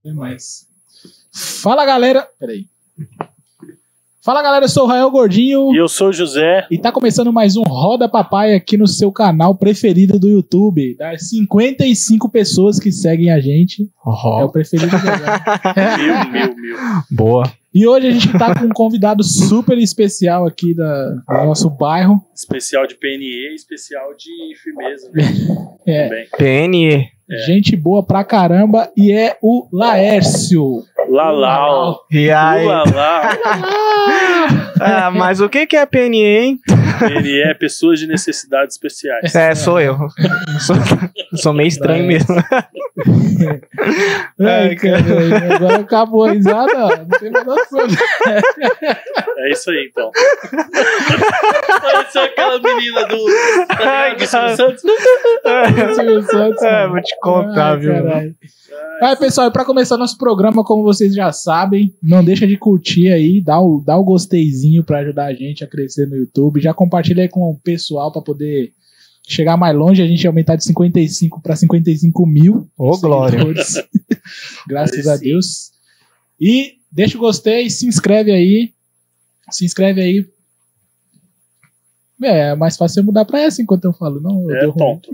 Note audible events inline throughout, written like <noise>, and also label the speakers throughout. Speaker 1: Até mais. Fala galera. Peraí. Fala galera, eu sou o Rael <laughs> Gordinho
Speaker 2: E eu sou o José.
Speaker 1: e tá começando mais um Roda Papai aqui no seu canal preferido do YouTube. Das 55 pessoas que seguem a gente, é
Speaker 3: Ó,
Speaker 1: o preferido dela.
Speaker 2: Meu, meu, meu.
Speaker 3: boa.
Speaker 1: E hoje a gente tá com um convidado super especial aqui da, do nosso bairro.
Speaker 2: Especial de PNE, especial de firmeza. Né?
Speaker 1: É.
Speaker 2: Também.
Speaker 3: PNE.
Speaker 2: É.
Speaker 1: Gente boa pra caramba e é o Laércio.
Speaker 2: Lalau.
Speaker 3: E aí?
Speaker 2: Lalau.
Speaker 3: Ah, mas o que que é PNE, hein?
Speaker 2: Ele é pessoas de necessidades especiais.
Speaker 3: É, sou eu. Sou, sou meio estranho mesmo.
Speaker 1: Ai, É, cara, agora acabou a risada, ó, não tem mais noção.
Speaker 2: É isso aí, então. Pareceu aquela menina do, tá ligado?
Speaker 3: Ai,
Speaker 2: do Silvio
Speaker 3: cara.
Speaker 2: Santos.
Speaker 1: Silvio Santos,
Speaker 3: É,
Speaker 1: mano.
Speaker 3: vou te contar,
Speaker 1: Ai,
Speaker 3: viu?
Speaker 1: caralho. Ai, É, pessoal, para começar nosso programa, como vocês já sabem, não deixa de curtir aí, dá o, dá o gosteizinho para ajudar a gente a crescer no YouTube. Já compartilha aí com o pessoal para poder chegar mais longe, a gente aumentar de 55 para 55 mil.
Speaker 3: Ô, Glória. <laughs>
Speaker 1: seguidores. Graças
Speaker 2: Aí
Speaker 1: a
Speaker 2: sim.
Speaker 1: Deus. E deixa o gostei, se inscreve aí. Se inscreve aí. É, mais fácil eu mudar pra essa enquanto eu falo, não? eu
Speaker 2: É
Speaker 1: dou ruim.
Speaker 2: tonto.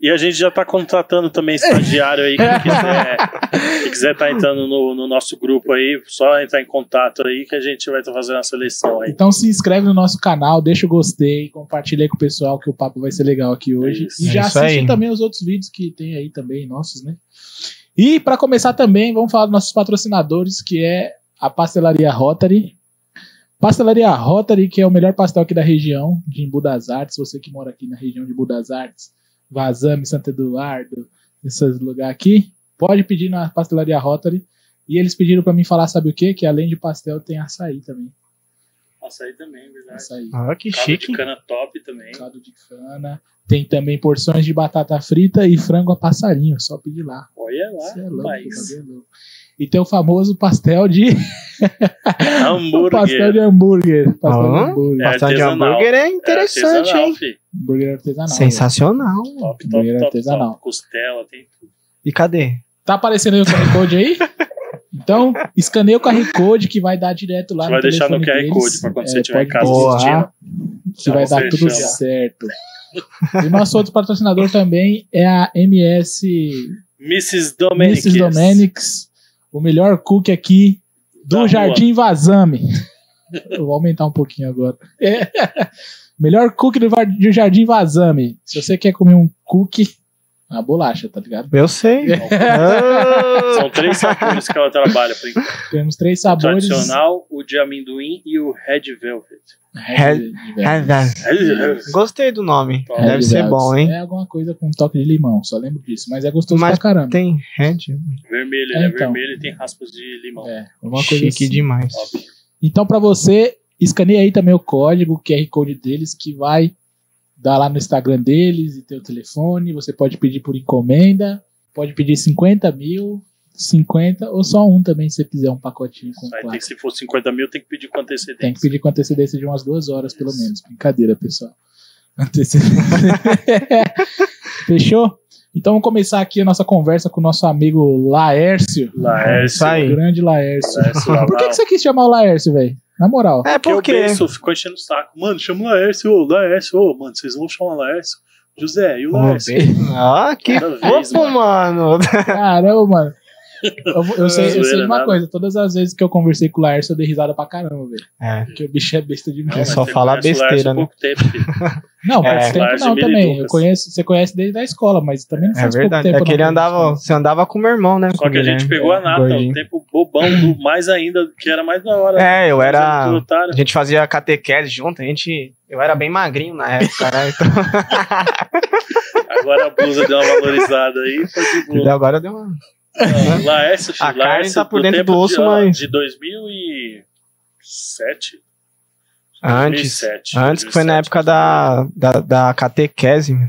Speaker 2: E a gente já tá contratando também estagiário aí, quem quiser, quem quiser tá entrando no, no nosso grupo aí, só entrar em contato aí que a gente vai estar fazendo a seleção aí.
Speaker 1: Então se inscreve no nosso canal, deixa o gostei, compartilha aí com o pessoal que o papo vai ser legal aqui hoje.
Speaker 2: Isso.
Speaker 1: E
Speaker 3: É
Speaker 1: já
Speaker 3: isso
Speaker 1: assiste
Speaker 3: aí.
Speaker 1: também os outros vídeos que tem aí também, nossos, né? E para começar também, vamos falar dos nossos patrocinadores, que é a Pastelaria Rotary. Pastelaria Rotary, que é o melhor pastel aqui da região, de Embu das Artes. Você que mora aqui na região de Embu das Artes, Vazame, Santo Eduardo, esses lugares aqui, pode pedir na Pastelaria Rotary. E eles pediram para mim falar, sabe o quê? Que além de pastel tem açaí também.
Speaker 2: Açaí também, é verdade.
Speaker 1: Açaí.
Speaker 3: Ah, que
Speaker 2: Caldo de
Speaker 3: chique.
Speaker 2: cana top também.
Speaker 1: caldo de cana. Tem também porções de batata frita e frango a passarinho. Só pedir lá.
Speaker 2: Olha lá,
Speaker 1: Isso é louco,
Speaker 2: Ah, mas-
Speaker 1: bagulho é louco. E tem o famoso pastel de <laughs> o pastel de
Speaker 2: <laughs> Hambúrguer.
Speaker 1: hambúrguer. Pastel de
Speaker 3: Ah,
Speaker 1: hambúrguer.
Speaker 2: é
Speaker 3: Pastel de
Speaker 2: artesanal.
Speaker 3: hambúrguer é interessante,
Speaker 2: artesanal,
Speaker 3: hein?
Speaker 2: fi.
Speaker 1: Hambúrguer artesanal.
Speaker 3: Sensacional.
Speaker 2: Top, top,
Speaker 1: Hambúrguer
Speaker 2: top,
Speaker 1: artesanal.
Speaker 2: top. Costela, tem tudo.
Speaker 3: E cadê?
Speaker 1: velho. Tá aparecendo aí o QR Code aí? Então, escaneia o QR Code que vai dar direto lá
Speaker 2: Você vai deixar no
Speaker 1: telefone
Speaker 2: QR Code
Speaker 1: deles.
Speaker 2: pra quando
Speaker 1: É,
Speaker 2: você estiver em
Speaker 1: pode
Speaker 2: casa
Speaker 3: boa.
Speaker 2: assistindo. Então,
Speaker 1: que vai dar
Speaker 2: Você
Speaker 1: tudo
Speaker 2: chama.
Speaker 1: certo. E nosso outro patrocinador também é a MS
Speaker 2: Mrs. Domenic.
Speaker 1: Mrs. Domenics, o melhor cook aqui do
Speaker 2: Da
Speaker 1: Jardim Vazame. <laughs> Eu vou aumentar um pouquinho agora. <laughs> É. Melhor cook do, var- do Jardim Vazame. Se você quer comer um cookie, uma bolacha, tá ligado?
Speaker 3: Eu sei.
Speaker 2: <laughs>
Speaker 3: Ah,
Speaker 2: São três sabores que ela trabalha. por enquanto.
Speaker 1: Temos três
Speaker 2: O
Speaker 1: sabores.
Speaker 2: tradicional, o de amendoim e o Red Velvet.
Speaker 1: Red Velvet.
Speaker 3: ah, tá.
Speaker 2: Red Velvet.
Speaker 3: Gostei do nome.
Speaker 2: Top.
Speaker 1: Red
Speaker 3: Deve ser
Speaker 1: Velvet.
Speaker 3: bom, hein?
Speaker 1: É alguma coisa com toque de limão, só lembro disso. Mas é gostoso
Speaker 3: Mas
Speaker 1: pra caramba.
Speaker 3: Tem Red.
Speaker 2: Vermelho,
Speaker 1: É,
Speaker 2: ele é
Speaker 1: então.
Speaker 2: vermelho e tem raspas de limão.
Speaker 1: É, alguma coisa
Speaker 3: Chique
Speaker 1: assim.
Speaker 3: demais.
Speaker 2: Top.
Speaker 1: Então, pra você, escaneia aí também o código, o QR Code deles, que vai dar lá no Instagram deles e tem o telefone. Você pode pedir por encomenda, pode pedir 50 mil, 50 ou só um também, se você quiser um pacotinho com
Speaker 2: Aí tem,
Speaker 1: quatro.
Speaker 2: que- se for 50 mil, tem que pedir com
Speaker 1: Tem que
Speaker 2: antecedência.
Speaker 1: pedir com antecedência de umas duas horas, pelo menos. Brincadeira, pessoal. <laughs> Antecedência. Fechou? Então vamos começar aqui a nossa conversa com o nosso amigo Laércio.
Speaker 2: Laércio.
Speaker 3: Sai. Aí.
Speaker 1: Grande Laércio.
Speaker 2: Laércio Lalau.
Speaker 1: Por que, que você quis chamar o Laércio, velho? Na moral.
Speaker 3: É
Speaker 2: Porque o
Speaker 3: porque.
Speaker 2: Benço ficou enchendo o saco. Mano, chama o Laércio, ô, Laércio, ô, mano, vocês vão chamar o Laércio. José, e o Laércio?
Speaker 3: Ah, que
Speaker 2: né? Cada vez,
Speaker 3: fofo, mano.
Speaker 1: Caramba, mano. Eu, vou-
Speaker 2: <laughs>
Speaker 1: eu sei, eu sei
Speaker 2: Zoeira,
Speaker 1: de uma
Speaker 2: nada.
Speaker 1: coisa, todas as vezes que eu conversei com o Laércio, eu dei risada pra caramba, velho.
Speaker 3: É.
Speaker 1: Porque o bicho é besta
Speaker 2: Não,
Speaker 1: demais.
Speaker 2: mas
Speaker 3: só
Speaker 2: você
Speaker 3: fala
Speaker 2: conhece o Laércio
Speaker 3: besteira,
Speaker 2: há
Speaker 3: né?
Speaker 2: pouco tempo, filho.
Speaker 1: Não, faz
Speaker 3: É.
Speaker 1: tempo
Speaker 2: Laércio
Speaker 1: não também. Eu
Speaker 2: Miliducas.
Speaker 1: conheço, você conhece desde a escola, mas também não
Speaker 3: É
Speaker 1: faz pouco
Speaker 3: verdade.
Speaker 1: tempo.
Speaker 3: É que ele
Speaker 1: não,
Speaker 3: andava. Você andava com o meu irmão, né?
Speaker 2: Só que a gente pegou a nata,
Speaker 3: Gordinho.
Speaker 2: o tempo bobão, do mais ainda, que era mais da hora.
Speaker 3: É, eu era.
Speaker 2: Do otário.
Speaker 3: A gente fazia catequese junto, a gente. Eu era bem magrinho na
Speaker 2: <laughs>
Speaker 3: época, né? Então,
Speaker 2: Agora a blusa deu uma valorizada aí, tá de
Speaker 3: e
Speaker 2: boa.
Speaker 3: agora deu uma.
Speaker 2: Não, Laércio, filho,
Speaker 3: né? A carne
Speaker 2: Laércio,
Speaker 3: tá por
Speaker 2: do
Speaker 3: dentro
Speaker 2: tempo
Speaker 3: do osso,
Speaker 2: de, ó,
Speaker 3: mas-
Speaker 2: De 2007?
Speaker 3: Antes.
Speaker 2: 2007.
Speaker 3: Antes que foi na
Speaker 2: 2007.
Speaker 3: época da, da, da catequese, meu.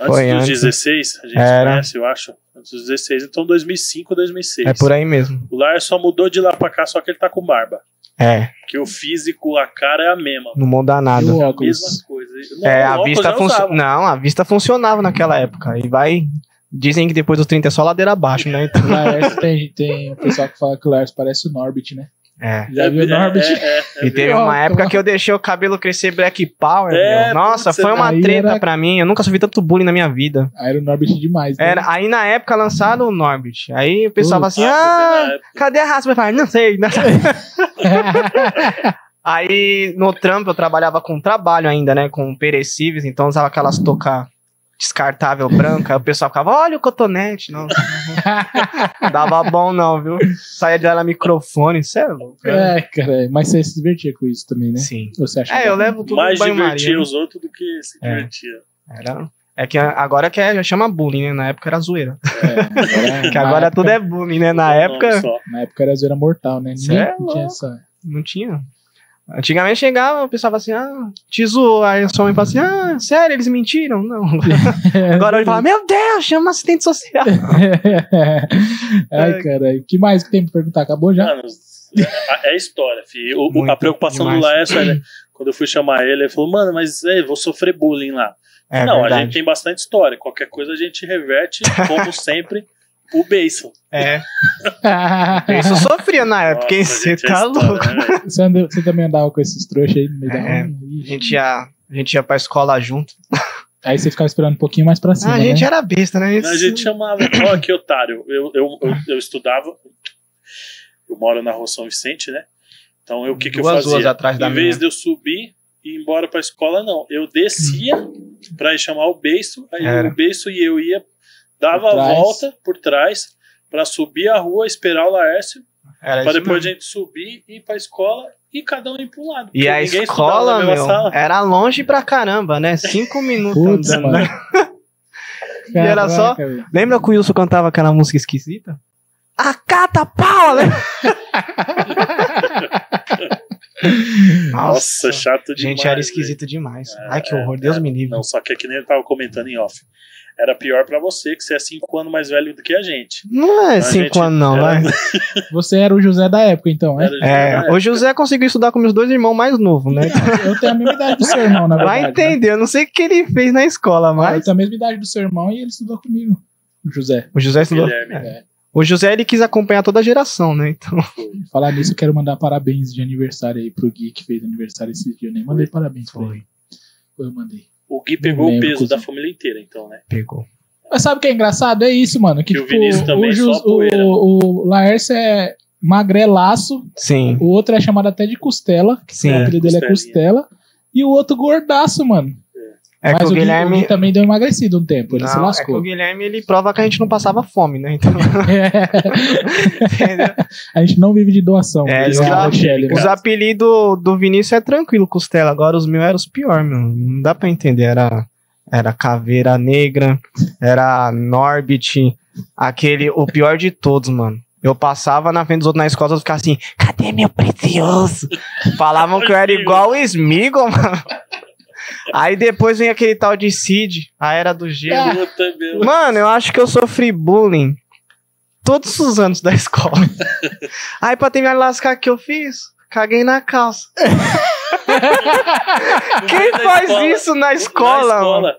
Speaker 2: Antes
Speaker 3: foi
Speaker 2: dos
Speaker 3: antes.
Speaker 2: 16, a gente
Speaker 3: Era.
Speaker 2: conhece, eu acho. Antes dos 16, então 2005, 2006.
Speaker 3: É por aí mesmo.
Speaker 2: O Laércio só mudou de lá pra cá, só que ele tá com barba.
Speaker 3: É,
Speaker 2: Que o físico, a cara é a mesma.
Speaker 3: não muda
Speaker 1: E o
Speaker 3: nada.
Speaker 1: é óculos?
Speaker 2: Mesma coisa. Não,
Speaker 3: É,
Speaker 2: o
Speaker 3: a
Speaker 2: óculos
Speaker 3: vista
Speaker 2: eu
Speaker 3: funcionava.
Speaker 2: usava.
Speaker 3: Não, a vista funcionava naquela época. E vai. Dizem que depois dos 30 é só ladeira abaixo, né? Então,
Speaker 1: Laércio tem, tem o pessoal que fala que o Laércio parece o Norbit, né?
Speaker 3: é.
Speaker 1: Já viu o Norbit?
Speaker 2: É, <laughs> é, é,
Speaker 3: E teve
Speaker 1: Ó,
Speaker 3: uma época
Speaker 1: toma.
Speaker 3: que eu deixei o cabelo crescer black power,
Speaker 2: É,
Speaker 3: meu. Nossa,
Speaker 2: putz,
Speaker 3: foi uma
Speaker 1: aí
Speaker 3: treta
Speaker 1: era-
Speaker 3: pra mim. Eu nunca sofri tanto bullying na minha vida.
Speaker 1: Aí Ah, era o Norbit demais, né? <laughs>
Speaker 3: Era, aí na época lançaram o Norbit. Aí o pessoal fala assim:
Speaker 2: Ah,
Speaker 3: <laughs> ah,
Speaker 2: na época.
Speaker 3: cadê a raça? Eu falei, não sei. <laughs> não sei." Aí no trampo eu trabalhava com trabalho ainda, né? Com perecíveis, então usava aquelas touca descartável branca. Aí o pessoal ficava, olha o cotonete. Não, <laughs> dava bom não, viu? Saía de lá era microfone, cê é louco. cara.
Speaker 1: É, cara, mas você se divertia com isso também, né?
Speaker 3: Sim.
Speaker 1: Você acha
Speaker 3: É, eu levo tudo
Speaker 2: mais
Speaker 3: no banho-maria,
Speaker 2: divertia
Speaker 3: né?
Speaker 2: os outros do que se
Speaker 3: É.
Speaker 2: divertia.
Speaker 3: Era... É que agora que é, já chama bullying, né? Na época era zoeira.
Speaker 1: É,
Speaker 3: <laughs> Que agora
Speaker 1: na
Speaker 3: tudo
Speaker 1: época,
Speaker 3: é bullying, né? Na
Speaker 2: Um nome
Speaker 3: época
Speaker 2: só.
Speaker 1: Na época era zoeira mortal, né?
Speaker 3: Cê
Speaker 1: Ninguém
Speaker 3: é louco.
Speaker 1: tinha essa.
Speaker 3: não tinha. Antigamente chegava, o pessoal falava assim, ah, te zoou. Aí a sua mãe falava assim, ah, sério, eles mentiram? Não. Agora ele fala, meu Deus, chama assistente social. É.
Speaker 1: Ai, cara, o que mais que tem pra perguntar? Acabou já?
Speaker 2: Mano, Ah, é, é história, filho. O- o- a
Speaker 3: Muito
Speaker 2: preocupação
Speaker 3: demais.
Speaker 2: do Laércio era né? quando eu fui chamar ele, ele falou, mano, mas é, vou sofrer bullying lá.
Speaker 3: É
Speaker 2: Não,
Speaker 3: verdade.
Speaker 2: a gente tem bastante história. Qualquer coisa a gente reverte,
Speaker 3: <laughs>
Speaker 2: como sempre, o Bason.
Speaker 3: É,
Speaker 1: É
Speaker 3: isso eu sofria na época, porque
Speaker 2: Nossa,
Speaker 3: você
Speaker 2: gente, é
Speaker 3: tá
Speaker 2: história,
Speaker 3: louco.
Speaker 2: né, velho?
Speaker 1: você, anda- você também andava com esses trouxas aí no meio
Speaker 3: É.
Speaker 1: da rua?
Speaker 3: A
Speaker 1: Ixi.
Speaker 3: gente ia, a gente ia pra escola junto.
Speaker 1: Aí você ficava esperando um pouquinho mais pra cima.
Speaker 3: ah, a gente
Speaker 1: né?
Speaker 3: era besta, né?
Speaker 2: A gente chamava, ó, que otário. Eu, eu, eu, eu estudava, eu moro na rua São Vicente, né? Então, eu- o que, que eu
Speaker 3: Duas ruas
Speaker 2: fazia?
Speaker 3: atrás da
Speaker 2: Em vez
Speaker 3: minha.
Speaker 2: de eu subir e ir embora pra escola, não. Eu descia pra ir chamar o beiço, aí
Speaker 3: Era.
Speaker 2: o beiço e eu ia, dava
Speaker 1: Por
Speaker 2: a
Speaker 1: trás.
Speaker 2: volta por trás pra subir a rua, esperar o Laércio,
Speaker 3: Era
Speaker 2: pra
Speaker 3: isso
Speaker 2: depois
Speaker 3: mesmo.
Speaker 2: a gente subir, ir pra escola e cada um ir pro lado.
Speaker 3: E
Speaker 2: porque
Speaker 3: a
Speaker 2: ninguém estudava na
Speaker 3: escola,
Speaker 2: mesma
Speaker 3: meu, é
Speaker 2: sala.
Speaker 3: era longe pra caramba, né? Cinco minutos
Speaker 1: Putz,
Speaker 3: andando.
Speaker 1: mano.
Speaker 3: <laughs> E era só-
Speaker 1: Caraca, velho.
Speaker 3: Lembra que o Wilson cantava aquela música esquisita? A cata pau, né?
Speaker 2: Nossa, chato demais.
Speaker 3: gente, era
Speaker 2: velho.
Speaker 3: esquisito demais.
Speaker 2: É,
Speaker 3: Ai, que horror, Deus me livre.
Speaker 2: Não, só que é que nem eu tava comentando em off. Era pior pra você, que você é cinco anos mais velho do que a gente. Então
Speaker 3: Não é
Speaker 2: A
Speaker 3: cinco
Speaker 2: gente
Speaker 3: anos, não,
Speaker 2: era-
Speaker 3: né?
Speaker 1: Você era o José da época, então, né?
Speaker 2: Era de-
Speaker 3: É, hoje o Zé conseguiu estudar com meus dois irmãos mais novos, né?
Speaker 1: Ah, Eu tenho a mesma idade do seu
Speaker 2: É
Speaker 1: irmão, na
Speaker 3: Vai
Speaker 1: verdade. né?
Speaker 3: entender, eu não sei o que ele fez na escola,
Speaker 1: Eu
Speaker 3: mas.
Speaker 1: tenho a mesma idade do seu irmão e ele estudou comigo. O José.
Speaker 3: O José estudou.
Speaker 2: Guilherme.
Speaker 1: É.
Speaker 3: O José ele quis acompanhar toda a geração, né? Então,
Speaker 1: Falar nisso, eu quero mandar parabéns de aniversário aí pro Gui que fez aniversário esse dia. Eu nem mandei parabéns pra
Speaker 3: Foi.
Speaker 1: ele. Foi, eu mandei.
Speaker 2: O Gui pegou
Speaker 1: Não
Speaker 2: o
Speaker 1: lembro,
Speaker 2: peso da
Speaker 1: cozinha.
Speaker 2: família inteira, então, né?
Speaker 3: pegou.
Speaker 1: Mas sabe o que é engraçado? É isso, mano. Que,
Speaker 2: Que o
Speaker 1: tipo,
Speaker 2: Vinícius também,
Speaker 1: o,
Speaker 2: só a poeira.
Speaker 1: o, o Laércio é magrelaço,
Speaker 3: Sim,
Speaker 1: o outro é chamado até de costela, que
Speaker 3: sim.
Speaker 1: o
Speaker 2: É,
Speaker 1: apelido dele é
Speaker 2: costelinha.
Speaker 1: costela, e o outro gordaço, mano.
Speaker 3: É, que
Speaker 1: Mas
Speaker 3: o
Speaker 1: Gui-
Speaker 3: Guilherme.
Speaker 1: Gui também deu emagrecido um tempo, ele se
Speaker 3: Não, é que o
Speaker 1: <laughs> lascou.
Speaker 3: Guilherme ele prova que a gente não passava fome, né? Então, entendeu?
Speaker 1: a gente não vive de doação.
Speaker 3: É,
Speaker 1: diz a
Speaker 3: exato.
Speaker 1: Rochelle, né?
Speaker 3: Os apelidos do Vinícius é tranquilo, Costela. Agora os meus eram os piores, meu. Não dá pra entender. Era, era Caveira Negra, era Norbit, aquele, o pior de todos, mano. Eu passava na frente dos outros na escola, eu ficava assim, cadê meu precioso? Falavam que eu era igual o Smigo, mano. Aí depois vem aquele tal de Cid, a Era do Gelo.
Speaker 2: Puta, meu.
Speaker 3: Mano, eu acho que eu sofri bullying todos os anos da <laughs> escola. Aí pra terminar de lascar o que eu fiz, caguei na calça. Quem
Speaker 2: Na
Speaker 3: faz
Speaker 2: escola.
Speaker 3: isso na
Speaker 2: Na
Speaker 3: escola, mano?
Speaker 2: escola.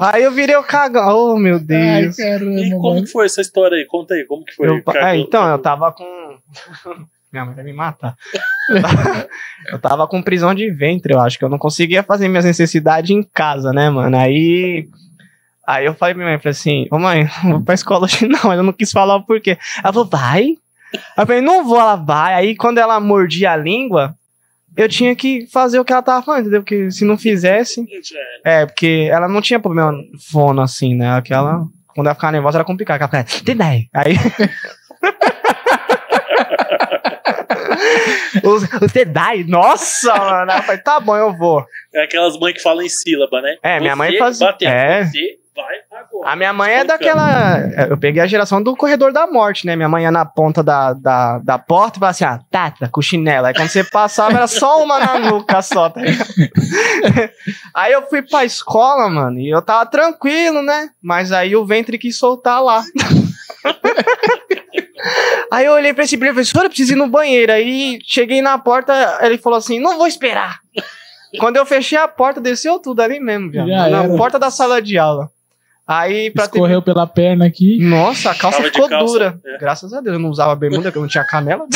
Speaker 3: Aí eu virei o cagão. Oh, meu
Speaker 1: Ai,
Speaker 3: Deus.
Speaker 1: caramba,
Speaker 2: E como
Speaker 1: mano.
Speaker 2: que foi essa história aí? Conta aí, como que foi?
Speaker 3: Eu-
Speaker 2: Cagou-
Speaker 3: é, então, eu tava com. <laughs> Minha mãe vai me matar. <laughs> Eu tava- Eu tava com prisão de ventre, eu acho que eu não conseguia fazer minhas necessidades em casa, né, mano? Aí. Aí eu falei pra minha mãe, falei assim, ô mãe, <laughs> não vou pra escola hoje não, ela não quis falar o porquê. Ela falou, vai? Aí eu falei, não vou, ela vai. Aí quando ela mordia a língua, eu tinha que fazer o que ela tava falando, entendeu? Porque se não fizesse,
Speaker 2: É,
Speaker 3: é, porque ela não tinha problema no fono, assim, né? Aquela. Quando ela ficava nervosa era complicado. que Ela ficava. "Dedé". Aí. <laughs> Os, os Tedai, nossa, mano. Ela falou, tá bom, eu vou.
Speaker 2: é aquelas mães que falam em sílaba, né?
Speaker 3: É, minha mãe
Speaker 2: Você
Speaker 3: fazia-
Speaker 2: Bateu,
Speaker 3: é.
Speaker 2: Você vai agora.
Speaker 3: A minha mãe é daquela. Eu peguei a geração do corredor da morte, né? Minha mãe ia na ponta da, da, da porta e falava assim, ah, tata, com chinela. Aí quando você passava, era só uma na nuca só, tá ligado? <laughs> Aí eu fui pra escola, mano, e eu tava tranquilo, né? Mas aí o ventre quis soltar lá. <laughs> Aí eu olhei pra esse professor, eu preciso ir no banheiro. Aí cheguei na porta, ele falou assim: não vou esperar. Quando eu fechei a porta, desceu tudo ali mesmo, viu?
Speaker 1: Já
Speaker 3: na
Speaker 1: era.
Speaker 3: porta da sala de aula. Aí, pra ter-
Speaker 1: Escorreu pela perna aqui. <laughs>
Speaker 3: Nossa, a calça
Speaker 2: Tava de
Speaker 3: ficou
Speaker 2: calça,
Speaker 3: dura.
Speaker 2: é.
Speaker 3: Graças a Deus, eu não usava bermuda, porque eu não tinha canela.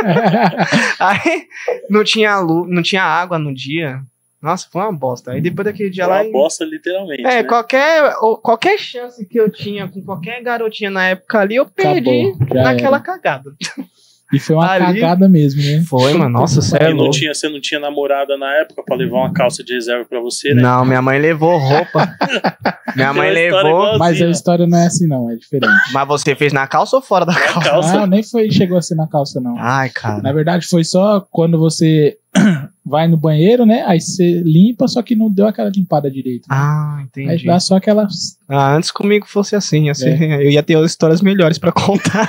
Speaker 3: <laughs> Aí não tinha luz, não tinha água no dia. Nossa, foi uma bosta. Aí depois daquele dia lá.
Speaker 2: Uma
Speaker 3: em-
Speaker 2: bosta, literalmente. né?
Speaker 3: É, qualquer, ou- qualquer chance que eu tinha com qualquer garotinha na época ali, eu perdi
Speaker 1: Acabou. Já
Speaker 3: naquela
Speaker 1: era.
Speaker 3: cagada.
Speaker 1: E foi uma
Speaker 3: Ali-
Speaker 1: cagada mesmo, né?
Speaker 3: Foi, mano. Nossa, você é
Speaker 2: E não
Speaker 3: louco.
Speaker 2: tinha, você não tinha namorada na época pra levar uma calça de reserva pra você, né?
Speaker 3: Não, minha mãe
Speaker 2: <laughs>
Speaker 3: levou roupa. minha
Speaker 2: Tem uma
Speaker 3: mãe
Speaker 2: história
Speaker 3: levou.
Speaker 2: igualzinha.
Speaker 1: Mas a história não é assim, não, é diferente.
Speaker 3: Mas você fez na calça ou fora da
Speaker 2: É
Speaker 1: <laughs>
Speaker 3: calça?
Speaker 2: a calça.
Speaker 1: Não, nem foi, chegou assim na calça, não.
Speaker 3: Ai, cara.
Speaker 1: Na verdade, foi só quando você <clears throat> vai no banheiro, né? Aí você limpa, só que não deu aquela limpada direito.
Speaker 3: Ah, entendi.
Speaker 1: Aí dá só <laughs> aquela.
Speaker 3: Ah, antes comigo fosse assim, assim
Speaker 1: É.
Speaker 3: <laughs> eu ia ter histórias melhores pra contar.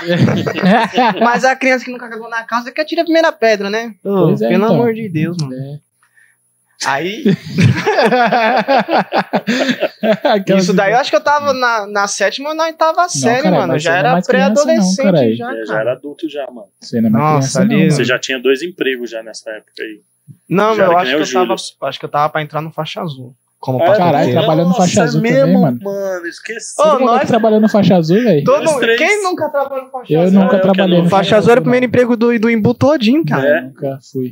Speaker 3: <laughs> Mas a criança que nunca cagou na calça é que atira a primeira pedra, né? Ô,
Speaker 1: Pois é,
Speaker 3: pelo
Speaker 1: então.
Speaker 3: amor de Deus, mano.
Speaker 1: É.
Speaker 3: Aí,
Speaker 1: Aquela-
Speaker 3: isso daí eu acho que eu tava na, na sétima ou na oitava série,
Speaker 1: cara,
Speaker 3: mano.
Speaker 1: mas você
Speaker 3: Já
Speaker 1: não é
Speaker 3: era
Speaker 1: mais criança não,
Speaker 3: pré-adolescente
Speaker 1: caralho.
Speaker 3: já,
Speaker 2: É, já
Speaker 3: cara.
Speaker 2: era adulto já, mano.
Speaker 1: <laughs> Você não é mais
Speaker 3: Nossa,
Speaker 1: criança,
Speaker 3: ali-
Speaker 1: não,
Speaker 2: Você
Speaker 1: mano.
Speaker 2: já tinha dois empregos já nessa época aí.
Speaker 3: Não,
Speaker 2: Já
Speaker 3: eu
Speaker 2: era
Speaker 3: acho
Speaker 2: que nem
Speaker 3: que,
Speaker 2: o
Speaker 3: eu tava,
Speaker 2: Július.
Speaker 3: acho que eu tava pra entrar no faixa azul. Como
Speaker 2: É,
Speaker 1: Caralho,
Speaker 3: porteiro.
Speaker 1: trabalhando
Speaker 2: nossa,
Speaker 1: faixa
Speaker 2: é
Speaker 1: azul
Speaker 2: mesmo,
Speaker 1: também, mano.
Speaker 2: Mano, esqueci.
Speaker 3: Ô,
Speaker 1: Todo mundo
Speaker 3: nós-
Speaker 1: aqui trabalhou no faixa azul, velho.
Speaker 2: Nós
Speaker 3: Todo,
Speaker 2: três. É,
Speaker 3: quem nunca trabalhou no faixa
Speaker 1: Eu
Speaker 3: azul? um
Speaker 1: nunca
Speaker 2: eu
Speaker 1: trabalhei
Speaker 2: quero-
Speaker 1: no
Speaker 3: Faixa azul era o
Speaker 1: não.
Speaker 3: primeiro emprego do, do Imbu todinho, cara.
Speaker 2: É.
Speaker 1: Nunca fui.
Speaker 3: né?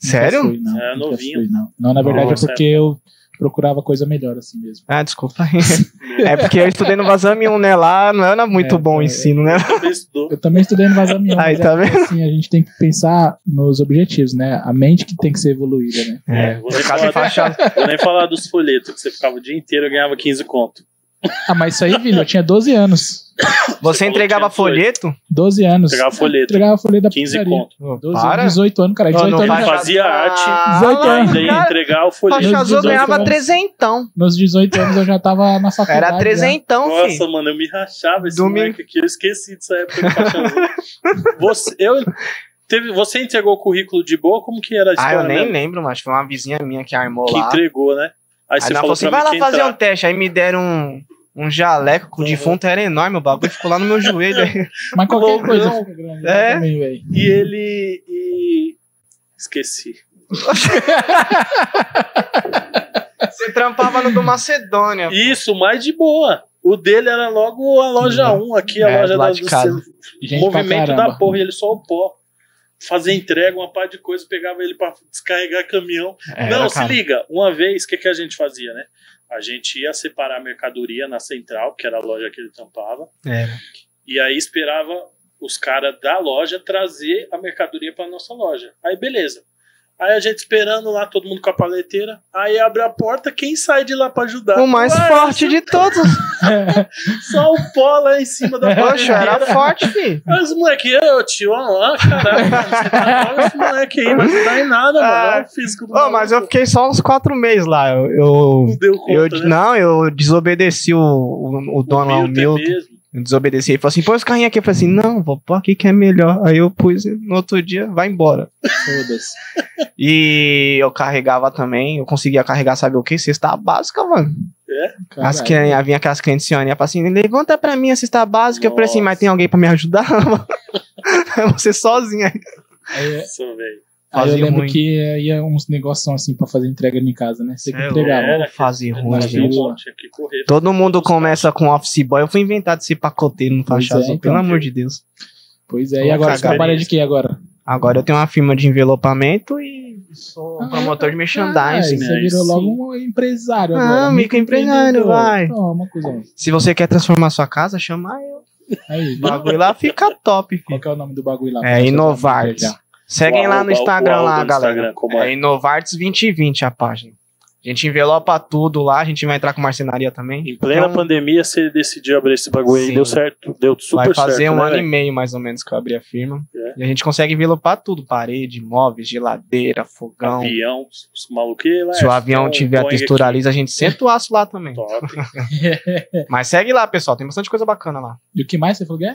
Speaker 3: Sério?
Speaker 1: Nunca fui, não,
Speaker 2: É,
Speaker 1: nunca
Speaker 2: novinho.
Speaker 1: fui, não. Não, na verdade
Speaker 2: Nossa.
Speaker 1: é porque eu procurava coisa melhor assim mesmo.
Speaker 3: Ah, desculpa. <laughs> é porque eu estudei no Vazamion, né? Lá não era muito
Speaker 1: É,
Speaker 3: bom o
Speaker 1: é.
Speaker 3: ensino, né?
Speaker 2: Também estudou.
Speaker 3: <laughs>
Speaker 1: Eu também estudei no vazamento.
Speaker 3: Aí,
Speaker 1: mas é
Speaker 3: tá vendo?
Speaker 1: porque, assim, a gente tem que pensar nos objetivos, né? A mente que tem que ser evoluída, né?
Speaker 2: É, vou, nem
Speaker 3: Casa em
Speaker 2: falar,
Speaker 3: faixa
Speaker 2: vou nem falar dos folhetos, que você ficava o dia inteiro e ganhava 15 conto.
Speaker 1: Ah, mas isso aí, filho, eu tinha 12 anos.
Speaker 3: Você
Speaker 2: falou
Speaker 3: entregava
Speaker 2: que tinha
Speaker 3: folheto?
Speaker 1: 12 anos.
Speaker 2: Pegava folheto,
Speaker 1: Entregava folheto da
Speaker 2: 15
Speaker 1: pizzaria.
Speaker 2: conto.
Speaker 1: 12 anos, 18 anos, cara.
Speaker 3: Não,
Speaker 1: 18
Speaker 3: não
Speaker 1: anos,
Speaker 3: faz-
Speaker 2: Fazia arte,
Speaker 3: Ah,
Speaker 1: 18
Speaker 3: lá,
Speaker 1: anos.
Speaker 2: ainda ia
Speaker 3: cara,
Speaker 2: entregar o folheto.
Speaker 3: Faixa
Speaker 1: Meus
Speaker 3: azul eu
Speaker 1: 18
Speaker 3: ganhava
Speaker 1: anos.
Speaker 3: trezentão.
Speaker 1: Nos 18 anos eu já tava na faculdade. né?
Speaker 3: Era trezentão,
Speaker 2: Nossa,
Speaker 3: filho.
Speaker 2: mano, eu me rachava esse
Speaker 3: Domingo.
Speaker 2: moleque aqui. Eu esqueci dessa época de faixa
Speaker 3: <laughs>
Speaker 2: azul. Você, eu, teve, você entregou o currículo de boa? Como que era a
Speaker 3: Ah,
Speaker 2: história?
Speaker 3: eu nem
Speaker 2: mesmo?
Speaker 3: lembro, mas foi uma vizinha minha que armou
Speaker 2: é Que
Speaker 3: lá. Aí
Speaker 2: entregou, né? Aí você falou
Speaker 3: ela falou assim,
Speaker 2: pra
Speaker 3: vai
Speaker 2: mim
Speaker 3: lá
Speaker 2: que
Speaker 3: fazer
Speaker 2: entrar.
Speaker 3: um teste. Aí me deram um, um jaleco que o
Speaker 2: Uhum.
Speaker 3: defunto era enorme, o bagulho ficou lá no meu joelho.
Speaker 1: <laughs>
Speaker 3: aí.
Speaker 1: Mas qualquer
Speaker 2: Loucão.
Speaker 1: coisa fica grande.
Speaker 3: É.
Speaker 1: É. Também, velho.
Speaker 2: E ele... e- Esqueci.
Speaker 3: Você trampava no do Macedônia.
Speaker 2: Isso, mais de boa. O dele era logo a loja
Speaker 1: Uhum.
Speaker 2: 1 aqui, a
Speaker 3: É,
Speaker 2: loja
Speaker 3: do lado
Speaker 2: da,
Speaker 3: de
Speaker 2: do
Speaker 3: casa.
Speaker 2: centro.
Speaker 1: Gente pra
Speaker 2: movimento
Speaker 1: caramba.
Speaker 2: da porra, e ele só o pó. Fazia entrega, uma par de coisa, pegava ele pra descarregar caminhão.
Speaker 3: É, Era,
Speaker 2: Não, se
Speaker 3: cara.
Speaker 2: liga, uma vez, o que, que a gente fazia, né? A gente ia separar a mercadoria na central, que era a loja que ele tampava,
Speaker 3: Era.
Speaker 2: e aí esperava os caras da loja trazer a mercadoria pra nossa loja. Aí beleza. Aí a gente esperando lá, todo mundo com a paleteira. Aí abre a porta, quem sai de lá pra ajudar?
Speaker 3: O mais
Speaker 2: Ué, tá-
Speaker 3: forte de todos.
Speaker 2: Só o pó lá em cima da
Speaker 3: <laughs> Poxa,
Speaker 2: paleteira. <laughs>
Speaker 3: era forte, filho.
Speaker 2: Aí os moleque, eu, tio, olha lá, caralho, mano, você tá mal, esse moleque aí, não ajudar em nada,
Speaker 3: Ah.
Speaker 2: mano. Olha o físico do
Speaker 3: Ô, mas eu fiquei só uns quatro meses lá. Eu, eu-
Speaker 2: não deu
Speaker 3: eu-
Speaker 2: conta, né?
Speaker 3: Não, eu desobedeci o, o, o dono lá, o
Speaker 2: Milton é
Speaker 3: Milton.
Speaker 2: mesmo.
Speaker 3: Eu desobedeci. Ele falou assim: põe os carrinhos aqui. Eu falei assim: não, vou pôr aqui que é melhor. Aí eu pus e no outro dia, vai embora.
Speaker 1: Foda-se.
Speaker 3: E eu carregava também. Eu conseguia carregar, sabe o que? Cesta básica, mano. As
Speaker 1: Caralho.
Speaker 3: crianças, vinha aquelas clientes senhorinhas e falava assim: levanta pra mim a cesta básica. Eu falei assim:
Speaker 2: Nossa.
Speaker 3: mas tem alguém pra me ajudar? <laughs> É você sozinha.
Speaker 1: Aí,
Speaker 2: Nossa, velho.
Speaker 1: aí eu
Speaker 3: Fazia
Speaker 1: lembro
Speaker 3: muito.
Speaker 1: que eh, ia uns negócios assim pra fazer entrega em casa, né? Você que
Speaker 3: É,
Speaker 1: entregava.
Speaker 2: Era,
Speaker 3: Fase ruim,
Speaker 1: Mas
Speaker 2: Nossa,
Speaker 3: gente.
Speaker 2: eu tinha que correr.
Speaker 3: Todo mundo começa com office boy. Eu fui inventado esse pacoteiro no
Speaker 1: Pois
Speaker 3: faixa
Speaker 1: é,
Speaker 3: azul,
Speaker 1: então,
Speaker 3: pelo
Speaker 2: filho.
Speaker 3: amor de Deus.
Speaker 1: Pois é,
Speaker 3: Foi
Speaker 1: e
Speaker 3: uma
Speaker 1: agora você
Speaker 2: cagada.
Speaker 1: trabalha de quê agora?
Speaker 3: Agora eu tenho uma firma de envelopamento e sou
Speaker 1: Ah,
Speaker 3: promotor um
Speaker 1: Caralho,
Speaker 3: de merchandising.
Speaker 1: Você
Speaker 2: né?
Speaker 1: virou
Speaker 2: Sim.
Speaker 1: logo um empresário
Speaker 3: Ah,
Speaker 1: agora. um
Speaker 3: microempresário,
Speaker 1: microempreendedor.
Speaker 3: vai.
Speaker 1: Toma, cuzão.
Speaker 3: Se você quer transformar sua casa, chama eu.
Speaker 1: Aí,
Speaker 3: O bagulho lá fica top, filho.
Speaker 1: qual que é o nome do bagulho lá?
Speaker 3: É, Inovartes. Seguem
Speaker 2: O
Speaker 3: lá no
Speaker 2: arroba-
Speaker 3: Instagram
Speaker 2: o arroba
Speaker 3: lá,
Speaker 2: no
Speaker 3: galera.
Speaker 2: Instagram, como é?
Speaker 3: É Inovartes 2020 a página. A gente envelopa tudo lá, a gente vai entrar com marcenaria também.
Speaker 2: Em plena
Speaker 3: Então,
Speaker 2: pandemia, você decidiu abrir esse bagulho aí,
Speaker 3: Sim.
Speaker 2: deu certo, deu super
Speaker 3: Vai fazer
Speaker 2: certo.
Speaker 3: um
Speaker 2: né,
Speaker 3: ano e
Speaker 2: velho?
Speaker 3: meio mais ou menos que eu abri a firma.
Speaker 2: É.
Speaker 3: E a gente consegue envelopar tudo: parede, móveis, geladeira, fogão.
Speaker 2: Avião, os maluqueiros lá.
Speaker 3: Se o avião
Speaker 2: um
Speaker 3: tiver a
Speaker 2: Boeing
Speaker 3: textura
Speaker 2: aqui,
Speaker 3: lisa, a gente senta o aço lá também. <laughs>
Speaker 2: Top.
Speaker 3: Mas segue lá, pessoal, tem bastante coisa bacana lá.
Speaker 1: E o que mais você falou que é?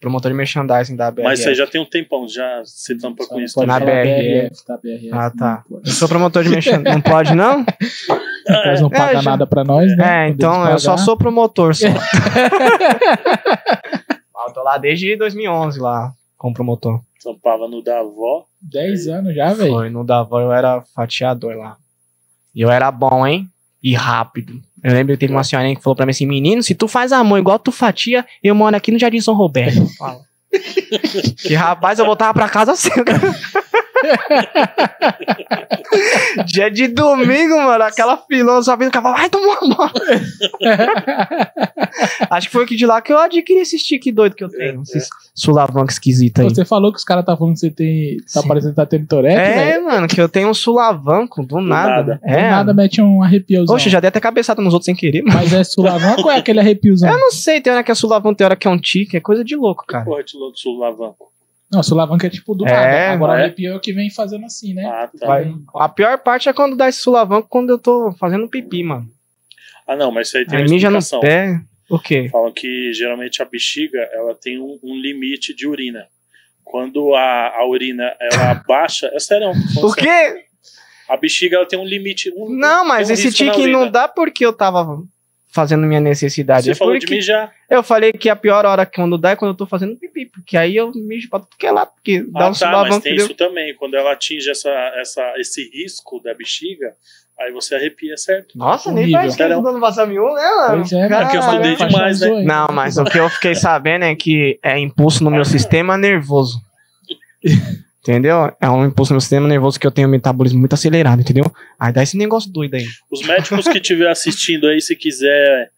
Speaker 3: Promotor de merchandising da BR.
Speaker 2: Mas você já tem um tempão, já se tampa com isso.
Speaker 1: Pode
Speaker 3: Na
Speaker 1: falar
Speaker 3: BRF.
Speaker 1: tá? BRF.
Speaker 3: Ah, tá.
Speaker 1: Não, pode.
Speaker 3: Eu sou promotor de merchandising. Não pode, não?
Speaker 2: <laughs>
Speaker 1: Eles não
Speaker 3: É,
Speaker 1: pagam
Speaker 3: já-
Speaker 1: nada pra nós, né?
Speaker 3: É,
Speaker 1: Quando
Speaker 3: então
Speaker 1: eles
Speaker 3: eu só
Speaker 1: pagar-
Speaker 3: sou promotor só. Ah, eu tô lá desde 2011 lá como promotor.
Speaker 2: Tampava no da avó.
Speaker 1: 10 anos já, velho.
Speaker 3: Foi no Davó, eu era fatiador lá. E eu era bom, hein? E rápido. Eu lembro que teve uma senhorinha que falou pra mim assim: Menino, se tu faz amor igual tu fatia, eu moro aqui no Jardim São
Speaker 2: <laughs>
Speaker 3: Roberto. Eu falo, que rapaz, eu voltava pra casa cedo. <laughs> Dia de domingo, mano, aquela filona só vindo o cavalo, vai tomar
Speaker 2: <laughs>
Speaker 3: mano. Acho que foi aqui de lá que eu adquiri esse stick doido que eu tenho.
Speaker 2: É,
Speaker 3: Esse sulavanco esquisito aí.
Speaker 1: Você falou que os caras tá falando que você tem. Tá
Speaker 3: Sim.
Speaker 1: parecendo que tá tendo torete,
Speaker 3: É,
Speaker 1: velho.
Speaker 3: mano, que eu tenho um sulavanco do nada.
Speaker 2: nada.
Speaker 1: Do
Speaker 3: É.
Speaker 1: nada mete um arrepiozão.
Speaker 3: Poxa, já dei até cabeçada nos outros sem querer, mano.
Speaker 1: Mas é sulavanco ou é aquele arrepiozão?
Speaker 3: Eu não sei, tem hora que é sulavanco, tem hora que é um tique, é coisa de louco,
Speaker 2: Que
Speaker 3: cara.
Speaker 2: porra de lo- sulavanco?
Speaker 1: Não, sulavanco é tipo do
Speaker 3: É,
Speaker 1: nada. Agora o
Speaker 2: é.
Speaker 1: arrepio é o que vem fazendo assim, né?
Speaker 2: Ah, tá.
Speaker 3: Vai. A pior parte é quando dá esse sulavanco quando eu tô fazendo pipi, mano.
Speaker 2: Ah, não, mas isso aí tem
Speaker 3: Aí
Speaker 2: uma
Speaker 3: mija no
Speaker 2: explicação.
Speaker 3: pé. É, O quê?
Speaker 2: Falam que geralmente a bexiga ela tem um, um limite de urina. Quando a, a urina ela <laughs> abaixa, é sério, não,
Speaker 3: O quê?
Speaker 2: a bexiga ela tem um limite. um-
Speaker 3: Não, mas
Speaker 2: tem um
Speaker 3: esse
Speaker 2: risco na
Speaker 3: tique não
Speaker 2: urina.
Speaker 3: dá porque eu tava fazendo minha necessidade.
Speaker 2: um, Você
Speaker 3: é
Speaker 2: falou
Speaker 3: porque
Speaker 2: de mijar.
Speaker 3: eu falei que a pior hora que quando dá é quando eu tô fazendo pipi, porque aí eu mijo pra tudo que é lá, porque dá
Speaker 2: Ah,
Speaker 3: um
Speaker 2: tá, mas
Speaker 3: sulavanco,
Speaker 2: tem
Speaker 3: entendeu?
Speaker 2: isso também. Quando ela atinge essa, essa, esse risco da bexiga, aí você arrepia, certo?
Speaker 3: Nossa, nem
Speaker 1: Horrível.
Speaker 3: parece que não passa miúdo, né, mano?
Speaker 1: Pois é,
Speaker 3: Caralho.
Speaker 2: porque eu fudei
Speaker 1: Faixa
Speaker 2: demais, né?
Speaker 1: azul aí. tá
Speaker 3: Não, mas o que eu fiquei sabendo é que é impulso no meu sistema nervoso. Entendeu? É um impulso no meu sistema nervoso que eu tenho um metabolismo muito acelerado, entendeu? Aí dá esse negócio doido aí.
Speaker 2: Os médicos que estiver assistindo aí, se quiser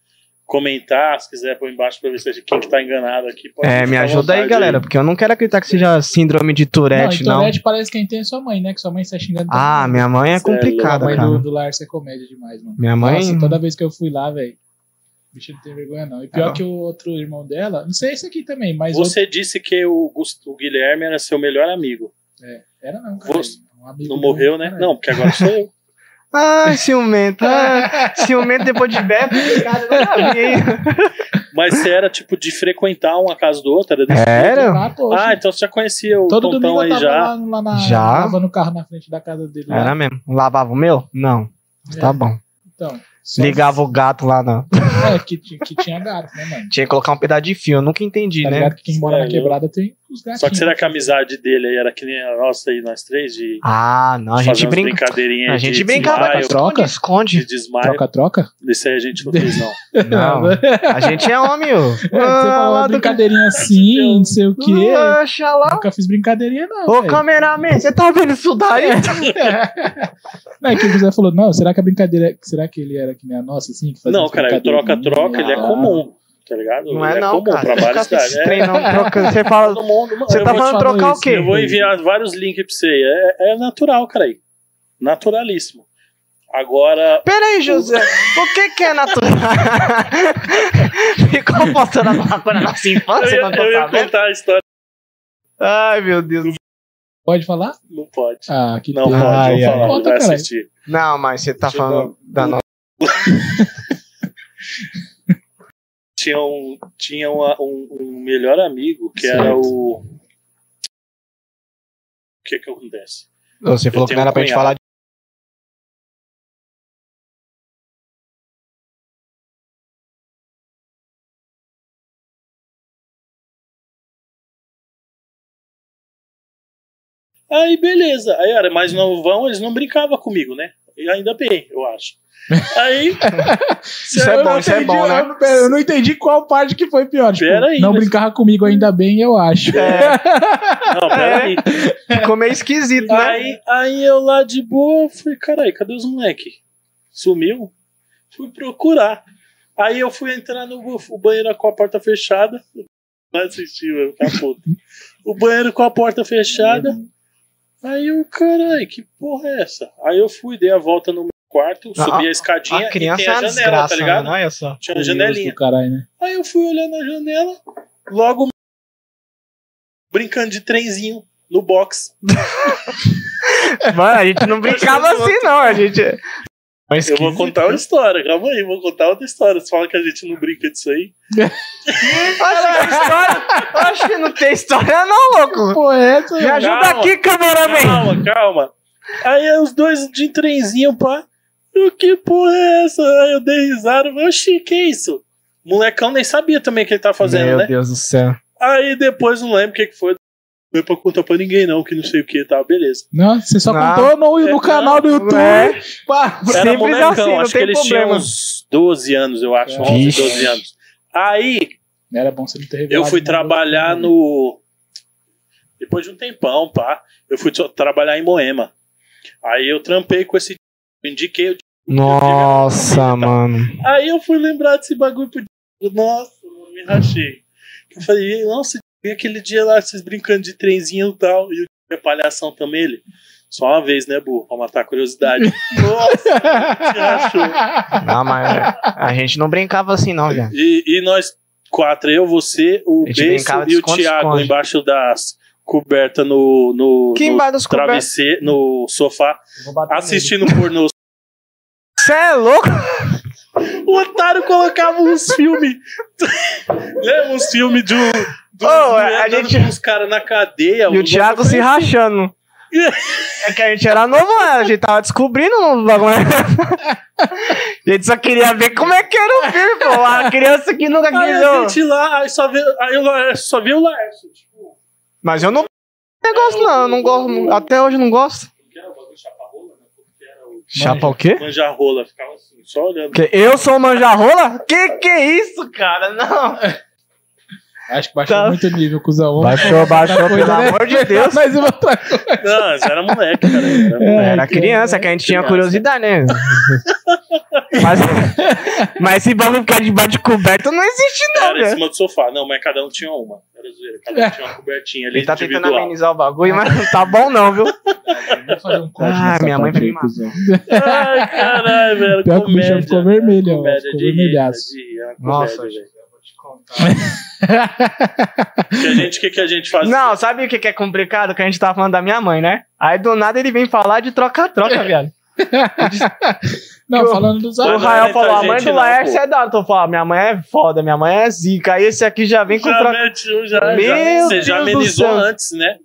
Speaker 2: comentar, se quiser pôr embaixo pra ver se é de quem que tá enganado aqui. pode
Speaker 3: É,
Speaker 2: ficar
Speaker 3: me
Speaker 2: à
Speaker 3: ajuda aí,
Speaker 2: vontade
Speaker 3: galera, porque eu não quero acreditar que seja síndrome de
Speaker 1: Não,
Speaker 3: Tourette,
Speaker 1: e
Speaker 3: não.
Speaker 1: Tourette parece quem tem é sua mãe, né? Que sua mãe sai xingando. todo
Speaker 3: Ah,
Speaker 1: mundo.
Speaker 3: minha mãe é
Speaker 2: Cê é
Speaker 3: complicada,
Speaker 1: A mãe
Speaker 3: cara.
Speaker 1: do, do Larson é comédia demais, mano.
Speaker 3: Minha mãe.
Speaker 1: Nossa, toda vez que eu fui lá, velho. O bicho não tem vergonha, não. E pior
Speaker 3: Ah.
Speaker 1: que o outro irmão dela, não sei esse aqui também, mas outro,
Speaker 2: Você disse que o, Gus- o Guilherme era seu melhor amigo.
Speaker 1: era não, cara.
Speaker 2: Você-
Speaker 1: um amigo
Speaker 2: Não
Speaker 1: meu,
Speaker 2: morreu, né?
Speaker 1: cara.
Speaker 2: Não, porque agora sou eu.
Speaker 3: Ai, ciumento. Ah, ciumento depois de bebe. Cara, eu nunca vi, hein?
Speaker 2: Mas você era tipo de frequentar um a casa do outro? Era desse jeito?
Speaker 3: Era?
Speaker 1: Ah, pô,
Speaker 2: Ah, então você já conhecia o
Speaker 1: todo
Speaker 2: Tontão
Speaker 1: domingo eu
Speaker 2: aí
Speaker 1: tava
Speaker 2: já.
Speaker 1: lá, lá na.
Speaker 3: Já?
Speaker 1: Tava no carro na frente da casa dele. lá.
Speaker 3: Era mesmo. Lavava o meu? Não.
Speaker 1: É,
Speaker 3: Tá bom.
Speaker 1: Então, só-
Speaker 3: Ligava o gato lá, não.
Speaker 1: É, que, ti- que tinha gato, né,
Speaker 3: <laughs>
Speaker 1: mano?
Speaker 3: Tinha que colocar um pedaço de fio, eu nunca entendi,
Speaker 1: Tá
Speaker 3: né?
Speaker 1: ligado que quem mora na
Speaker 2: É,
Speaker 1: quebrada tem os gatinhos.
Speaker 2: Só que será que a amizade dele aí era que nem a nossa aí, nós três, de
Speaker 3: Ah, não, a
Speaker 2: fazer
Speaker 3: gente
Speaker 2: umas
Speaker 3: brinca.
Speaker 2: brincadeirinhas
Speaker 3: A gente
Speaker 2: de
Speaker 3: brincava com
Speaker 2: desmaio,
Speaker 1: troca?
Speaker 3: troca, esconde.
Speaker 2: de desmaio.
Speaker 1: Troca-troca?
Speaker 2: Isso aí a gente não fez,
Speaker 1: <laughs>
Speaker 2: não.
Speaker 3: Não. Ah, A gente é homem, ô.
Speaker 1: né? É, você falou uma brincadeirinha assim,
Speaker 2: Deus.
Speaker 1: não sei o quê.
Speaker 3: Oxa lá.
Speaker 1: Nunca fiz brincadeirinha, não.
Speaker 3: Ah. Ô,
Speaker 1: velho.
Speaker 3: cameraman, você tá vendo isso daí?
Speaker 2: É,
Speaker 1: Não, é que o José falou, não, será que a brincadeira. Será que ele era que nem a nossa, assim? Que fazia
Speaker 2: Não,
Speaker 1: as Ah.
Speaker 2: cara, o
Speaker 1: brincadeirinhas?
Speaker 2: troca-troca, ele é comum, tá ligado?
Speaker 3: Não
Speaker 2: ele
Speaker 3: é não,
Speaker 2: comum
Speaker 3: cara.
Speaker 2: pra
Speaker 3: Você
Speaker 2: várias
Speaker 3: fica com
Speaker 2: cidades.
Speaker 3: esse
Speaker 2: É,
Speaker 3: trem não, troca. Você fala...
Speaker 2: todo mundo.
Speaker 3: Você
Speaker 2: eu vou
Speaker 3: tá
Speaker 2: te
Speaker 1: falar
Speaker 3: falando trocar
Speaker 1: isso,
Speaker 3: o quê?
Speaker 2: Eu vou enviar vários links pra você aí. É, é natural, cara. aí. Naturalíssimo. Agora,
Speaker 3: Pera aí, José. Por que que é natural? <laughs> Ficou postando alguma coisa na nossa
Speaker 2: eu
Speaker 3: infância,
Speaker 2: ia,
Speaker 3: não
Speaker 2: eu
Speaker 3: tô
Speaker 2: ia
Speaker 3: sabendo?
Speaker 2: contar a história.
Speaker 3: Ai, meu Deus.
Speaker 1: Pode falar?
Speaker 2: Não pode.
Speaker 1: Ah, que
Speaker 2: Não
Speaker 1: pena.
Speaker 2: pode,
Speaker 3: Ai,
Speaker 2: vou
Speaker 3: ai.
Speaker 2: falar,
Speaker 1: Conta,
Speaker 2: vai
Speaker 1: caralho.
Speaker 2: assistir.
Speaker 3: Não, mas você tá
Speaker 2: Deixa eu
Speaker 3: falando da nossa...
Speaker 2: Tinha, um, tinha uma- um, um melhor amigo, que era
Speaker 1: Certo.
Speaker 2: o... O que que acontece?
Speaker 3: Você falou que
Speaker 2: tenho um
Speaker 3: não era pra gente
Speaker 2: cunhado.
Speaker 3: falar de...
Speaker 2: Aí, beleza. Aí, era mais novão, eles não brincavam comigo, né? E ainda bem, eu acho. Aí...
Speaker 3: Isso é
Speaker 1: Eu
Speaker 3: bom,
Speaker 1: não
Speaker 3: isso é
Speaker 1: entendi,
Speaker 3: bom, né?
Speaker 1: Eu, não- pera, eu não entendi qual parte que foi pior. Tipo,
Speaker 2: Pera aí,
Speaker 1: não
Speaker 2: mas- É,
Speaker 1: brincava comigo ainda bem, eu acho.
Speaker 3: É.
Speaker 2: Não, peraí.
Speaker 3: Ficou meio esquisito, né?
Speaker 2: Aí, aí eu lá de boa, falei, carai, cadê os moleque? Sumiu? Fui procurar. Aí eu fui entrar no bu- o banheiro com a porta fechada. Vai assistir, vai ficar tá puto. O banheiro com a porta fechada. Aí eu, carai, que porra é essa? Aí eu fui, dei a volta no meu quarto,
Speaker 3: Não,
Speaker 2: subi a, escadinha
Speaker 3: Ah, A criança
Speaker 2: e tem
Speaker 3: é
Speaker 2: a
Speaker 3: uma
Speaker 2: janela,
Speaker 3: desgraça,
Speaker 2: tá ligado?
Speaker 3: mano. Olha só.
Speaker 2: Tinha <laughs> a janelinha.
Speaker 1: Do caralho, né?
Speaker 2: Aí eu fui olhando a janela, logo brincando de trenzinho no box.
Speaker 3: Mano, É, a gente não brincava assim, não. A gente. Mas
Speaker 2: Eu vou contar
Speaker 3: né?
Speaker 2: uma história, calma aí, vou contar outra história. Você fala que a gente não brinca disso aí.
Speaker 3: Acho que história. Acho que não tem história, não, louco.
Speaker 1: Pô, é essa?
Speaker 3: Me ajuda
Speaker 2: Calma.
Speaker 3: aqui, cameraman.
Speaker 2: Calma, calma. Aí é os dois de trenzinho, pá. O que porra é essa? Aí eu dei risada, falei, oxi, que é isso? O molecão nem sabia também o que ele tava fazendo, né?
Speaker 3: Deus do céu.
Speaker 2: Aí depois não lembro o que, que foi. Não é pra contar pra ninguém, não, que não sei o que tá, beleza.
Speaker 1: Não, você só
Speaker 3: Não.
Speaker 1: contou no, no
Speaker 2: É,
Speaker 1: canal do
Speaker 3: não,
Speaker 1: YouTube.
Speaker 3: é.
Speaker 1: Pá.
Speaker 2: Era
Speaker 3: Simples
Speaker 2: molecão,
Speaker 3: assim, não
Speaker 2: acho que
Speaker 3: tem
Speaker 2: eles tinham
Speaker 3: problema.
Speaker 2: uns 12 anos, eu acho, 11,
Speaker 3: Vixe.
Speaker 2: 12 anos. Aí
Speaker 1: Não era bom você não ter revelado.
Speaker 2: eu fui
Speaker 1: né? <laughs>
Speaker 2: trabalhar no. Depois de um tempão, pá, eu fui tra- trabalhar em Moema. Aí eu trampei com esse. tipo, Indiquei o
Speaker 3: Nossa, mano.
Speaker 2: Aí eu fui lembrar desse bagulho pro Diego. Nossa, mano, me rachei. Eu falei, "Ei, nossa, e aquele dia lá, vocês brincando de trenzinho e tal. E o Diego é palhação também, ele. Só uma vez, né, burro? Pra matar a curiosidade. nossa, te rachou.
Speaker 3: Não, Ah, mas a gente não brincava assim, não, velho.
Speaker 2: E, e nós quatro, eu, você, o
Speaker 3: A gente
Speaker 2: Beijo
Speaker 3: brincava de
Speaker 2: e o
Speaker 3: esconde-esconde.
Speaker 2: Thiago embaixo das cobertas no, no,
Speaker 3: Que
Speaker 2: no
Speaker 3: embaixo dos cobertos.
Speaker 2: travesseiro, no sofá,
Speaker 1: Vou bater nele.
Speaker 2: assistindo pornô.
Speaker 3: Você é louco?
Speaker 2: O otário colocava uns filmes. <laughs> Lembra uns filmes do. do do-
Speaker 3: Ô, Oh, a
Speaker 2: andando
Speaker 3: gente-
Speaker 2: com Os caras na cadeia. um assim?
Speaker 3: E o
Speaker 2: os
Speaker 3: Thiago
Speaker 2: outros-
Speaker 3: se rachando. É que a gente era novo, né? a gente tava descobrindo o bagulho. A gente só queria ver como é que era o filme, pô. A criança que nunca
Speaker 2: Aí
Speaker 3: quis.
Speaker 2: a
Speaker 3: ó.
Speaker 2: gente lá, aí só vê, aí o Laércio, só vê o Laércio. Tipo,
Speaker 3: Mas eu não. Negócio não, eu não gosto. não- Até hoje eu não gosto.
Speaker 2: como que era o bagulho? Chapa rola, né? Como que era o
Speaker 3: Chapa o quê?
Speaker 2: manja rola? Ficava assim, só olhando.
Speaker 3: Que eu sou manjarrola? Que que é isso, cara? Não.
Speaker 1: Acho que baixou
Speaker 3: Tá.
Speaker 1: muito o nível, cuzão.
Speaker 3: Baixou, baixou,
Speaker 1: Outra coisa,
Speaker 3: pelo
Speaker 1: né?
Speaker 3: amor de Deus.
Speaker 1: Mais uma outra coisa.
Speaker 2: Não, mas era moleque, cara.
Speaker 3: <laughs>
Speaker 2: Era moleque.
Speaker 3: Era
Speaker 1: Ai, que-
Speaker 3: criança, É, que a gente tinha
Speaker 2: criança.
Speaker 3: curiosidade, <laughs> né? mas, mas esse bagulho ficar debaixo de coberta não existe, não, né?
Speaker 2: Era em
Speaker 3: velho.
Speaker 2: cima do sofá. Não, mas cada um tinha uma. Era zoeira. Cada um tinha uma cobertinha ali
Speaker 3: É. Ele tá tentando
Speaker 2: individual.
Speaker 3: amenizar o bagulho, mas não tá bom, não, viu?
Speaker 1: Vou fazer um corte
Speaker 3: Ah,
Speaker 1: nessa
Speaker 3: minha mãe
Speaker 1: parte
Speaker 3: vai
Speaker 1: aí,
Speaker 3: me
Speaker 1: cuzão.
Speaker 2: Ai, caralho, velho.
Speaker 1: Pior que o bichão
Speaker 2: comédia,
Speaker 1: ficou
Speaker 2: cara,
Speaker 1: vermelho, ó,
Speaker 2: comédia
Speaker 1: ficou
Speaker 2: de rir,
Speaker 1: vermelhaço.
Speaker 2: de rir, era
Speaker 3: <laughs> Nossa,
Speaker 2: comédia, velho.
Speaker 1: Tá
Speaker 2: Que a gente, o que, que a gente faz?
Speaker 3: Não, sabe o que que é complicado? Que a gente tava falando da minha mãe, né? Aí do nada ele vem falar de troca-troca, viado.
Speaker 1: Não, falando dos
Speaker 3: O
Speaker 2: Mas
Speaker 1: avós.
Speaker 2: não era
Speaker 3: Rael falou: a
Speaker 2: muita
Speaker 3: mãe
Speaker 2: gente,
Speaker 3: do
Speaker 2: não,
Speaker 3: Laércio
Speaker 2: pô.
Speaker 3: é da hora. Tô falando, minha mãe é foda, minha mãe é zica. Aí esse aqui já vem com
Speaker 2: já
Speaker 3: troca.
Speaker 2: mete um, já,
Speaker 3: Meu
Speaker 2: já- Você já
Speaker 3: Deus do
Speaker 2: amenizou
Speaker 3: céu.
Speaker 2: antes, né?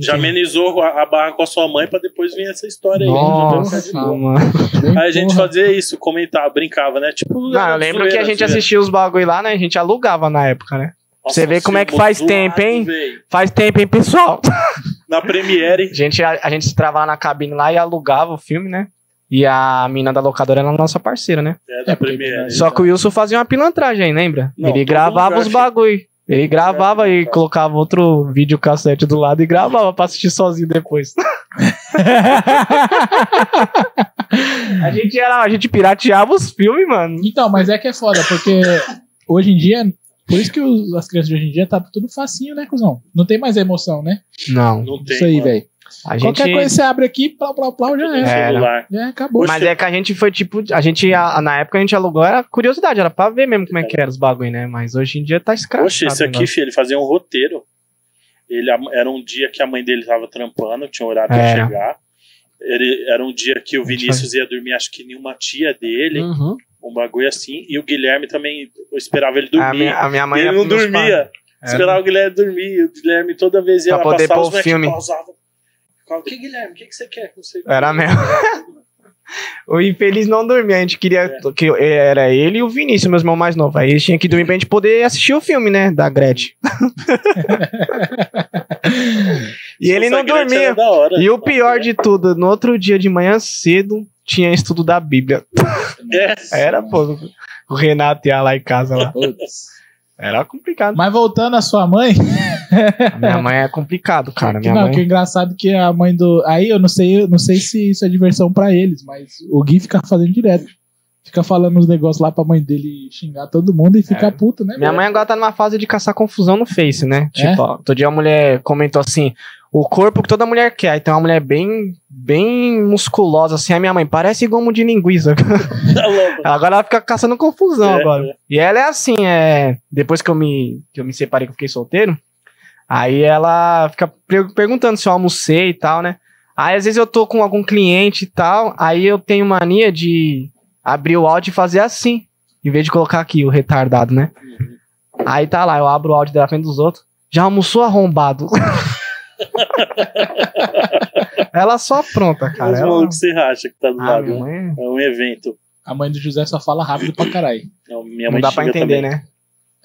Speaker 2: Já amenizou a, a barra com a sua mãe pra depois vir essa história aí. Já vai ficar
Speaker 3: Nossa,
Speaker 2: de boa.
Speaker 3: mano.
Speaker 2: Aí a gente fazia isso, comentava, brincava, né? Tipo,
Speaker 3: Não, eu lembro que a gente assistia os bagulho lá, né? A gente alugava na época, né? Você vê como é que faz tempo, hein? Faz tempo, hein, pessoal?
Speaker 2: Na Premiere.
Speaker 3: A gente, a, a gente se travava na cabine lá e alugava o filme, né? E a mina da locadora era a nossa parceira, né?
Speaker 2: É, na
Speaker 1: É,
Speaker 2: Premiere.
Speaker 1: Premiere.
Speaker 3: Só que o Wilson fazia uma pilantragem, aí, lembra?
Speaker 2: Não,
Speaker 3: ele
Speaker 2: todo
Speaker 3: gravava
Speaker 2: lugar
Speaker 3: os
Speaker 2: tinha.
Speaker 3: bagulho. Ele gravava e colocava outro vídeo cassete do lado e gravava pra assistir
Speaker 2: <laughs>
Speaker 3: sozinho depois. A gente, era, a gente pirateava os filmes, mano.
Speaker 1: Então, mas é que é foda, porque hoje em dia. Por isso que os- as crianças de hoje em dia tá tudo facinho, né, cuzão? Não tem mais emoção, né?
Speaker 3: Não.
Speaker 2: Não tem.
Speaker 1: Isso aí,
Speaker 2: mano.
Speaker 1: velho.
Speaker 3: A gente,
Speaker 1: Qualquer coisa você abre aqui, plau, plau, plau, já
Speaker 2: No
Speaker 1: é.
Speaker 3: É.
Speaker 2: celular.
Speaker 1: Já acabou.
Speaker 3: Mas é que a gente foi tipo. A gente, a- na época, a gente alugou, era curiosidade, era pra ver mesmo como é que era os bagulho, né? Mas hoje em dia tá escravo.
Speaker 2: Poxa, esse aqui, filho, ele fazia um roteiro. Ele, era um dia que a mãe dele tava trampando, tinha um horário pra
Speaker 3: É.
Speaker 2: chegar. Ele, era um dia que o
Speaker 3: gente
Speaker 2: Vinícius ia dormir, acho que nenhuma tia dele,
Speaker 3: Uhum.
Speaker 2: um bagulho assim. E o Guilherme também, eu esperava ele dormir.
Speaker 3: A minha, a minha mãe
Speaker 2: ele
Speaker 3: ia
Speaker 2: não
Speaker 3: pros meus pais. É.
Speaker 2: dormia. Esperava o Guilherme dormir. e O Guilherme toda vez ia
Speaker 3: Pra
Speaker 2: lá
Speaker 3: poder
Speaker 2: passar
Speaker 3: pôr
Speaker 2: os
Speaker 3: o
Speaker 2: moleques
Speaker 3: filme.
Speaker 2: pausavam. Ficava, o que, Guilherme? O que, que você quer? Não sei.
Speaker 3: Era mesmo. <laughs> O infeliz não dormia, a gente queria
Speaker 2: É.
Speaker 3: que eu- era ele e o Vinícius, meu irmão mais novo. Aí eles tinham que dormir pra gente poder assistir o filme, né,
Speaker 2: <laughs>
Speaker 3: da Gretchen. e ele não
Speaker 2: Consagrante era
Speaker 3: dormia.
Speaker 2: da hora.
Speaker 3: E o pior de tudo, no outro dia de manhã cedo tinha estudo da Bíblia.
Speaker 2: É. <laughs>
Speaker 3: Era, pô, o Renato ia lá em casa lá.
Speaker 1: Putz.
Speaker 3: Era complicado.
Speaker 1: Mas voltando à sua mãe,
Speaker 3: A minha mãe é complicado, cara.
Speaker 1: que
Speaker 3: Minha
Speaker 1: não, que é
Speaker 3: mãe.
Speaker 1: engraçado que a mãe do. Aí eu não sei, eu não sei se isso é diversão pra eles, mas o Gui fica fazendo direto. Fica falando uns negócios lá pra mãe dele xingar todo mundo e ficar puto, né?
Speaker 3: É. Minha mãe agora tá numa fase de caçar confusão no Face, né? Tipo, ó, todo dia a mulher comentou assim: o corpo que toda mulher quer. Aí tem uma mulher bem, bem musculosa, assim, a minha mãe parece gomo de linguiça. <laughs>
Speaker 2: Tá louco.
Speaker 3: agora ela fica caçando confusão
Speaker 2: É,
Speaker 3: agora.
Speaker 2: é.
Speaker 3: E ela é assim, é. Depois que eu me, que eu me separei, que eu fiquei solteiro, aí ela fica per- perguntando se eu almocei e tal, né? Aí às vezes eu tô com algum cliente e tal, aí eu tenho mania de abrir o áudio e fazer assim, em vez de colocar aqui o retardado, né?
Speaker 2: é.
Speaker 3: Aí tá lá, eu abro o áudio da frente dos outros. Já almoçou arrombado? <laughs> ela só apronta, cara.
Speaker 2: Os
Speaker 3: Ela-
Speaker 2: malucos se racha que tá do
Speaker 3: Ah,
Speaker 2: lado. né?
Speaker 3: minha mãe
Speaker 2: É um evento.
Speaker 1: A mãe do José só fala rápido pra caralho.
Speaker 2: Não, minha
Speaker 3: não
Speaker 2: mãe
Speaker 3: dá pra
Speaker 2: xinga
Speaker 3: entender,
Speaker 2: também.
Speaker 3: né?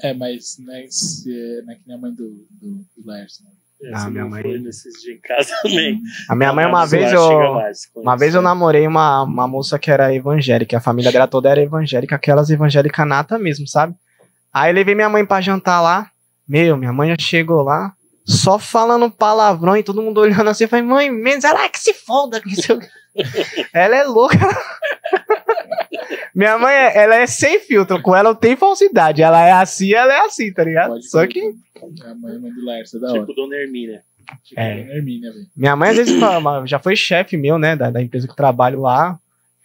Speaker 1: É, mas né, se é- não é que nem a mãe do, do, do Laércio. né?
Speaker 2: É,
Speaker 3: Ah,
Speaker 2: se
Speaker 3: minha
Speaker 2: não
Speaker 3: mãe-
Speaker 2: foi nesses dias em casa também.
Speaker 3: A minha mãe, é uma
Speaker 2: Mas lá
Speaker 3: vez
Speaker 2: chega
Speaker 3: eu.
Speaker 2: mais com
Speaker 3: Uma
Speaker 2: isso.
Speaker 3: vez eu namorei uma, uma moça que era evangélica, a família dela toda era evangélica, aquelas evangélica nata mesmo, sabe? Aí levei minha mãe pra jantar lá. Meu, minha mãe já chegou lá, só falando palavrão e todo mundo olhando assim, eu falei, mãe, menos ela "Ah, que se foda. que não sei
Speaker 1: <laughs>
Speaker 3: o quê." ela é louca. minha mãe, é- ela é sem filtro, com ela não tem falsidade. Ela é assim, ela é assim, tá ligado?
Speaker 1: Pode
Speaker 3: só
Speaker 1: crer.
Speaker 3: que
Speaker 1: A mãe mãe do Laércio, é da hora.
Speaker 2: Tipo Dona Hermínia.
Speaker 1: Tipo,
Speaker 3: É.
Speaker 1: é. Hermínia, velho.
Speaker 3: Minha mãe às vezes fala, mas já foi chefe meu, né, da, da empresa que eu trabalho lá.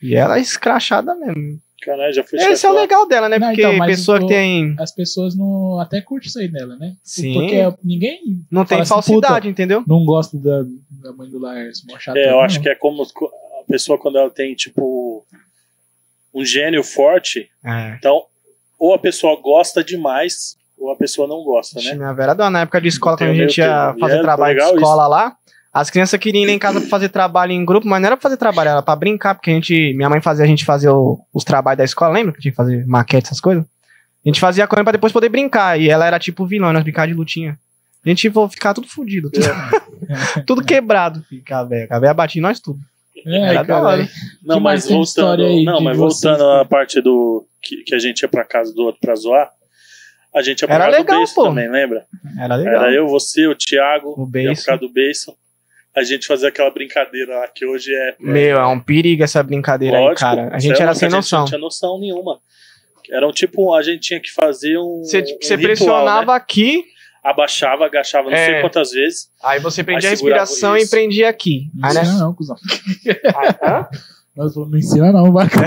Speaker 3: E ela é escrachada mesmo.
Speaker 2: Caralho, já fui
Speaker 3: Esse é o
Speaker 2: chefe lá.
Speaker 3: legal dela, né?
Speaker 1: Não,
Speaker 3: Porque
Speaker 1: então, mas
Speaker 3: pessoa
Speaker 1: o-
Speaker 3: que tem.
Speaker 1: As pessoas não, até curtem isso aí nela, né?
Speaker 3: Sim.
Speaker 1: Porque ninguém
Speaker 3: Não tem
Speaker 1: fala assim,
Speaker 3: falsidade,
Speaker 1: "Puta,
Speaker 3: entendeu?
Speaker 1: não gosta da, da mãe do Laércio. Mó chatão,
Speaker 2: É, eu
Speaker 1: não.
Speaker 2: acho que é como a pessoa quando ela tem, tipo, um gênio forte.
Speaker 3: É.
Speaker 2: Então, ou a pessoa gosta demais, ou a pessoa não gosta,
Speaker 3: Ixi,
Speaker 2: né?
Speaker 3: Minha velha dona, na época de escola,
Speaker 2: Tem
Speaker 3: quando a
Speaker 2: meio
Speaker 3: gente ia
Speaker 2: termo. E
Speaker 3: fazer
Speaker 2: é
Speaker 3: trabalho de
Speaker 2: legal
Speaker 3: escola lá, as crianças queriam ir lá em casa pra fazer trabalho em grupo, mas não era pra fazer trabalho, era pra brincar, porque a gente. Minha mãe fazia a gente fazer o- os trabalhos da escola, lembra? Que tinha que fazer maquete, essas coisas? A gente fazia a coisa pra depois poder brincar. E ela era tipo vilã, nós brincava de lutinha. A gente vou ficar tudo fudido, tudo, <laughs> tudo quebrado. Ficar, velho. A velha batia em nós tudo.
Speaker 1: É,
Speaker 3: Era da
Speaker 1: cara,
Speaker 3: hora.
Speaker 2: Não,
Speaker 1: Que mais
Speaker 2: mas
Speaker 1: tem de
Speaker 2: voltando,
Speaker 1: história aí
Speaker 2: não,
Speaker 1: de
Speaker 2: mas
Speaker 1: vocês,
Speaker 2: voltando
Speaker 1: né?
Speaker 2: à parte do que, que a gente ia pra casa do outro pra zoar, a gente ia pra
Speaker 3: Era
Speaker 2: casa
Speaker 3: legal,
Speaker 2: do Beiço
Speaker 3: pô.
Speaker 2: também, lembra?
Speaker 1: é.
Speaker 3: Era legal.
Speaker 2: Era eu, você, o Thiago,
Speaker 3: O
Speaker 2: ia pra
Speaker 3: beijo.
Speaker 2: casa do Beiço. A gente fazia aquela brincadeira lá que hoje é
Speaker 3: Meu, é um perigo essa brincadeira aí, cara. A gente
Speaker 2: sério,
Speaker 3: era
Speaker 2: mas
Speaker 3: sem noção.
Speaker 2: não tinha noção nenhuma. Era um tipo, a gente tinha que fazer um.
Speaker 3: Você, tipo,
Speaker 2: um
Speaker 3: você
Speaker 2: ritual,
Speaker 3: pressionava
Speaker 2: né?
Speaker 3: aqui,
Speaker 2: Abaixava, agachava, não
Speaker 3: É.
Speaker 2: sei quantas vezes.
Speaker 3: aí você prendia a
Speaker 2: Aí segurava
Speaker 3: respiração
Speaker 2: isso. Ah,
Speaker 3: e prendia aqui.
Speaker 1: Não
Speaker 3: Aí, né?
Speaker 1: ensina não, cuzão. Nós falamos, não ensina não, bacana.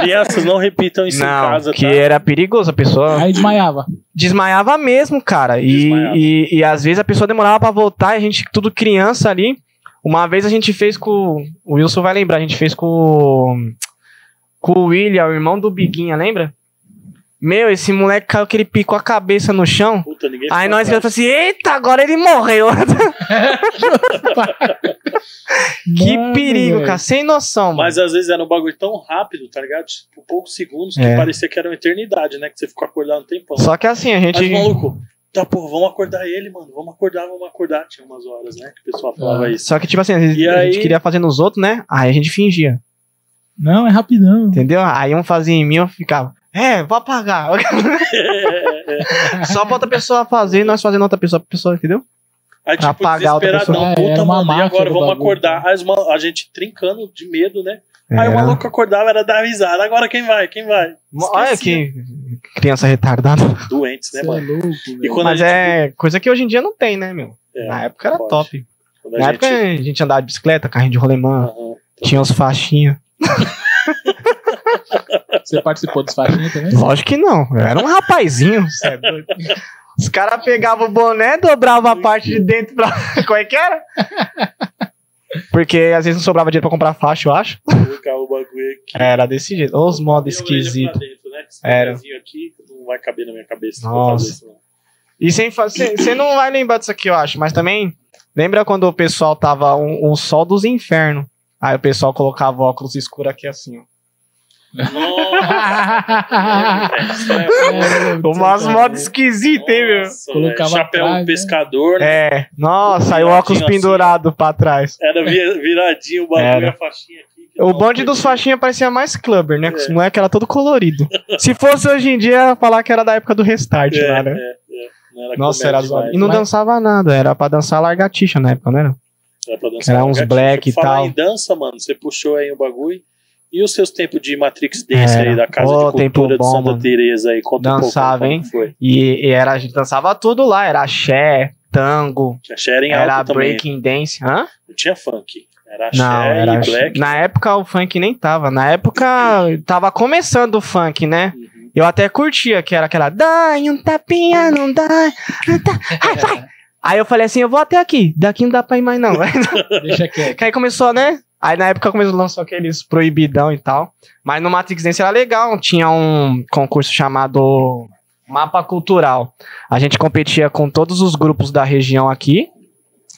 Speaker 2: Crianças não repitam isso em
Speaker 3: Não,
Speaker 2: casa,
Speaker 3: que
Speaker 2: tá?
Speaker 3: era perigoso. A pessoa
Speaker 1: Aí desmaiava.
Speaker 3: desmaiava mesmo, cara. E,
Speaker 2: Desmaiava.
Speaker 3: e, e às vezes a pessoa demorava pra voltar e a gente, tudo criança ali. Uma vez a gente fez com. O Wilson vai lembrar, a gente fez com. Com o William, o irmão do Biguinha, lembra? Meu, esse moleque caiu que ele picou a cabeça no chão.
Speaker 2: Puta, ninguém
Speaker 3: Aí
Speaker 2: fica atrás.
Speaker 3: nós falamos assim: eita, agora
Speaker 1: <laughs>
Speaker 3: ele morreu. Que
Speaker 1: Mano,
Speaker 3: perigo,
Speaker 1: velho.
Speaker 3: cara. Sem noção, mano.
Speaker 2: Mas às vezes era um bagulho tão rápido, tá ligado? Tipo, poucos segundos, que
Speaker 3: É.
Speaker 2: parecia que era uma eternidade, né? Que você ficou acordado um tempão.
Speaker 3: Só que assim, a gente.
Speaker 2: Mas, maluco, tá, pô, vamos acordar ele, mano. Vamos acordar, vamos acordar. Tinha umas horas, né? Que o pessoal falava
Speaker 1: Ah.
Speaker 2: <laughs> isso.
Speaker 3: Só que, tipo assim, às vezes
Speaker 2: E
Speaker 3: a
Speaker 2: aí-
Speaker 3: gente queria fazer nos outros, né? Aí a gente fingia.
Speaker 1: Não, é rapidão.
Speaker 3: Entendeu? Aí um fazia em mim, eu ficava. É, vou apagar. <laughs> Só pra outra pessoa fazer e nós fazendo outra pessoa pra pessoa, entendeu?
Speaker 2: Aí, tipo,
Speaker 3: apagar outra
Speaker 2: desesperadão,
Speaker 1: pessoa. É, era
Speaker 2: puta,
Speaker 1: uma
Speaker 2: mano, e
Speaker 1: máquina
Speaker 2: agora
Speaker 1: do
Speaker 2: vamos
Speaker 1: bagulho,
Speaker 2: acordar. Aí, os mal- a gente trincando de medo, né? Aí
Speaker 3: É.
Speaker 2: o maluco acordava, era dar risada. Agora quem vai? Quem vai?
Speaker 3: Olha que criança retardada.
Speaker 2: Doentes, né,
Speaker 1: Você é
Speaker 2: mano?
Speaker 1: louco,
Speaker 2: E
Speaker 1: velho.
Speaker 2: quando
Speaker 3: Mas
Speaker 2: a gente,
Speaker 3: é coisa que hoje em dia não tem, né, meu?
Speaker 2: é,
Speaker 3: Na época era
Speaker 2: pode.
Speaker 3: top.
Speaker 2: quando a
Speaker 3: Na
Speaker 2: gente-
Speaker 3: época é- a gente andava de bicicleta, carrinho de rolemã,
Speaker 2: Aham.
Speaker 3: tinha os faixinhas.
Speaker 1: Você participou dos faixinhas
Speaker 2: <laughs>
Speaker 1: também? <laughs>
Speaker 3: Lógico que não. eu era um rapazinho. <laughs> cê é doido. Os caras pegavam o boné, dobravam a parte de dentro pra. <laughs> Qual é que era? Porque às vezes não sobrava dinheiro pra comprar faixa, eu acho.
Speaker 2: colocar o bagulho aqui.
Speaker 3: Era desse jeito. Os modos
Speaker 2: Minha orelha
Speaker 3: esquisitos.
Speaker 2: um pra dentro, né? Esse
Speaker 3: Era.
Speaker 2: pedacinho aqui não vai caber na minha cabeça.
Speaker 3: Nossa.
Speaker 2: vou fazer isso, não.
Speaker 3: E sem Você não vai lembrar disso aqui, eu acho, mas também. Lembra quando o pessoal tava um, um sol dos infernos? Aí o pessoal colocava óculos escuros aqui assim, ó. <laughs>
Speaker 2: Nossa!
Speaker 3: Umas
Speaker 2: tá
Speaker 3: modas esquisitas, hein, meu?
Speaker 2: Nossa,
Speaker 1: Colocava
Speaker 2: velho. Chapéu
Speaker 1: atrás, né?
Speaker 2: pescador, né?
Speaker 3: É, nossa, aí o óculos
Speaker 2: Viradinho assim, ó.
Speaker 3: pendurado pra trás.
Speaker 2: Era vi- viradinho o bagulho,
Speaker 3: É. Era.
Speaker 2: a faixinha aqui. que
Speaker 3: O
Speaker 2: tava
Speaker 3: bonde dos
Speaker 2: perdido.
Speaker 3: faixinhas parecia mais clubber, né? Com os
Speaker 2: É.
Speaker 3: moleques era
Speaker 2: <laughs>
Speaker 3: todo colorido. Se fosse hoje em dia, ia falar que era da época do restart
Speaker 2: É,
Speaker 3: lá, né?
Speaker 2: é, é. Não era
Speaker 3: Nossa,
Speaker 2: comédia
Speaker 3: era
Speaker 2: demais, né?
Speaker 3: zoado. E não
Speaker 2: mas
Speaker 3: dançava nada, era pra dançar largatixa na época, né?
Speaker 2: era pra dançar
Speaker 3: era
Speaker 2: com
Speaker 3: uns
Speaker 2: gatinho.
Speaker 3: black e
Speaker 2: Falar
Speaker 3: tal.
Speaker 2: em dança, mano, você puxou aí o bagulho. E os seus tempos de Matrix Dance
Speaker 3: Era.
Speaker 2: aí, da Casa
Speaker 3: Ô,
Speaker 2: de Cultura
Speaker 3: tempo bom,
Speaker 2: de Santa
Speaker 3: mano.
Speaker 2: Teresa aí? Conta
Speaker 3: Dançava,
Speaker 2: um pouco, como
Speaker 3: hein?
Speaker 2: que Foi.
Speaker 3: E, e era, a gente dançava tudo lá, era axé, tango,
Speaker 2: Tinha Sharon
Speaker 3: era
Speaker 2: alto também.
Speaker 3: breaking dance. Hã?
Speaker 2: Não tinha funk. Era
Speaker 3: Não,
Speaker 2: Cher
Speaker 3: era
Speaker 2: e
Speaker 3: axé.
Speaker 2: Black.
Speaker 3: Na época o funk nem tava, na época tava começando o funk, né?
Speaker 2: Uhum.
Speaker 3: Eu até curtia, que era aquela. Dá um tapinha, não dá. não dá, ai, vai." Aí eu falei assim: eu vou até aqui, daqui não dá pra ir mais não. <laughs>
Speaker 1: Deixa quieto.
Speaker 3: Que aí começou, né? Aí na época começou a lançar aqueles proibidão e tal. Mas no Matrix Dance era legal. Tinha um concurso chamado Mapa Cultural. A gente competia com todos os grupos da região aqui,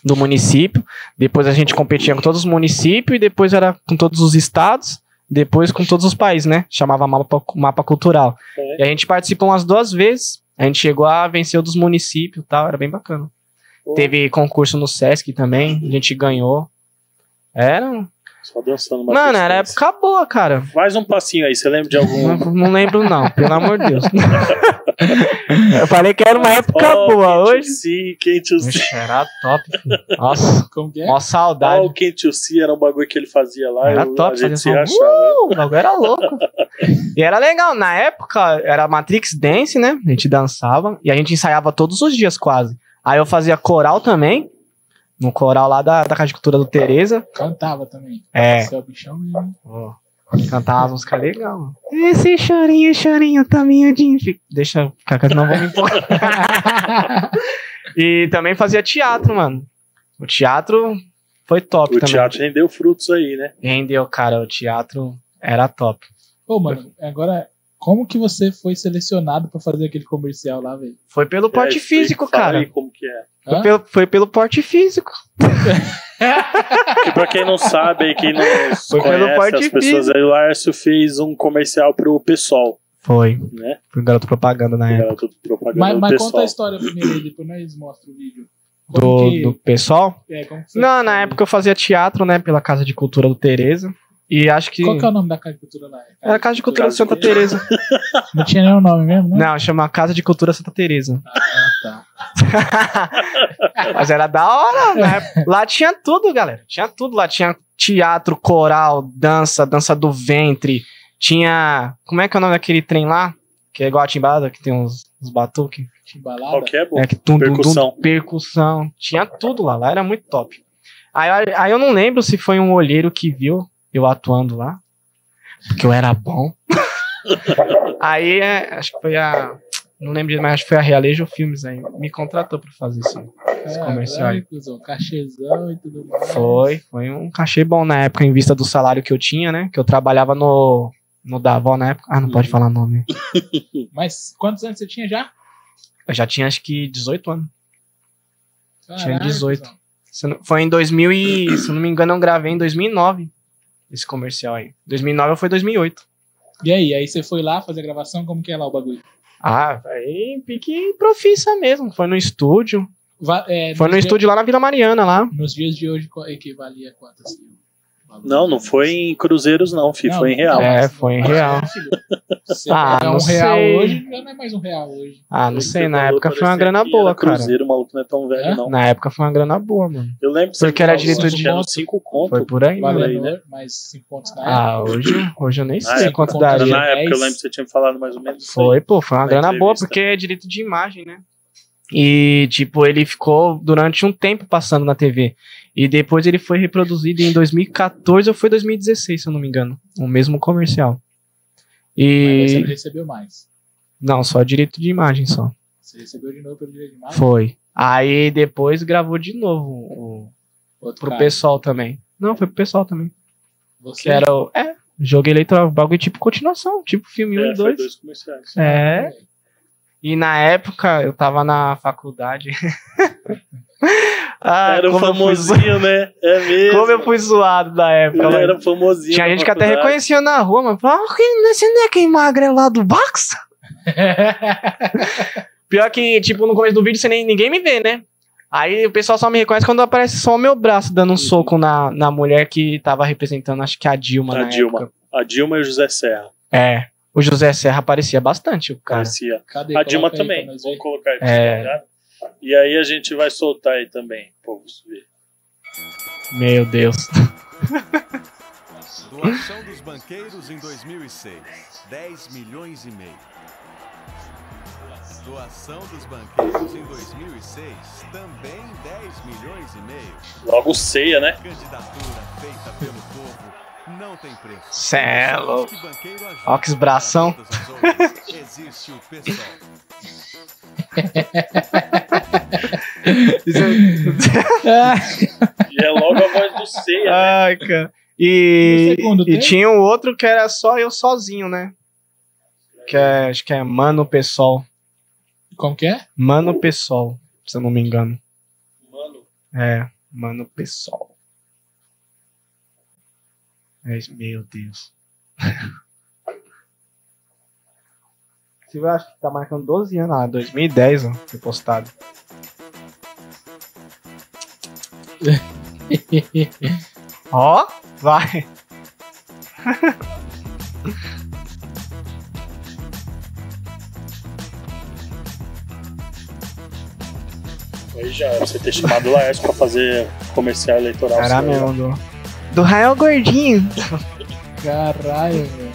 Speaker 3: do município. Depois a gente competia com todos os municípios e depois era com todos os estados. Depois com todos os países, né? Chamava Mapa, mapa Cultural.
Speaker 2: É.
Speaker 3: E a gente participou umas duas vezes. A gente chegou a vencer o dos municípios e tal. Era bem bacana. Teve concurso no Sesc também, a gente ganhou. Era. um-
Speaker 2: Só dançando. uma
Speaker 3: Mano, era
Speaker 2: distância.
Speaker 3: época boa, cara.
Speaker 2: Faz um passinho aí, você lembra de
Speaker 3: Não,
Speaker 2: algum.
Speaker 3: não lembro, não, pelo amor de Deus. <laughs> Eu falei que era uma época
Speaker 2: Ó,
Speaker 3: boa.
Speaker 2: quem te
Speaker 3: Hoje.
Speaker 2: see, quem te see.
Speaker 3: Vixe, era top. filho. Nossa,
Speaker 1: Como que é?
Speaker 3: mó
Speaker 2: Ah,
Speaker 3: saudade.
Speaker 2: o Quem to See era um bagulho que ele fazia lá.
Speaker 3: Era
Speaker 2: eu-
Speaker 3: top, um
Speaker 2: a gente
Speaker 3: fazia
Speaker 2: se
Speaker 3: som.
Speaker 2: achava.
Speaker 3: O bagulho era louco. E era legal. Na época era Matrix Dance, né? A gente dançava e a gente ensaiava todos os dias quase. Aí eu fazia coral também. No coral lá da, da Casa de Cultura do Tereza.
Speaker 1: Cantava também.
Speaker 3: É.
Speaker 1: Você é o bichão mesmo.
Speaker 3: Ó, Cantava as músicas legal. mano. Esse chorinho, chorinho, tá minha de... Deixa eu ficar, que senão eu vou me empolgar. <laughs> e também fazia teatro, mano. O teatro foi top
Speaker 2: O
Speaker 3: também.
Speaker 2: teatro rendeu frutos aí, né?
Speaker 3: Rendeu, cara. O teatro era top.
Speaker 1: Pô, mano, agora, como que você foi selecionado pra fazer aquele comercial lá, velho?
Speaker 3: Foi pelo porte
Speaker 2: É,
Speaker 3: físico,
Speaker 2: fala
Speaker 3: cara.
Speaker 2: Aí como que é.
Speaker 1: Hã?
Speaker 3: Foi pelo, foi pelo porte físico.
Speaker 2: Que pra quem não sabe, aí,
Speaker 3: <laughs>
Speaker 2: quem não
Speaker 3: Foi pelo
Speaker 2: conhece
Speaker 3: porte
Speaker 2: as pessoas aí, o Laércio fez um comercial pro PSOL,
Speaker 3: Foi.
Speaker 2: né?
Speaker 3: Foi garoto propaganda na
Speaker 2: Que
Speaker 3: época.
Speaker 2: Era tudo propaganda
Speaker 1: Mas,
Speaker 2: do
Speaker 1: mas
Speaker 2: PSOL.
Speaker 1: conta a história primeiro aí, depois nós mostra o vídeo. Como
Speaker 3: Do,
Speaker 1: que-
Speaker 3: do pessoal.
Speaker 1: é, como que você-
Speaker 3: Não, na época eu fazia teatro, né? Pela Casa de Cultura do Tereza. E acho que.
Speaker 1: Qual que é o nome da Casa de Cultura lá?
Speaker 3: Era a Casa de Cultura de
Speaker 2: Casa de
Speaker 3: Santa Teresa.
Speaker 1: Não tinha nenhum nome mesmo, né?
Speaker 3: Não, chama Casa de Cultura Santa Teresa.
Speaker 1: Ah, tá.
Speaker 3: Mas era da hora, né? Lá tinha tudo, galera. Tinha tudo. Lá tinha teatro, coral, dança, dança do ventre. Tinha. Como é que é o nome daquele trem lá? Que é igual a timbada, que tem uns, uns batuques.
Speaker 1: Chimbalada.
Speaker 2: Qual que é, bom?
Speaker 3: É, que tum, tum, tum,
Speaker 2: Percussão.
Speaker 3: percussão. Tinha tudo lá, lá era muito top. Aí, aí eu não lembro se foi um olheiro que viu eu atuando lá, porque eu era bom. aí é, acho que foi a. Não lembro, direito, mas acho que foi a Realejo Filmes aí. Me contratou pra fazer isso. Esse comercial aí.
Speaker 1: Caralho, cuzão, é, Cachezão e tudo mais.
Speaker 3: Foi, foi um cachê bom na época, em vista do salário que eu tinha, né? Que eu trabalhava no. No Davó na época. Ah, não pode falar nome.
Speaker 1: Mas quantos anos você tinha já?
Speaker 3: Eu já tinha acho que 18 anos.
Speaker 1: Caralho,
Speaker 3: 18.
Speaker 1: cuzão.
Speaker 3: Se eu não- Foi em 2000 e, se eu não me engano, eu gravei em 2009 esse comercial aí. 2009 ou foi 2008.
Speaker 1: E aí, aí você foi lá fazer a gravação, como que é lá o bagulho?
Speaker 3: Ah, aí pique profissa mesmo. Foi no estúdio.
Speaker 1: Va- é,
Speaker 3: Foi
Speaker 1: nos
Speaker 3: no
Speaker 1: dias-
Speaker 3: estúdio lá na Vila Mariana, lá.
Speaker 1: Nos dias de hoje qual- equivalia a quanto assim? o valor?
Speaker 2: Não, não foi em cruzeiros, não, fi,
Speaker 1: Não,
Speaker 2: foi em real.
Speaker 1: não,
Speaker 3: É,
Speaker 1: mas-
Speaker 3: foi em
Speaker 1: mas,
Speaker 3: real.
Speaker 1: filho, Se
Speaker 3: Ah,
Speaker 1: ah, é um
Speaker 3: não
Speaker 1: real
Speaker 3: sei.
Speaker 1: hoje, já não é mais um real hoje.
Speaker 3: Ah, não
Speaker 2: Esse
Speaker 3: sei, na
Speaker 2: valor
Speaker 3: época foi uma
Speaker 2: parecia
Speaker 3: grana
Speaker 2: que
Speaker 3: boa,
Speaker 2: era
Speaker 3: cara.
Speaker 2: Cruzeiro, o maluco não é tão velho,
Speaker 1: É?
Speaker 2: não.
Speaker 3: Na época foi uma grana boa, mano.
Speaker 2: Eu lembro que
Speaker 3: Porque era
Speaker 2: você me falou
Speaker 3: direito
Speaker 2: que
Speaker 3: de-
Speaker 2: eram cinco contos.
Speaker 3: Foi por aí,
Speaker 2: Valeu.
Speaker 3: mano.
Speaker 1: Valendo,
Speaker 2: né?
Speaker 1: mais 5 pontos na época.
Speaker 3: Ah, hoje, hoje eu nem
Speaker 2: Na
Speaker 3: sei
Speaker 1: época,
Speaker 3: quanto
Speaker 1: contra-
Speaker 2: Era
Speaker 3: daria.
Speaker 2: na época, eu
Speaker 1: dez.
Speaker 2: lembro que você tinha me falado mais ou menos assim. isso. aí.
Speaker 3: Foi, pô, foi uma
Speaker 2: Na
Speaker 3: grana boa,
Speaker 2: entrevista.
Speaker 3: porque é direito de imagem, né? E, tipo, ele ficou durante um tempo passando na TV. E depois ele foi reproduzido em 2014 ou foi 2016, se eu não me engano. O mesmo comercial.
Speaker 1: Mas você não
Speaker 3: E.
Speaker 1: recebeu mais.
Speaker 3: Não, só direito de imagem só.
Speaker 1: Você recebeu de novo pelo direito de mais?
Speaker 3: Foi. Aí depois gravou de novo o-
Speaker 1: Outro
Speaker 3: pro
Speaker 1: cara.
Speaker 3: pessoal também. Não, foi pro pessoal também.
Speaker 1: Você
Speaker 3: Que era o. É, jogo eleitoral, bagulho tipo continuação, tipo filme 1
Speaker 2: É,
Speaker 3: e
Speaker 2: foi
Speaker 3: 2.
Speaker 2: dois comerciais.
Speaker 3: É, E na época eu tava na faculdade. <laughs> ah,
Speaker 2: era o
Speaker 3: como eu fui zo- <laughs>
Speaker 2: famosinho, né? É mesmo.
Speaker 3: Como eu fui zoado na época.
Speaker 2: Ele
Speaker 3: mano.
Speaker 2: era famosinho.
Speaker 3: Tinha
Speaker 2: na
Speaker 3: gente que até
Speaker 2: faculdade.
Speaker 3: reconhecia na rua, mas falava, ah, que- você não é quem magra é lá do
Speaker 2: <laughs>
Speaker 3: box? Pior que, tipo, no começo do vídeo você nem, ninguém me vê, né? Aí o pessoal só me reconhece quando aparece só o meu braço dando um
Speaker 2: Uhum.
Speaker 3: soco na, na mulher que tava representando, acho que a Dilma.
Speaker 2: A
Speaker 3: na
Speaker 2: Dilma.
Speaker 3: época.
Speaker 2: A Dilma e o José Serra.
Speaker 3: É. O José Serra aparecia bastante, o cara.
Speaker 2: Parecia.
Speaker 1: Cadê?
Speaker 2: A Dilma
Speaker 1: Coloca aí
Speaker 2: também.
Speaker 1: pra nós ver.
Speaker 2: Vamos colocar aí. pra
Speaker 3: É.
Speaker 2: vocês olharem. E aí a gente vai soltar aí também. Pô,
Speaker 3: Meu Deus.
Speaker 4: Doação dos banqueiros em 2006, 10 milhões e meio. Doação dos banqueiros em 2006, também 10 milhões e meio.
Speaker 2: logo ceia, né?
Speaker 4: Candidatura feita pelo povo, não tem preço.
Speaker 3: Cê é louco.
Speaker 4: Que banqueiro ajuda
Speaker 3: Ó, que bração.
Speaker 4: todas as outras. Existe o pessoal.
Speaker 3: <laughs>
Speaker 2: E é logo a voz do ceia. né?
Speaker 3: Ai, Ah, cara.
Speaker 1: E
Speaker 3: E,
Speaker 1: o segundo
Speaker 3: e
Speaker 1: tempo?
Speaker 3: tinha um outro que era só eu sozinho, né? Que é, acho que é Mano Pessoal.
Speaker 1: Como que é?
Speaker 3: Mano Pessoal, se eu não me engano.
Speaker 2: Mano,
Speaker 3: É, Mano Pessoal. É isso, meu <laughs> Deus. Ah, Você acho que tá marcando 12 anos lá, 2010, ó, foi postado. <laughs> Ó, vai.
Speaker 2: Aí já era pra você ter chamado o Laércio pra fazer comercial eleitoral.
Speaker 3: Era
Speaker 2: seu.
Speaker 3: mesmo do. Do Rael Gordinho.
Speaker 1: Caralho, velho.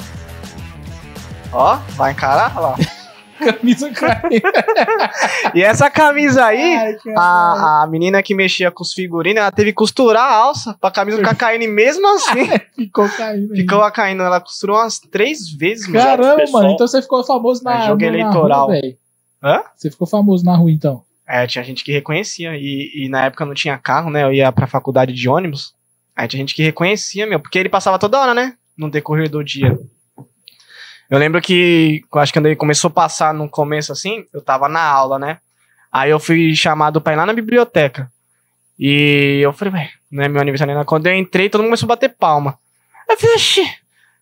Speaker 3: Ó, vai encarar lá.
Speaker 1: Camisa caindo.
Speaker 3: <laughs> E essa camisa aí, Ah.
Speaker 1: Ai, cara.
Speaker 3: a, a menina que mexia com os figurinos, ela teve que costurar a alça pra camisa ficar caindo e mesmo assim.
Speaker 1: Ficou caindo.
Speaker 3: Ficou a caindo. Ela costurou umas três vezes, mano.
Speaker 1: Caramba,
Speaker 2: Pessoal.
Speaker 1: mano. Então você ficou famoso na.
Speaker 3: É, jogo
Speaker 1: na- na
Speaker 3: eleitoral.
Speaker 1: rua, velho.
Speaker 3: Hã?
Speaker 1: Você ficou famoso na rua, então.
Speaker 3: É, tinha gente que reconhecia. E, e na época não tinha carro, né? Eu ia pra faculdade de ônibus. Aí tinha gente que reconhecia, meu, porque ele passava toda hora, né? No decorrer do dia. Eu lembro que, eu acho que quando ele começou a passar no começo assim, eu tava na aula, né? Aí eu fui chamado pra ir lá na biblioteca. E eu falei, ué, não é meu aniversário ainda. Quando eu entrei, todo mundo começou a bater palma. Aí eu falei, oxi,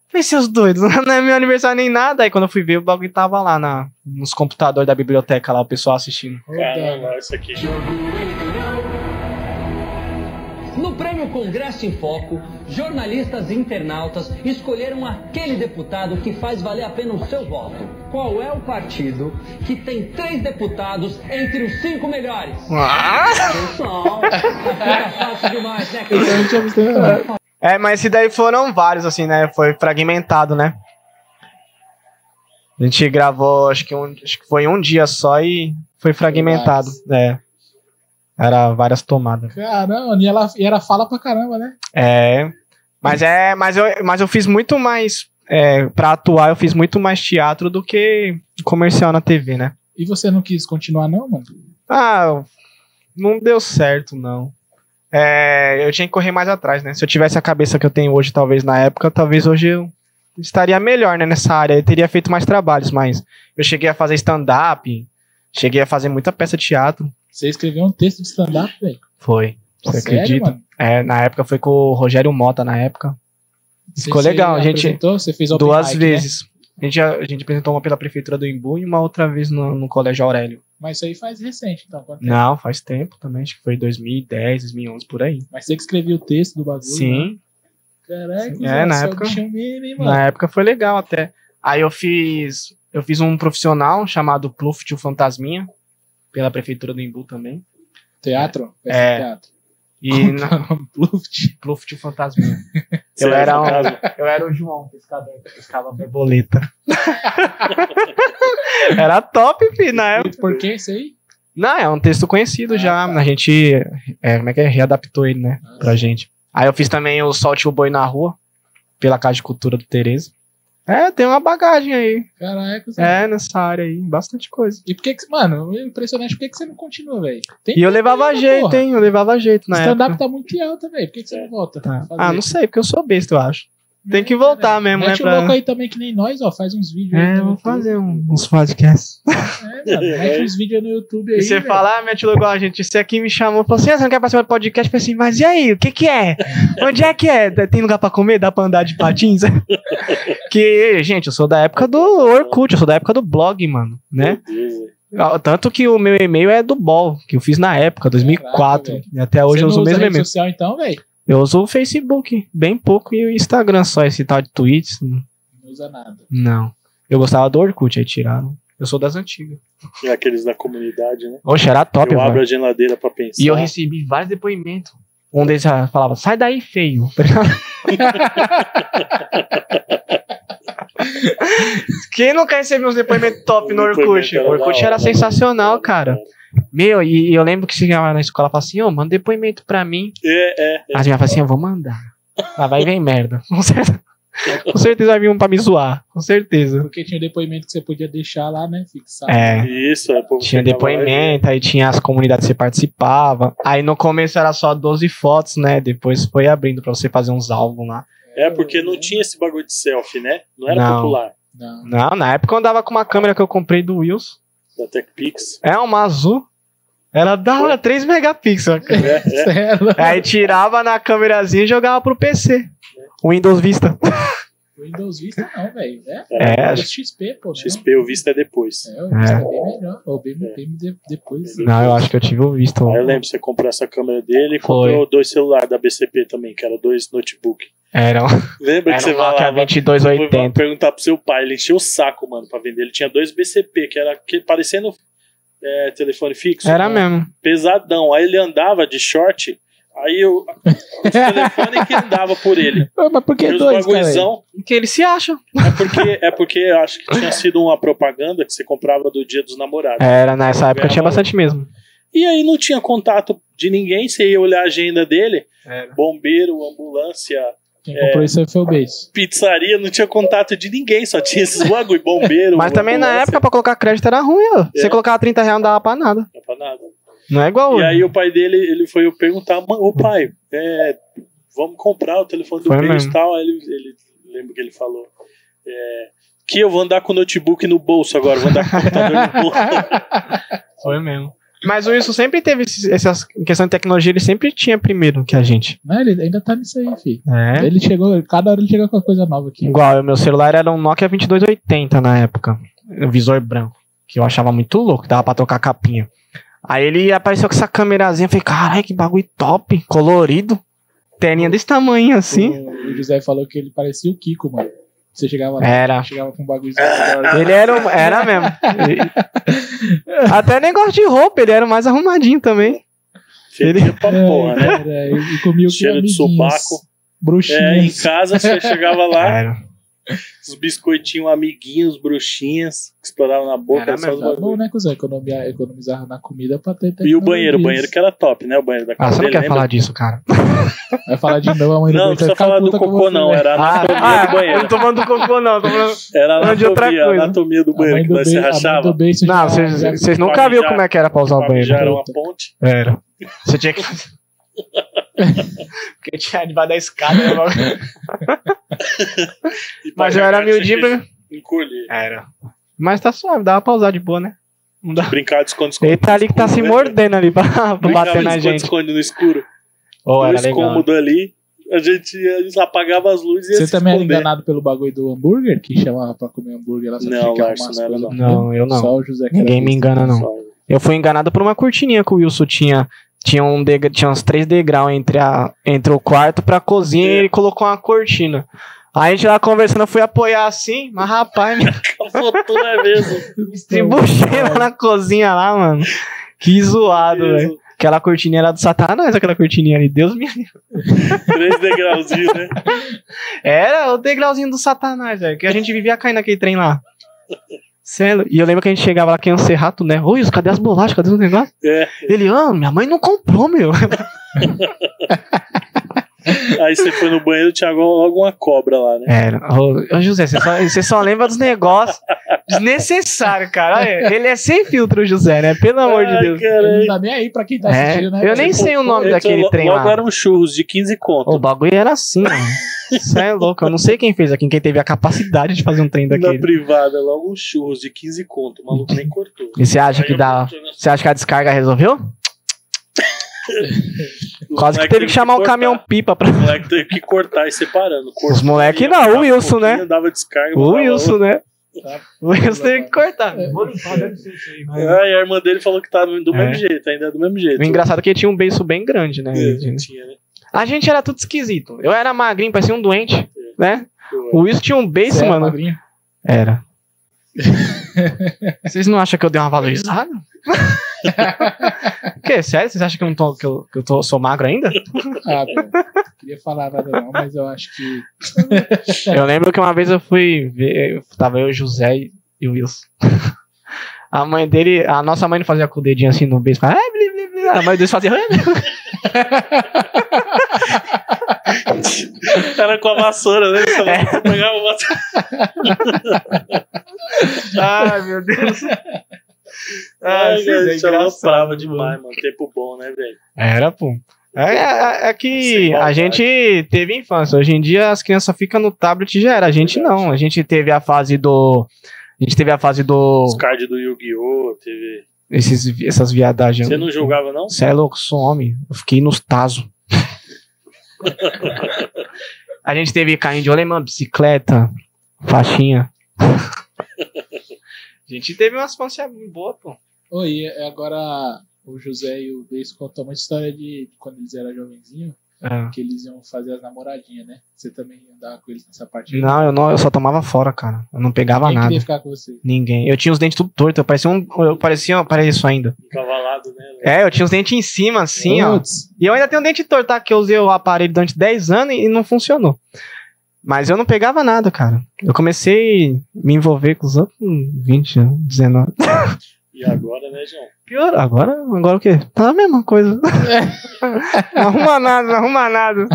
Speaker 3: falei, seus doidos, <laughs> não é meu aniversário nem nada. Aí quando eu fui ver, o bagulho tava lá na, nos computadores da biblioteca lá, o pessoal assistindo.
Speaker 1: Ô,
Speaker 2: Caramba, isso aqui.
Speaker 5: No Prêmio Congresso em Foco, jornalistas e internautas escolheram aquele deputado que faz valer a pena o seu voto. Qual é o partido que tem três deputados entre os cinco melhores? Pessoal, fica fácil demais, né,
Speaker 1: Eu
Speaker 5: cara?
Speaker 1: não tinha visto ainda, não.
Speaker 3: É, mas esse daí foram vários, assim, né? Foi fragmentado, né? A gente gravou, acho que, um, acho que foi um dia só e foi fragmentado. É. Era várias tomadas.
Speaker 1: Caramba, e ela, e ela fala pra caramba, né?
Speaker 3: É. Mas é. Mas eu, mas eu fiz muito mais. É, pra atuar, eu fiz muito mais teatro do que comercial na TV, né?
Speaker 1: E você não quis continuar, não, mano?
Speaker 3: Ah, não deu certo, não. É, eu tinha que correr mais atrás, né? Se eu tivesse a cabeça que eu tenho hoje, talvez na época, talvez hoje eu estaria melhor né, nessa área. Eu teria feito mais trabalhos, mas eu cheguei a fazer stand-up, cheguei a fazer muita peça de teatro.
Speaker 1: Você escreveu um texto de stand-up, velho.
Speaker 3: Foi. Você
Speaker 1: Sério,
Speaker 3: acredita?
Speaker 1: mano?
Speaker 3: É, na época foi com o Rogério Mota, na época. Ficou
Speaker 1: Você
Speaker 3: legal,
Speaker 1: se
Speaker 3: gente.
Speaker 1: apresentou? Você fez open
Speaker 3: Duas
Speaker 1: mic, né?
Speaker 3: vezes. A, gente, a gente apresentou uma pela Prefeitura do Imbu e uma outra vez no, no Colégio Aurélio.
Speaker 1: Mas isso aí faz recente, então. quanto tempo?
Speaker 3: Não, faz tempo também, acho que foi 2010, 2011, por aí.
Speaker 1: Mas você que escreveu o texto do bagulho.
Speaker 3: Sim.
Speaker 1: né? Caraca,
Speaker 3: Sim, é,
Speaker 1: Zé,
Speaker 3: na
Speaker 1: você
Speaker 3: época-
Speaker 1: o bichinho mesmo, hein, mano?
Speaker 3: Na época foi legal até. Aí eu fiz. Eu fiz um profissional chamado Pluft o Fantasminha, pela prefeitura do Imbu também.
Speaker 1: Teatro? Peça
Speaker 3: É.
Speaker 1: de Teatro. é
Speaker 3: E na
Speaker 1: Bluft.
Speaker 3: Pluft o
Speaker 1: <laughs>
Speaker 3: Fantasminha.
Speaker 2: Você
Speaker 3: Eu era um-
Speaker 2: fantasma.
Speaker 3: Eu era o João, pescador, que pescava
Speaker 1: <laughs>
Speaker 3: borboleta. era top, fi, na época.
Speaker 1: Feito por quem isso aí?
Speaker 3: Não, é um texto conhecido
Speaker 1: Ah,
Speaker 3: já.
Speaker 1: tá.
Speaker 3: A gente. é, como é que é? Readaptou ele, né?
Speaker 1: Ah,
Speaker 3: Pra gente. Aí eu fiz também o Solte o Boi na Rua, pela Casa de Cultura do Tereza. É, tem uma bagagem aí.
Speaker 1: Caraca, Zé.
Speaker 3: É, nessa área aí, bastante coisa.
Speaker 1: E por que que, mano, é impressionante, por que que você não continua, velho? Tem
Speaker 3: E eu levava jeito,
Speaker 1: porra.
Speaker 3: hein? Eu levava jeito na
Speaker 1: Stand-up
Speaker 3: época.
Speaker 1: tá muito em alta, velho. Por que que você não volta?
Speaker 3: Tá.
Speaker 1: a fazer?
Speaker 3: Ah, não sei, porque eu sou besta, eu acho. Tem que voltar mesmo, né?
Speaker 1: Mete o
Speaker 3: pra-
Speaker 1: louco aí também, que nem nós, ó. Faz uns vídeos aí.
Speaker 3: É,
Speaker 1: no
Speaker 3: eu vou
Speaker 1: YouTube.
Speaker 3: fazer um- uns podcasts.
Speaker 1: É, mano, mete uns vídeos no YouTube aí.
Speaker 3: E você
Speaker 1: velho.
Speaker 3: fala, ah, mete logo, ó, gente, esse aqui me chamou, falou assim, ah, você não quer participar do podcast? Eu falei assim, mas e aí, o que que é? Onde é que é? Tem lugar pra comer? Dá pra andar de patins? <laughs> que, gente, eu sou da época do Orkut, eu sou da época do blog, mano, né?
Speaker 2: Meu Deus, velho.
Speaker 1: Uhum.
Speaker 3: Tanto que o meu e-mail é do BOL, que eu fiz na época, 2004.
Speaker 1: Caraca,
Speaker 3: e até hoje
Speaker 1: Você não
Speaker 3: eu uso o
Speaker 1: usa
Speaker 3: mesmo
Speaker 1: rede
Speaker 3: e-mail.
Speaker 1: social então, velho?
Speaker 3: Eu uso o Facebook bem pouco e o Instagram só, esse tal de tweets.
Speaker 1: Não usa nada.
Speaker 3: Não. Eu gostava do Orkut, aí tiraram. Eu sou das antigas.
Speaker 2: E aqueles da comunidade, né?
Speaker 3: Oxe, era top,
Speaker 2: eu abro
Speaker 3: velho.
Speaker 2: a geladeira pra pensar.
Speaker 3: E eu recebi vários depoimentos. Um deles ah, falava, sai daí, feio. <laughs> Quem nunca recebeu uns depoimentos top no Orkut? O Orkut
Speaker 2: né?
Speaker 3: era sensacional, cara. Meu, e e eu lembro que chegava na escola e falava assim, ô, manda depoimento pra mim.
Speaker 2: É, é.
Speaker 3: As minhas falam assim, eu vou mandar. Lá vai vem merda. <laughs> Com certeza, com certeza vai vir um pra me zoar. Com certeza.
Speaker 1: Porque tinha o depoimento que você podia deixar lá, né? Fixado.
Speaker 3: É.
Speaker 2: Isso, é. o povo
Speaker 3: Tinha
Speaker 2: chegava lá e-
Speaker 3: depoimento, aí tinha as comunidades que você participava. Aí no começo era só 12 fotos, né? Depois foi abrindo pra você fazer uns álbuns lá.
Speaker 2: É, porque não tinha esse bagulho de selfie, né? Não era
Speaker 3: Não.
Speaker 2: popular.
Speaker 1: Não.
Speaker 3: Não, na época eu andava com uma câmera que eu comprei do Wills.
Speaker 2: Da TechPix.
Speaker 3: É uma azul. Era da hora, 3 megapixels. cara. <laughs>
Speaker 2: É, é.
Speaker 1: Cê <laughs> é louco.
Speaker 3: Aí tirava na câmerazinha e jogava pro PC. Windows Vista.
Speaker 1: Windows Vista não, velho. É,
Speaker 3: É,
Speaker 1: Windows
Speaker 3: acho-
Speaker 1: XP, pô. Não.
Speaker 2: XP, o visto é depois.
Speaker 1: É, o Vista é bem melhor. Ou bem,
Speaker 2: É.
Speaker 1: bem de- depois.
Speaker 3: Não, eu acho que eu tive o visto.
Speaker 2: Aí eu lembro, você comprou essa câmera dele e
Speaker 3: Foi.
Speaker 2: comprou dois celulares da BCP também, que era dois notebook.
Speaker 3: Era um,
Speaker 2: Lembra é que
Speaker 3: era
Speaker 2: você
Speaker 3: um Nokia
Speaker 2: falava,
Speaker 3: 2280.
Speaker 2: Vou perguntar pro seu pai, ele encheu o saco, mano, pra vender. Ele tinha dois BCP, que era que, parecendo é, telefone fixo.
Speaker 3: Era
Speaker 2: né?
Speaker 3: mesmo.
Speaker 2: Pesadão. Aí ele andava de short, aí eu, o telefone que andava por
Speaker 3: <laughs>
Speaker 2: ele.
Speaker 1: Ah, Mas por que
Speaker 2: E os
Speaker 1: dois, cara?
Speaker 2: bagulhozão.
Speaker 3: Que eles se acham.
Speaker 2: É porque, é porque eu acho que tinha sido uma propaganda que você comprava do dia dos namorados.
Speaker 3: Era, nessa época tinha
Speaker 2: Era
Speaker 3: bastante mesmo.
Speaker 2: E aí não tinha contato de ninguém, você ia olhar a agenda dele,
Speaker 3: Era.
Speaker 2: bombeiro, ambulância,
Speaker 1: Quem
Speaker 2: é.
Speaker 1: comprou isso aí foi o Base.
Speaker 2: pizzaria, não tinha contato de ninguém, só tinha esses bagulho, bombeiro.
Speaker 3: Mas também na
Speaker 2: ambulância,
Speaker 3: época, pra colocar crédito era ruim, ó.
Speaker 2: É.
Speaker 3: Você colocava 30 reais não dava pra nada.
Speaker 2: não dava pra nada.
Speaker 3: Não é igual
Speaker 2: E
Speaker 3: hoje.
Speaker 2: aí o pai dele, ele foi eu perguntar, "Ma- ô pai, é, vamos comprar o telefone do
Speaker 3: Foi
Speaker 2: Pires e
Speaker 3: mesmo.
Speaker 2: tal. Aí ele, ele lembra que ele falou. é, que eu vou andar com o notebook no bolso agora, vou andar com o computador no
Speaker 3: <laughs>
Speaker 2: bolso.
Speaker 3: Foi mesmo. Mas o Wilson sempre teve esses- essas em questão de tecnologia, ele sempre tinha primeiro que a gente.
Speaker 1: Não, ele ainda tá nisso aí, filho.
Speaker 3: É. Hum.
Speaker 1: Ele chegou, cada hora ele chega com uma coisa nova aqui.
Speaker 3: Igual, o meu celular era um Nokia 2280 na época. O visor branco. Que eu achava muito louco, dava pra trocar a capinha. Aí ele apareceu com essa câmerazinha, eu falei, caralho, que bagulho top, colorido. Telinha desse tamanho assim.
Speaker 1: O, o José falou que ele parecia o Kiko, mano. Você chegava lá,
Speaker 3: Era.
Speaker 1: chegava com um bagulho. cada hora.
Speaker 3: Ele era, o- era mesmo. <laughs> Até negócio de roupa, ele era o mais arrumadinho também.
Speaker 2: Ele ia pra <laughs> porra, né?
Speaker 1: É, Era, e comia o que
Speaker 2: Cheiro de
Speaker 1: amiguinhos,
Speaker 2: sobaco. É, em
Speaker 1: Bruxinhas.
Speaker 2: casa você chegava lá,
Speaker 3: Era.
Speaker 2: os biscoitinhos amiguinhos, bruxinhas, que exploravam na boca.
Speaker 3: Era
Speaker 2: só
Speaker 3: mesmo,
Speaker 2: os
Speaker 1: Tá bom,
Speaker 2: bagulho.
Speaker 1: né, cuzão? Economia, economizar na comida pra ter
Speaker 2: E o banheiro, o banheiro
Speaker 1: tecnologias.
Speaker 2: que era top, né? O banheiro da
Speaker 3: Ah,
Speaker 2: casa
Speaker 3: você não
Speaker 2: dele,
Speaker 3: quer
Speaker 2: lembra?
Speaker 3: falar disso, cara.
Speaker 1: Vai falar de novo, a mãe do
Speaker 2: é Não,
Speaker 1: banheiro vai
Speaker 2: não precisa
Speaker 1: ficar
Speaker 2: falar do
Speaker 1: puta com
Speaker 2: cocô,
Speaker 1: você,
Speaker 2: não.
Speaker 1: velho.
Speaker 2: Era a anatomia Tá do
Speaker 3: Ah, eu
Speaker 2: banheiro.
Speaker 3: não tô falando do cocô, não. eu tô falando-
Speaker 2: Era a
Speaker 3: falando de outra
Speaker 2: anatomia, a
Speaker 3: coisa.
Speaker 2: anatomia do
Speaker 1: A mãe
Speaker 2: banheiro, que
Speaker 1: do
Speaker 2: nós se
Speaker 1: Bey- a mãe
Speaker 2: rachava.
Speaker 1: do Bey se
Speaker 3: Não,
Speaker 1: já-
Speaker 3: vocês
Speaker 1: já-
Speaker 3: vocês nunca viram como é que era pra usar o
Speaker 2: Já era um-
Speaker 3: banheiro.
Speaker 2: uma ponte.
Speaker 3: Era. Você tinha que. Porque tinha debaixo da escada. né?
Speaker 2: E pra
Speaker 3: Mas eu era
Speaker 2: jogar, tinha
Speaker 3: miudinho. né?
Speaker 2: que
Speaker 3: pra-
Speaker 2: Encolher.
Speaker 3: Era. Mas tá suave, dava pra usar de boa, né? Não dá.
Speaker 2: Brincar de esconde-esconde.
Speaker 3: Ele tá ali que tá se mordendo ali pra, pra bater na gente.
Speaker 2: esconde no escuro.
Speaker 3: Oh, era
Speaker 2: Dois
Speaker 3: legal.
Speaker 2: cômodos ali. A gente ia- eles apagava as luzes e ia
Speaker 1: Você
Speaker 2: se
Speaker 1: também era
Speaker 2: esconder.
Speaker 1: enganado pelo bagulho do hambúrguer, que chamava pra comer hambúrguer lá, só
Speaker 2: Não,
Speaker 1: tinha que arrumar
Speaker 2: Larson,
Speaker 1: as
Speaker 2: não é era
Speaker 1: coisas.
Speaker 3: Não, eu não.
Speaker 1: Só o José que era
Speaker 3: Ninguém me
Speaker 1: besta.
Speaker 3: engana, não. Eu fui enganado por uma cortininha que o Wilson tinha. Tinha, um degra- tinha uns três degraus entre, a, entre o quarto pra cozinha e ele colocou uma cortina. Aí a gente lá conversando, eu fui apoiar assim, mas rapaz, me
Speaker 2: Faltou,
Speaker 1: <laughs>
Speaker 2: é mesmo.
Speaker 3: desembuchei lá na cozinha lá, mano. Que zoado, velho.
Speaker 2: mesmo.
Speaker 3: Aquela cortininha era do satanás, aquela cortininha ali. Deus me <laughs> livre.
Speaker 2: Três degrauzinhos, né?
Speaker 3: Era o degrauzinho do satanás, velho. Que a gente vivia caindo naquele trem lá. Sério. E eu lembro que a gente chegava lá, que ia ser rato, né? Ô, Wilson, cadê as bolachas? Cadê os negócios?
Speaker 2: É.
Speaker 3: Ele, ah, minha mãe não comprou, meu.
Speaker 2: Aí você foi no banheiro, tinha logo uma cobra lá, né?
Speaker 3: Era. É, Ô, ô, José, você só, você só lembra dos negócios desnecessário, cara. Olha, Ele é sem filtro, José, né? Pelo amor de
Speaker 2: Ai,
Speaker 3: Deus.
Speaker 1: Ele não
Speaker 2: Caralho.
Speaker 1: tá nem aí pra quem tá
Speaker 3: É,
Speaker 1: assistindo, né?
Speaker 3: eu nem sei o nome
Speaker 2: Então,
Speaker 3: daquele
Speaker 2: lo-
Speaker 3: trem
Speaker 2: Logo
Speaker 3: lá.
Speaker 2: eram churros de 15 conto.
Speaker 3: O bagulho era assim, mano. Isso é louco. Eu não sei quem fez aqui, quem teve a capacidade de fazer um trem
Speaker 2: na
Speaker 3: daquele.
Speaker 2: privada, logo uns churros de 15 conto. O maluco nem cortou.
Speaker 3: E você acha
Speaker 2: Aí
Speaker 3: que
Speaker 2: eu
Speaker 3: dá.
Speaker 2: cortei, né?
Speaker 3: Você acha que a descarga resolveu?
Speaker 2: Os
Speaker 3: Quase que
Speaker 2: moleque
Speaker 3: teve que chamar o
Speaker 2: cortar.
Speaker 3: caminhão pipa pra.
Speaker 2: O moleque teve que cortar e separando. Cortou,
Speaker 3: Os moleque
Speaker 2: ia,
Speaker 3: não, o
Speaker 2: dava um
Speaker 3: Wilson,
Speaker 2: pouquinho,
Speaker 3: né?
Speaker 2: Dava descarga,
Speaker 3: O
Speaker 2: mandava
Speaker 3: Wilson, né?
Speaker 1: Tá.
Speaker 3: O Wilson teve que cortar. Vou limpar, deve ser isso aí.
Speaker 2: outra. Ah, e a irmã dele falou que tá do
Speaker 3: É.
Speaker 2: mesmo jeito, ainda é do mesmo jeito.
Speaker 3: O engraçado é que ele tinha um beiço bem grande, né?
Speaker 2: É, tinha, né?
Speaker 3: A gente era tudo esquisito. Eu era magrinho, parecia um doente, né?
Speaker 2: Pô,
Speaker 3: O Wilson tinha um beiço,
Speaker 1: Você era
Speaker 3: mano.
Speaker 1: é magrinho?
Speaker 3: Era. <laughs> Vocês não acham que eu dei uma valorizada? O quê? Sério? Vocês acham <laughs> que eu, não tô, que eu, que eu tô- sou magro ainda?
Speaker 1: Ah, bom. Não queria falar nada não, mas eu acho que...
Speaker 3: Eu lembro que uma vez eu fui ver. eu- Tava eu, José e- e o Wilson. <laughs> A mãe dele, a nossa mãe não fazia com o dedinho assim no beijo. falava, "Ah, bli, bli, bli." A mãe deles fazia. "Ah".
Speaker 2: <laughs> Era com a vassoura, né? Você
Speaker 3: É.
Speaker 2: pegava a
Speaker 3: <laughs>
Speaker 2: vassoura.
Speaker 3: Ai, meu Deus.
Speaker 2: Ai, gente, ela
Speaker 3: Ah, é engraçado, né?
Speaker 2: prava
Speaker 3: mano.
Speaker 2: demais, mano. Tempo bom, né, velho?
Speaker 3: Era, pô. É, é- é
Speaker 2: Sem
Speaker 3: que
Speaker 2: maldade.
Speaker 3: a gente teve infância. Hoje em dia as crianças só ficam no tablet e já era. A gente
Speaker 2: Verdade.
Speaker 3: não. A gente teve a fase do. A gente teve a fase do.
Speaker 2: Os cards do Yu-Gi-Oh! TV.
Speaker 3: Esses, vi- essas viadagens.
Speaker 2: Você não jogava, não?
Speaker 3: um <laughs> Você é louco, sou homem. Eu fiquei nos taso. A gente teve carrinho de rolemã, bicicleta, faixinha. a gente teve umas infância boa, pô.
Speaker 1: Oi, e agora o José e o Beis contam uma história de quando eles eram jovenzinhos,
Speaker 3: É.
Speaker 1: que eles iam fazer as namoradinhas, né? Você também andava com eles nessa parte aí?
Speaker 3: Não, eu não, eu só tomava fora, cara. Eu não pegava
Speaker 1: Quem
Speaker 3: nada.
Speaker 1: queria ficar com você?
Speaker 3: Ninguém. Eu tinha os dentes tudo torto, eu parecia um. Eu parecia, eu parecia isso ainda.
Speaker 2: Encavalado, né?
Speaker 3: É, eu tinha os dentes em cima, assim, ó.
Speaker 1: Putz,
Speaker 3: E eu ainda tenho um dente torto, tá? Que eu usei o aparelho durante 10 anos e não funcionou. Mas eu não pegava nada, cara. Eu comecei a me envolver com os outros com 20, anos, 19.
Speaker 2: E agora, né, João?
Speaker 3: Pior, agora, agora o quê? Tá a mesma coisa. <laughs> não arruma nada, não arruma nada.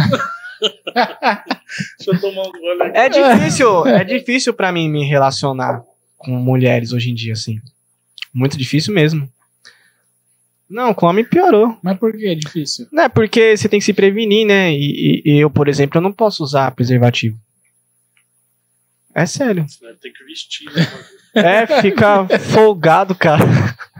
Speaker 2: Deixa eu tomar um gole aqui.
Speaker 3: É difícil, é difícil pra mim me relacionar com mulheres hoje em dia, assim. Muito difícil mesmo. Não, com homem piorou.
Speaker 1: mas por que é difícil?
Speaker 3: Não, é porque você tem que se prevenir, né? E, e- e eu, por exemplo, eu não posso usar preservativo. É sério.
Speaker 2: Você vai ter que vestir, né? mano?
Speaker 3: É, fica folgado, cara.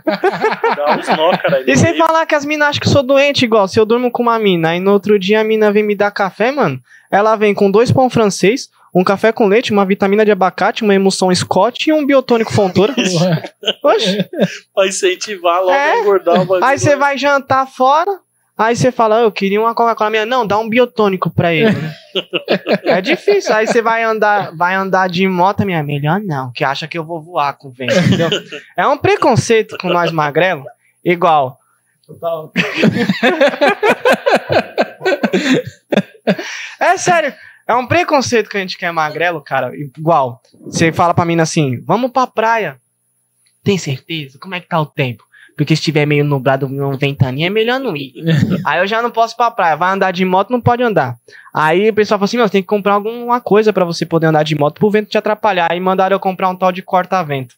Speaker 2: Dá uns nó, cara.
Speaker 3: E sem falar que as minas acham que eu sou doente, igual. Se eu durmo com uma mina e no outro dia a mina vem me dar café, mano, ela vem com dois pão francês, um café com leite, uma vitamina de abacate, uma emulsão Scott e um biotônico Fontoura.
Speaker 1: Porra, <laughs>
Speaker 3: Oxe.
Speaker 2: Pra incentivar logo
Speaker 3: É?
Speaker 2: a engordar o bagulho.
Speaker 3: Aí você vai jantar fora, aí você fala, "Ah, eu queria uma Coca-Cola minha. Não, dá um biotônico pra ele. né? é difícil. Aí você vai andar, vai andar de moto, minha melhor não, que acha que eu vou voar com o vento, entendeu? É um preconceito com nós magrelo, igual. É sério. É um preconceito que a gente quer magrelo, cara. Igual. Você fala pra mina assim, vamos pra praia. Tem certeza? Como é que tá o tempo? Porque se estiver meio nublado, não ventania, é melhor não ir. Aí eu já não posso ir pra praia. Vai andar de moto, não pode andar. Aí o pessoal fala assim, meu, você tem que comprar alguma coisa pra você poder andar de moto pro vento te atrapalhar. Aí mandaram eu comprar um tal de corta-vento.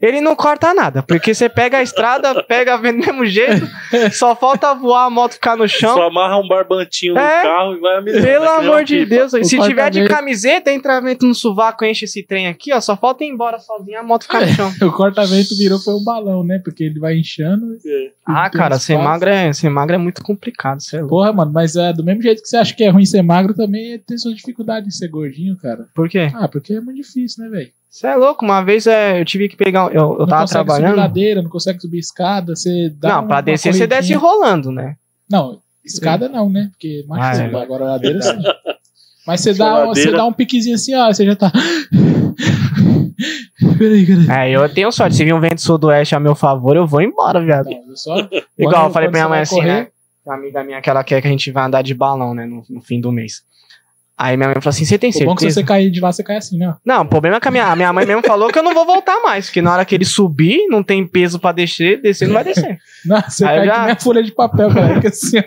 Speaker 3: Ele não corta nada, porque você pega a estrada, pega a vento do mesmo jeito, só falta voar a moto ficar no chão.
Speaker 2: Só amarra um barbantinho
Speaker 3: É.
Speaker 2: no carro e vai a milhão,
Speaker 3: Pelo
Speaker 2: né, que nem uma
Speaker 3: amor de
Speaker 2: pipa.
Speaker 3: Deus, e se
Speaker 1: O
Speaker 3: tiver de
Speaker 1: corta-vento.
Speaker 3: camiseta, entra vento no sovaco, enche esse trem aqui, ó. Só falta ir embora sozinha, a moto ficar no chão.
Speaker 1: o corta-vento virou foi um balão, né? Porque ele vai inchando.
Speaker 2: É.
Speaker 3: Ah,
Speaker 1: tem
Speaker 3: cara,
Speaker 1: espaço.
Speaker 3: ser magro, é, ser magro é muito complicado, sei lá.
Speaker 1: Porra, mano, mas é, do mesmo jeito que você acha que é ruim ser magro, também tem sua dificuldade em ser gordinho, cara.
Speaker 3: Por quê?
Speaker 1: Ah, porque é muito difícil, né, velho?
Speaker 3: Você é louco, uma vez é, eu tive que pegar. Eu, eu
Speaker 1: Não
Speaker 3: tava
Speaker 1: consegue subir
Speaker 3: trabalhando.
Speaker 1: ladeira, não consegue subir escada, você dá um
Speaker 3: Não, pra
Speaker 1: uma
Speaker 3: descer você
Speaker 1: corridinha.
Speaker 3: desce rolando, né?
Speaker 1: Não, escada não, né? Porque machuca,
Speaker 3: Ah, é.
Speaker 1: agora ladeira sim. Mas você
Speaker 2: Só
Speaker 1: dá, você
Speaker 2: ladeira.
Speaker 1: dá um piquezinho assim, ó, você já tá. <laughs> peraí, peraí.
Speaker 3: É, eu tenho sorte. Se vir um vento sudoeste a meu favor, eu vou embora, viado.
Speaker 1: Não, eu só.
Speaker 3: <laughs> Igual
Speaker 1: Quando-
Speaker 3: eu falei pra minha
Speaker 1: quando
Speaker 3: mãe
Speaker 1: você vai
Speaker 3: assim, né? Uma amiga minha que ela quer que a gente vá andar de balão, né? No, no fim do mês. Aí minha mãe falou assim: você tem
Speaker 1: O bom é que se
Speaker 3: certeza?
Speaker 1: você cair de lá, você cai assim, né? <laughs>
Speaker 3: Não, o problema é que a minha, a minha mãe mesmo falou que eu não vou voltar mais, porque na hora que ele subir, não tem peso pra descer, descer não vai descer.
Speaker 1: Não, você
Speaker 3: Aí eu
Speaker 1: cai
Speaker 3: já-
Speaker 1: que nem a folha de papel, cara. Fica assim, ó,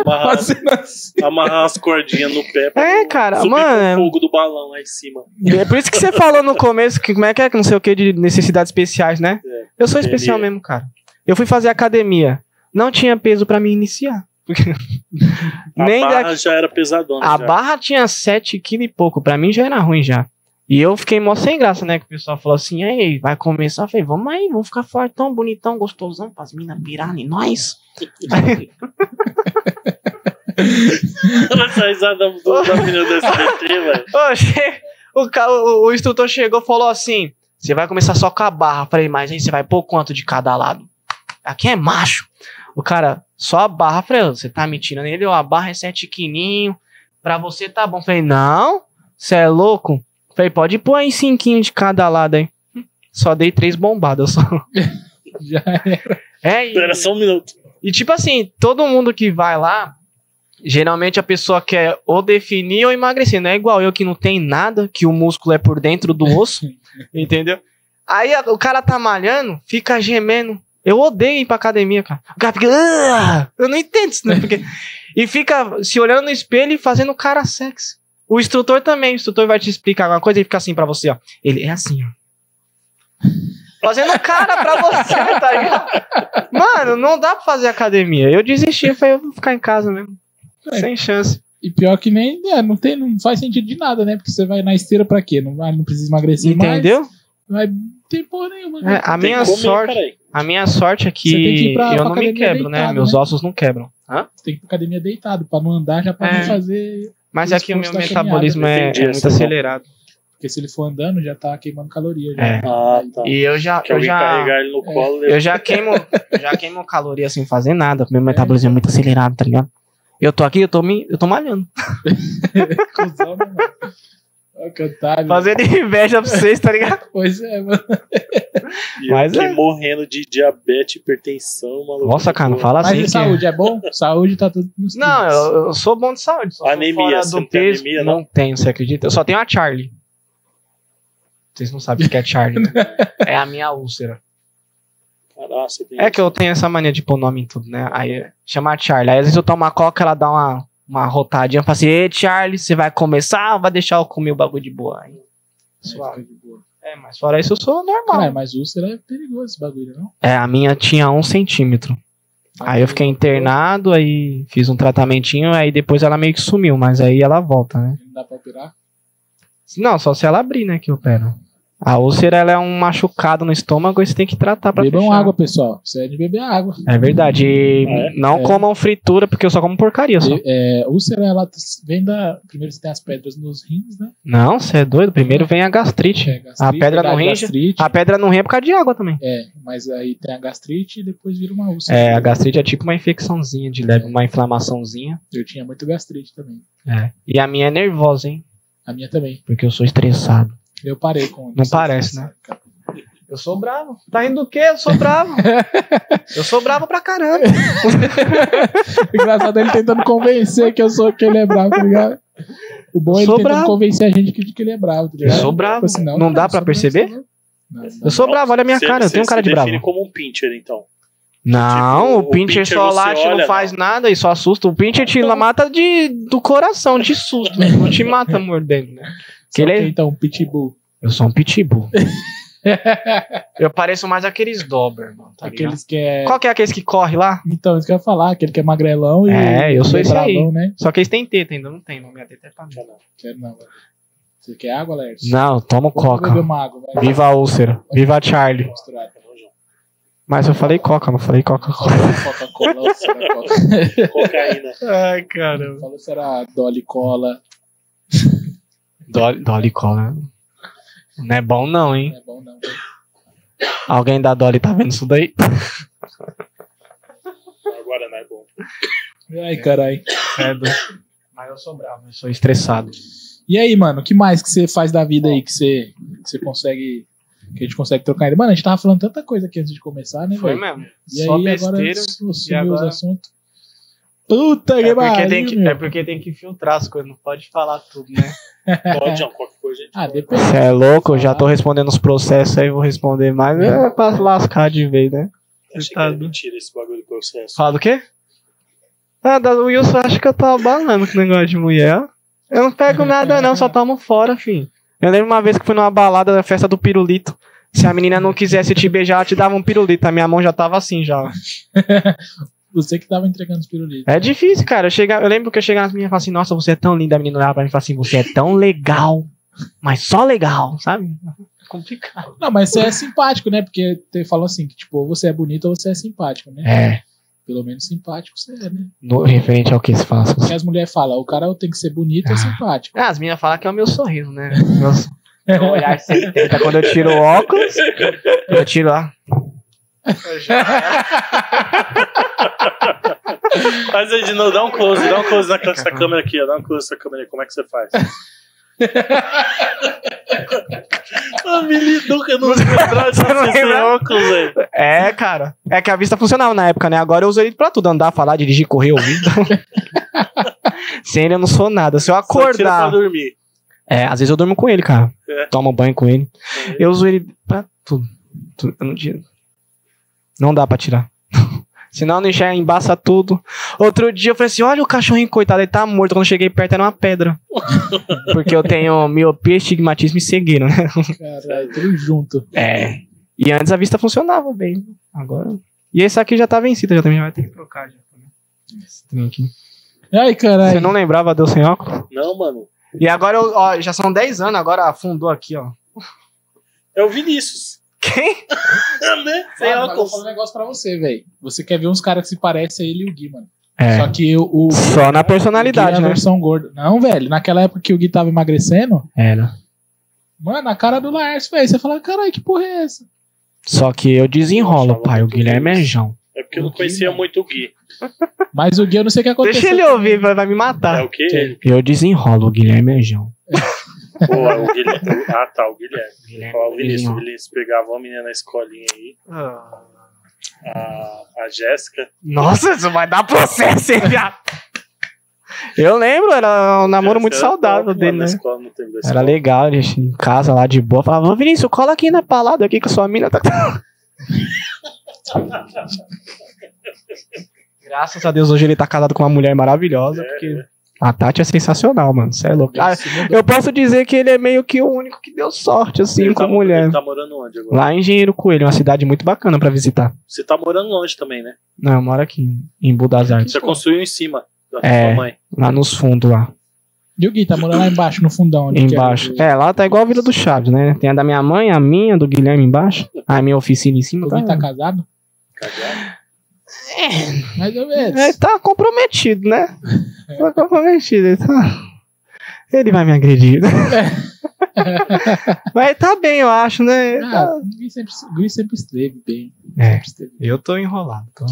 Speaker 2: Amarrar,
Speaker 1: fazendo assim.
Speaker 2: amarrar as cordinhas no pé. pra
Speaker 3: É,
Speaker 2: não
Speaker 3: cara,
Speaker 2: subir
Speaker 3: mano.
Speaker 2: Com o fogo do balão lá em cima.
Speaker 3: É por isso que você falou no começo que como é que é, que não sei o que, de necessidades especiais, né?
Speaker 2: É,
Speaker 3: eu sou especial
Speaker 2: entendi.
Speaker 3: mesmo, cara. Eu fui fazer academia, não tinha peso pra me iniciar.
Speaker 2: A
Speaker 3: Nem
Speaker 2: barra
Speaker 3: da-
Speaker 2: já era pesadona. já.
Speaker 3: A barra tinha 7 kg e pouco, pra mim já era ruim já. E eu fiquei mó sem graça, né? Que o pessoal falou assim, ei, vai começar. Eu falei, vamos aí, vamos ficar fortão, bonitão, gostosão, pras minas pirarem
Speaker 2: <laughs>
Speaker 3: em nós.
Speaker 2: <laughs> Essa risada do- da menina do SBT, velho.
Speaker 3: Ô, che- o, ca- o- o instrutor chegou e falou assim: você vai começar só com a barra. Falei, mas aí você vai pôr quanto de cada lado? Aqui é macho. O cara, só a barra. Falei, "Ô, você tá me tirando ele, ó, a barra é sete quininho. Pra você tá bom. Falei, não, você é louco? Falei, pode pôr aí cinquinho de cada lado aí. Só dei três bombadas só.
Speaker 1: Já é.
Speaker 3: É, e-
Speaker 2: Espera só um minuto.
Speaker 3: e tipo assim, todo mundo que vai lá, geralmente a pessoa quer ou definir ou emagrecer. Não é igual eu que não tem nada, que o músculo é por dentro do osso, entendeu? Aí a- o cara tá malhando, fica gemendo. Eu odeio ir pra academia, cara. O cara fica. "Ah!" Eu não entendo isso, né? Porque... E fica se olhando no espelho e fazendo cara sexy. O instrutor também, o instrutor vai te explicar alguma coisa e fica assim pra você, ó. Ele é assim, ó. Fazendo cara pra você, tá ligado? Mano, não dá pra fazer academia. Eu desisti, eu falei, eu vou ficar em casa mesmo.
Speaker 1: É.
Speaker 3: Sem chance.
Speaker 1: E pior que nem. é, não, tem, não faz sentido de nada, né? Porque você vai na esteira pra quê? Não, vai- não precisa emagrecer
Speaker 3: Entendeu?
Speaker 1: mais. Vai, não tem porra nenhuma.
Speaker 3: É,
Speaker 1: né?
Speaker 3: a,
Speaker 2: Tem
Speaker 3: minha
Speaker 2: que comer,
Speaker 3: sorte,
Speaker 2: caralho.
Speaker 3: a minha sorte é que,
Speaker 1: Você tem que ir pra-
Speaker 3: eu
Speaker 1: pra
Speaker 3: não me
Speaker 1: academia
Speaker 3: quebro, né?
Speaker 1: deitado,
Speaker 3: Meus
Speaker 1: né?
Speaker 3: ossos não quebram.
Speaker 1: Tem
Speaker 3: Hã?
Speaker 1: que tá ir pra academia deitado, pra não andar, já pra
Speaker 3: É.
Speaker 1: não fazer.
Speaker 3: Mas
Speaker 1: Isso
Speaker 3: é que o meu
Speaker 1: custa caminhada,
Speaker 3: metabolismo é,
Speaker 2: entendi
Speaker 3: é
Speaker 2: essa
Speaker 3: muito
Speaker 2: mão.
Speaker 3: acelerado.
Speaker 1: Porque se ele for andando, já tá queimando caloria. Já.
Speaker 3: É.
Speaker 2: Ah, tá.
Speaker 3: E eu já.
Speaker 2: Que
Speaker 3: Eu
Speaker 2: alguém
Speaker 3: já, é.
Speaker 2: carregar ele no colo.
Speaker 3: eu já queimo eu já queimo caloria sem fazer nada. Meu metabolismo é muito acelerado, tá ligado? Eu tô aqui, eu tô, me, eu tô malhando.
Speaker 1: <laughs> Cusão, né, mano? Olha que otário.
Speaker 3: Fazendo inveja pra vocês, tá ligado?
Speaker 1: Pois é, mano.
Speaker 2: E eu
Speaker 3: Mas
Speaker 2: aqui
Speaker 3: é.
Speaker 2: morrendo de diabetes, hipertensão, maluco.
Speaker 3: Nossa, cara, não fala
Speaker 1: Mas
Speaker 3: assim.
Speaker 1: e
Speaker 3: que-
Speaker 1: saúde, é bom? Saúde tá tudo nos
Speaker 3: Não,
Speaker 1: trinques.
Speaker 3: eu, eu sou bom de saúde. Só tô
Speaker 2: Anemia,
Speaker 3: fora
Speaker 2: você
Speaker 3: do
Speaker 2: tem
Speaker 3: peso.
Speaker 2: anemia,
Speaker 3: não? tenho, você acredita? Eu só tenho a Charlie. Vocês não sabem o que é Charlie.
Speaker 2: <laughs>
Speaker 3: né? é a minha úlcera.
Speaker 2: Caraca, tem-
Speaker 3: É que eu tenho essa mania de pôr nome em tudo, né? Aí chama a Charlie. Aí às vezes eu tomo uma coca, ela dá uma, uma rotadinha. Fala assim: Ei, Charlie, você vai começar ou vai deixar eu comer o bagulho de boa? Aí, suave.
Speaker 1: Fica de boa.
Speaker 3: É, mas fora isso eu sou normal.
Speaker 1: Caralho, mas úlcera é perigoso esse bagulho, não?
Speaker 3: É, a minha tinha um centímetro. Aí Ah, eu fiquei internado, aí fiz um tratamentinho, aí depois ela meio que sumiu, mas aí ela volta, né?
Speaker 1: Não dá pra operar?
Speaker 3: Não, só se ela abrir, né, que opera. A úlcera, ela é um machucado no estômago e você tem que tratar pra
Speaker 1: Bebam
Speaker 3: fechar.
Speaker 1: água, pessoal. Isso é de beber água.
Speaker 3: É verdade. E
Speaker 2: Ah, é?
Speaker 3: não
Speaker 1: É.
Speaker 3: comam fritura, porque eu só como porcaria. Só.
Speaker 1: E, é, úlcera, ela t- vem da. Primeiro você tem as pedras nos rins, né?
Speaker 3: Não, você é doido. Primeiro vem a gastrite.
Speaker 1: É, gastrite,
Speaker 3: pedra
Speaker 1: dá
Speaker 3: no rim já-
Speaker 1: gastrite,
Speaker 3: A pedra não rim é por causa de água também.
Speaker 1: É, mas aí tem a gastrite e depois vira uma úlcera.
Speaker 3: É, a gastrite é tipo uma infecçãozinha de leve, uma inflamaçãozinha.
Speaker 1: Eu tinha muito gastrite também.
Speaker 3: É. E a minha é nervosa, hein?
Speaker 1: A minha também.
Speaker 3: Porque eu sou estressado.
Speaker 1: Eu parei com
Speaker 3: Não parece, né? Eu sou bravo. Tá rindo do quê? Eu sou <laughs> bravo. eu sou bravo pra caramba.
Speaker 1: <laughs> Engraçado ele tentando convencer que eu sou que ele é bravo, tá ligado? O bom é ele
Speaker 3: Sou
Speaker 1: tentando
Speaker 3: bravo.
Speaker 1: convencer a gente que, que ele é bravo, tá
Speaker 3: Eu
Speaker 1: ligado?
Speaker 3: sou
Speaker 1: Tipo
Speaker 3: bravo.
Speaker 1: assim, cara,
Speaker 3: não dá
Speaker 1: eu
Speaker 3: pra
Speaker 1: sou bravo,
Speaker 3: perceber?
Speaker 1: sou bravo. Não, não.
Speaker 3: Eu sou bravo, olha a minha
Speaker 2: Você-
Speaker 3: cara. Eu tenho
Speaker 2: você
Speaker 3: cara
Speaker 2: se
Speaker 3: de bravo.
Speaker 2: define como um pincher, então.
Speaker 3: Não,
Speaker 2: Tipo,
Speaker 3: o Pincher só
Speaker 2: você
Speaker 3: late,
Speaker 2: olha,
Speaker 3: não faz nada e só assusta. O Pincher te la- mata de, do coração, de susto. né? Não te mata mordendo, né? Que
Speaker 1: Sou
Speaker 3: ele é-
Speaker 1: quem, então, um pitbull.
Speaker 3: Eu sou um pitbull. eu pareço mais aqueles Dober, mano. tá ligado?
Speaker 1: aqueles que é.
Speaker 3: Qual que é aqueles que corre lá?
Speaker 1: Então, isso que eu ia falar, aquele que é magrelão e.
Speaker 3: É, eu sou
Speaker 1: e
Speaker 3: esse aí.
Speaker 1: bravão, né?
Speaker 3: Só que eles têm teta, ainda não tem. Não, minha teta é pra mim.
Speaker 1: Quero não, velho. Você quer água, Lércio?
Speaker 3: Não, tomo
Speaker 1: Vou beber
Speaker 3: coca.
Speaker 1: uma água, vai.
Speaker 3: Viva a úlcera. Viva a Charlie.
Speaker 1: Misturado.
Speaker 3: Mas eu falei coca, não falei coca.
Speaker 1: Coca-Cola, úlcera, Coca.
Speaker 3: <laughs>
Speaker 2: Cocaína.
Speaker 3: Ai, caramba.
Speaker 1: Falou se era Dolly Cola.
Speaker 3: Dolly, Dolly Cola. Não é bom não, hein?
Speaker 1: Não é bom, não.
Speaker 3: Alguém da Dolly tá vendo isso daí?
Speaker 2: Agora não é bom.
Speaker 1: Ai, caralho.
Speaker 3: Mas eu sou bravo, eu sou estressado.
Speaker 1: E aí, mano, o que mais que você faz da vida aí que você, que você consegue. Que a gente consegue trocar ele? Mano, a gente tava falando tanta coisa aqui antes de começar, né,
Speaker 3: Foi
Speaker 1: velho?
Speaker 3: mesmo.
Speaker 1: E aí,
Speaker 3: Só
Speaker 1: agora
Speaker 3: besteira.
Speaker 1: su-
Speaker 3: e
Speaker 1: sumiu
Speaker 3: agora-
Speaker 1: os assuntos. Puta
Speaker 3: É
Speaker 1: que
Speaker 3: porque,
Speaker 1: pariu,
Speaker 3: tem que,
Speaker 1: meu.
Speaker 3: é porque tem que filtrar as coisas, não pode falar tudo, né?
Speaker 2: Pode, não, qualquer coisa a gente
Speaker 1: Ah,
Speaker 2: fala.
Speaker 1: depende.
Speaker 3: Você é louco, eu já tô respondendo os processos, aí eu vou responder mais. É pra lascar de vez, né?
Speaker 2: Achei que
Speaker 3: tá
Speaker 2: era
Speaker 3: doido.
Speaker 2: mentira esse bagulho do processo.
Speaker 3: Fala do quê? Ah, da o Wilson acha que eu tô abalando com o negócio de mulher. Eu não pego nada, não, só tomo fora, filho. Eu lembro uma vez que fui numa balada da festa do pirulito. Se a menina não quisesse te beijar, ela te dava um pirulito. A minha mão já tava assim já.
Speaker 1: Você que tava entregando os pirulitos.
Speaker 3: É difícil, cara. Eu, chega, eu lembro que eu chegava nas meninas e falava assim, nossa, você é tão linda. A menina olhava pra mim e falava assim, você é tão legal, mas só legal, sabe? É Complicado.
Speaker 1: Não, mas você é simpático, né? Porque você falou assim, que tipo, ou você é bonito ou você é simpático, né?
Speaker 3: É,
Speaker 1: Pelo menos simpático você é, né?
Speaker 3: no, referente ao que se fala.
Speaker 1: Porque as mulheres falam, o cara tem que ser bonito ou
Speaker 3: Ah.
Speaker 1: simpático.
Speaker 3: Ah, as meninas falam que é o meu sorriso, né? Nossa, meu olhar 70 quando eu tiro o óculos, eu tiro lá.
Speaker 2: Mas aí, de novo, dá um close, dá um close na- nessa câmera aqui, ó. Dá um close nessa câmera aí. Como é que você
Speaker 3: <laughs>
Speaker 2: faz? A Mili nunca não se lembrava
Speaker 3: <laughs>
Speaker 2: de
Speaker 3: Não
Speaker 2: você sem
Speaker 3: lembra?
Speaker 2: óculos, velho.
Speaker 3: É, cara. É que a vista funcionava na época, né? Agora eu uso ele pra tudo, andar, falar, dirigir, correr, ouvir. <laughs> Então... Sem ele eu não sou nada. Se eu
Speaker 2: Só tira pra
Speaker 3: acordar...
Speaker 2: dormir.
Speaker 3: É, às vezes eu durmo com ele, cara.
Speaker 2: É.
Speaker 3: Tomo banho com ele. Eu uso ele pra tudo. Tudo. Eu não tiro. Não dá pra tirar. <laughs> Senão não enxerga, embaça tudo. Outro dia eu falei assim: olha o cachorrinho, coitado, ele tá morto. Quando eu cheguei perto era uma pedra. Porque eu tenho miopia, estigmatismo e cegueira, né?
Speaker 1: Caralho, tudo junto.
Speaker 3: É. E antes a vista funcionava bem. Agora. E esse aqui já tá vencido, já também vai ter que trocar. Já. né? Esse trem aqui.
Speaker 1: Ai,
Speaker 3: Você
Speaker 1: caralho.
Speaker 3: não lembrava deu sem óculos?
Speaker 2: Não, mano.
Speaker 3: E agora, eu, ó, já são 10 anos, agora afundou aqui, ó.
Speaker 2: É o Vinícius.
Speaker 3: Quem?
Speaker 2: <laughs> né? Sem
Speaker 1: Mano, mas eu vou
Speaker 3: é
Speaker 2: óculos.
Speaker 1: falar um negócio pra você, velho. Você quer ver uns caras que se parecem a ele e o Gui, mano.
Speaker 3: É.
Speaker 1: Só que o. o
Speaker 3: Só na
Speaker 1: Gui
Speaker 3: personalidade,
Speaker 1: era a
Speaker 3: né?
Speaker 1: versão gorda. Não, velho. Naquela época que o Gui tava emagrecendo,
Speaker 3: Era.
Speaker 1: mano, a cara do Laércio, velho. Você fala, caralho, que porra é essa?
Speaker 3: Só que eu desenrolo,
Speaker 2: Nossa,
Speaker 3: pai. O
Speaker 2: muito
Speaker 3: Guilherme é
Speaker 2: bem.
Speaker 3: Jão.
Speaker 2: É porque eu
Speaker 1: O
Speaker 2: não
Speaker 1: Gui,
Speaker 2: conhecia
Speaker 1: mano.
Speaker 2: muito o Gui.
Speaker 1: Mas o Gui, eu não sei o que aconteceu.
Speaker 3: Deixa ele ouvir, vai vai me
Speaker 2: É
Speaker 3: matar.
Speaker 2: o quê?
Speaker 1: Sim.
Speaker 3: Eu desenrolo, o Guilherme é Jão.
Speaker 2: Pô, é o Guilherme. Ah, tá, o Guilherme.
Speaker 3: Guilherme é
Speaker 2: Ó, o Vinícius, o
Speaker 3: Jão.
Speaker 2: Vinícius pegava uma menina na escolinha aí, a, a Jéssica.
Speaker 3: Ah. Nossa, isso vai dar processo, hein, viado? Eu lembro, era um
Speaker 2: Jéssica
Speaker 3: namoro muito
Speaker 2: era
Speaker 3: saudável
Speaker 2: é top lá
Speaker 3: dele,
Speaker 2: na
Speaker 3: né?
Speaker 2: escola, no tempo da
Speaker 3: Era
Speaker 2: escola.
Speaker 3: legal, ele em casa lá de boa, falava, ô Vinícius, cola aqui na palada aqui que sua
Speaker 1: <laughs>
Speaker 3: mina tá. Graças a Deus hoje ele tá casado com uma mulher maravilhosa, porque a Tati é sensacional, mano. Você é louco. Ah, eu posso dizer que ele é meio que o único que deu sorte, assim,
Speaker 2: Ele
Speaker 3: com
Speaker 2: tá,
Speaker 3: mulher.
Speaker 2: Ele tá morando onde agora?
Speaker 3: Lá em Engenheiro Coelho, uma cidade muito bacana pra visitar.
Speaker 2: Você tá morando longe também, né?
Speaker 3: Não, eu moro aqui, em Budas das Artes,
Speaker 2: Você construiu em cima da
Speaker 3: É.
Speaker 2: sua mãe.
Speaker 3: lá nos fundos, lá.
Speaker 1: E o Gui tá morando lá embaixo, no fundão. onde que é
Speaker 3: Embaixo.
Speaker 1: o-
Speaker 3: É, lá tá igual a Vila do Chaves, né? Tem a da minha mãe, a minha, do Guilherme embaixo, a minha oficina em cima.
Speaker 1: O
Speaker 3: Tá, É.
Speaker 1: Gui tá casado?
Speaker 2: Cagado.
Speaker 1: Mais ou menos.
Speaker 3: Ele tá comprometido, né?
Speaker 1: É.
Speaker 3: Tá comprometido. Ele, tá- ele vai me
Speaker 1: <laughs>
Speaker 3: agredir. Mas tá bem, eu acho, né?
Speaker 1: Ah, o Gui sempre, o Gui sempre esteve bem.
Speaker 3: É.
Speaker 1: Sempre esteve
Speaker 3: Eu tô enrolado. Tô,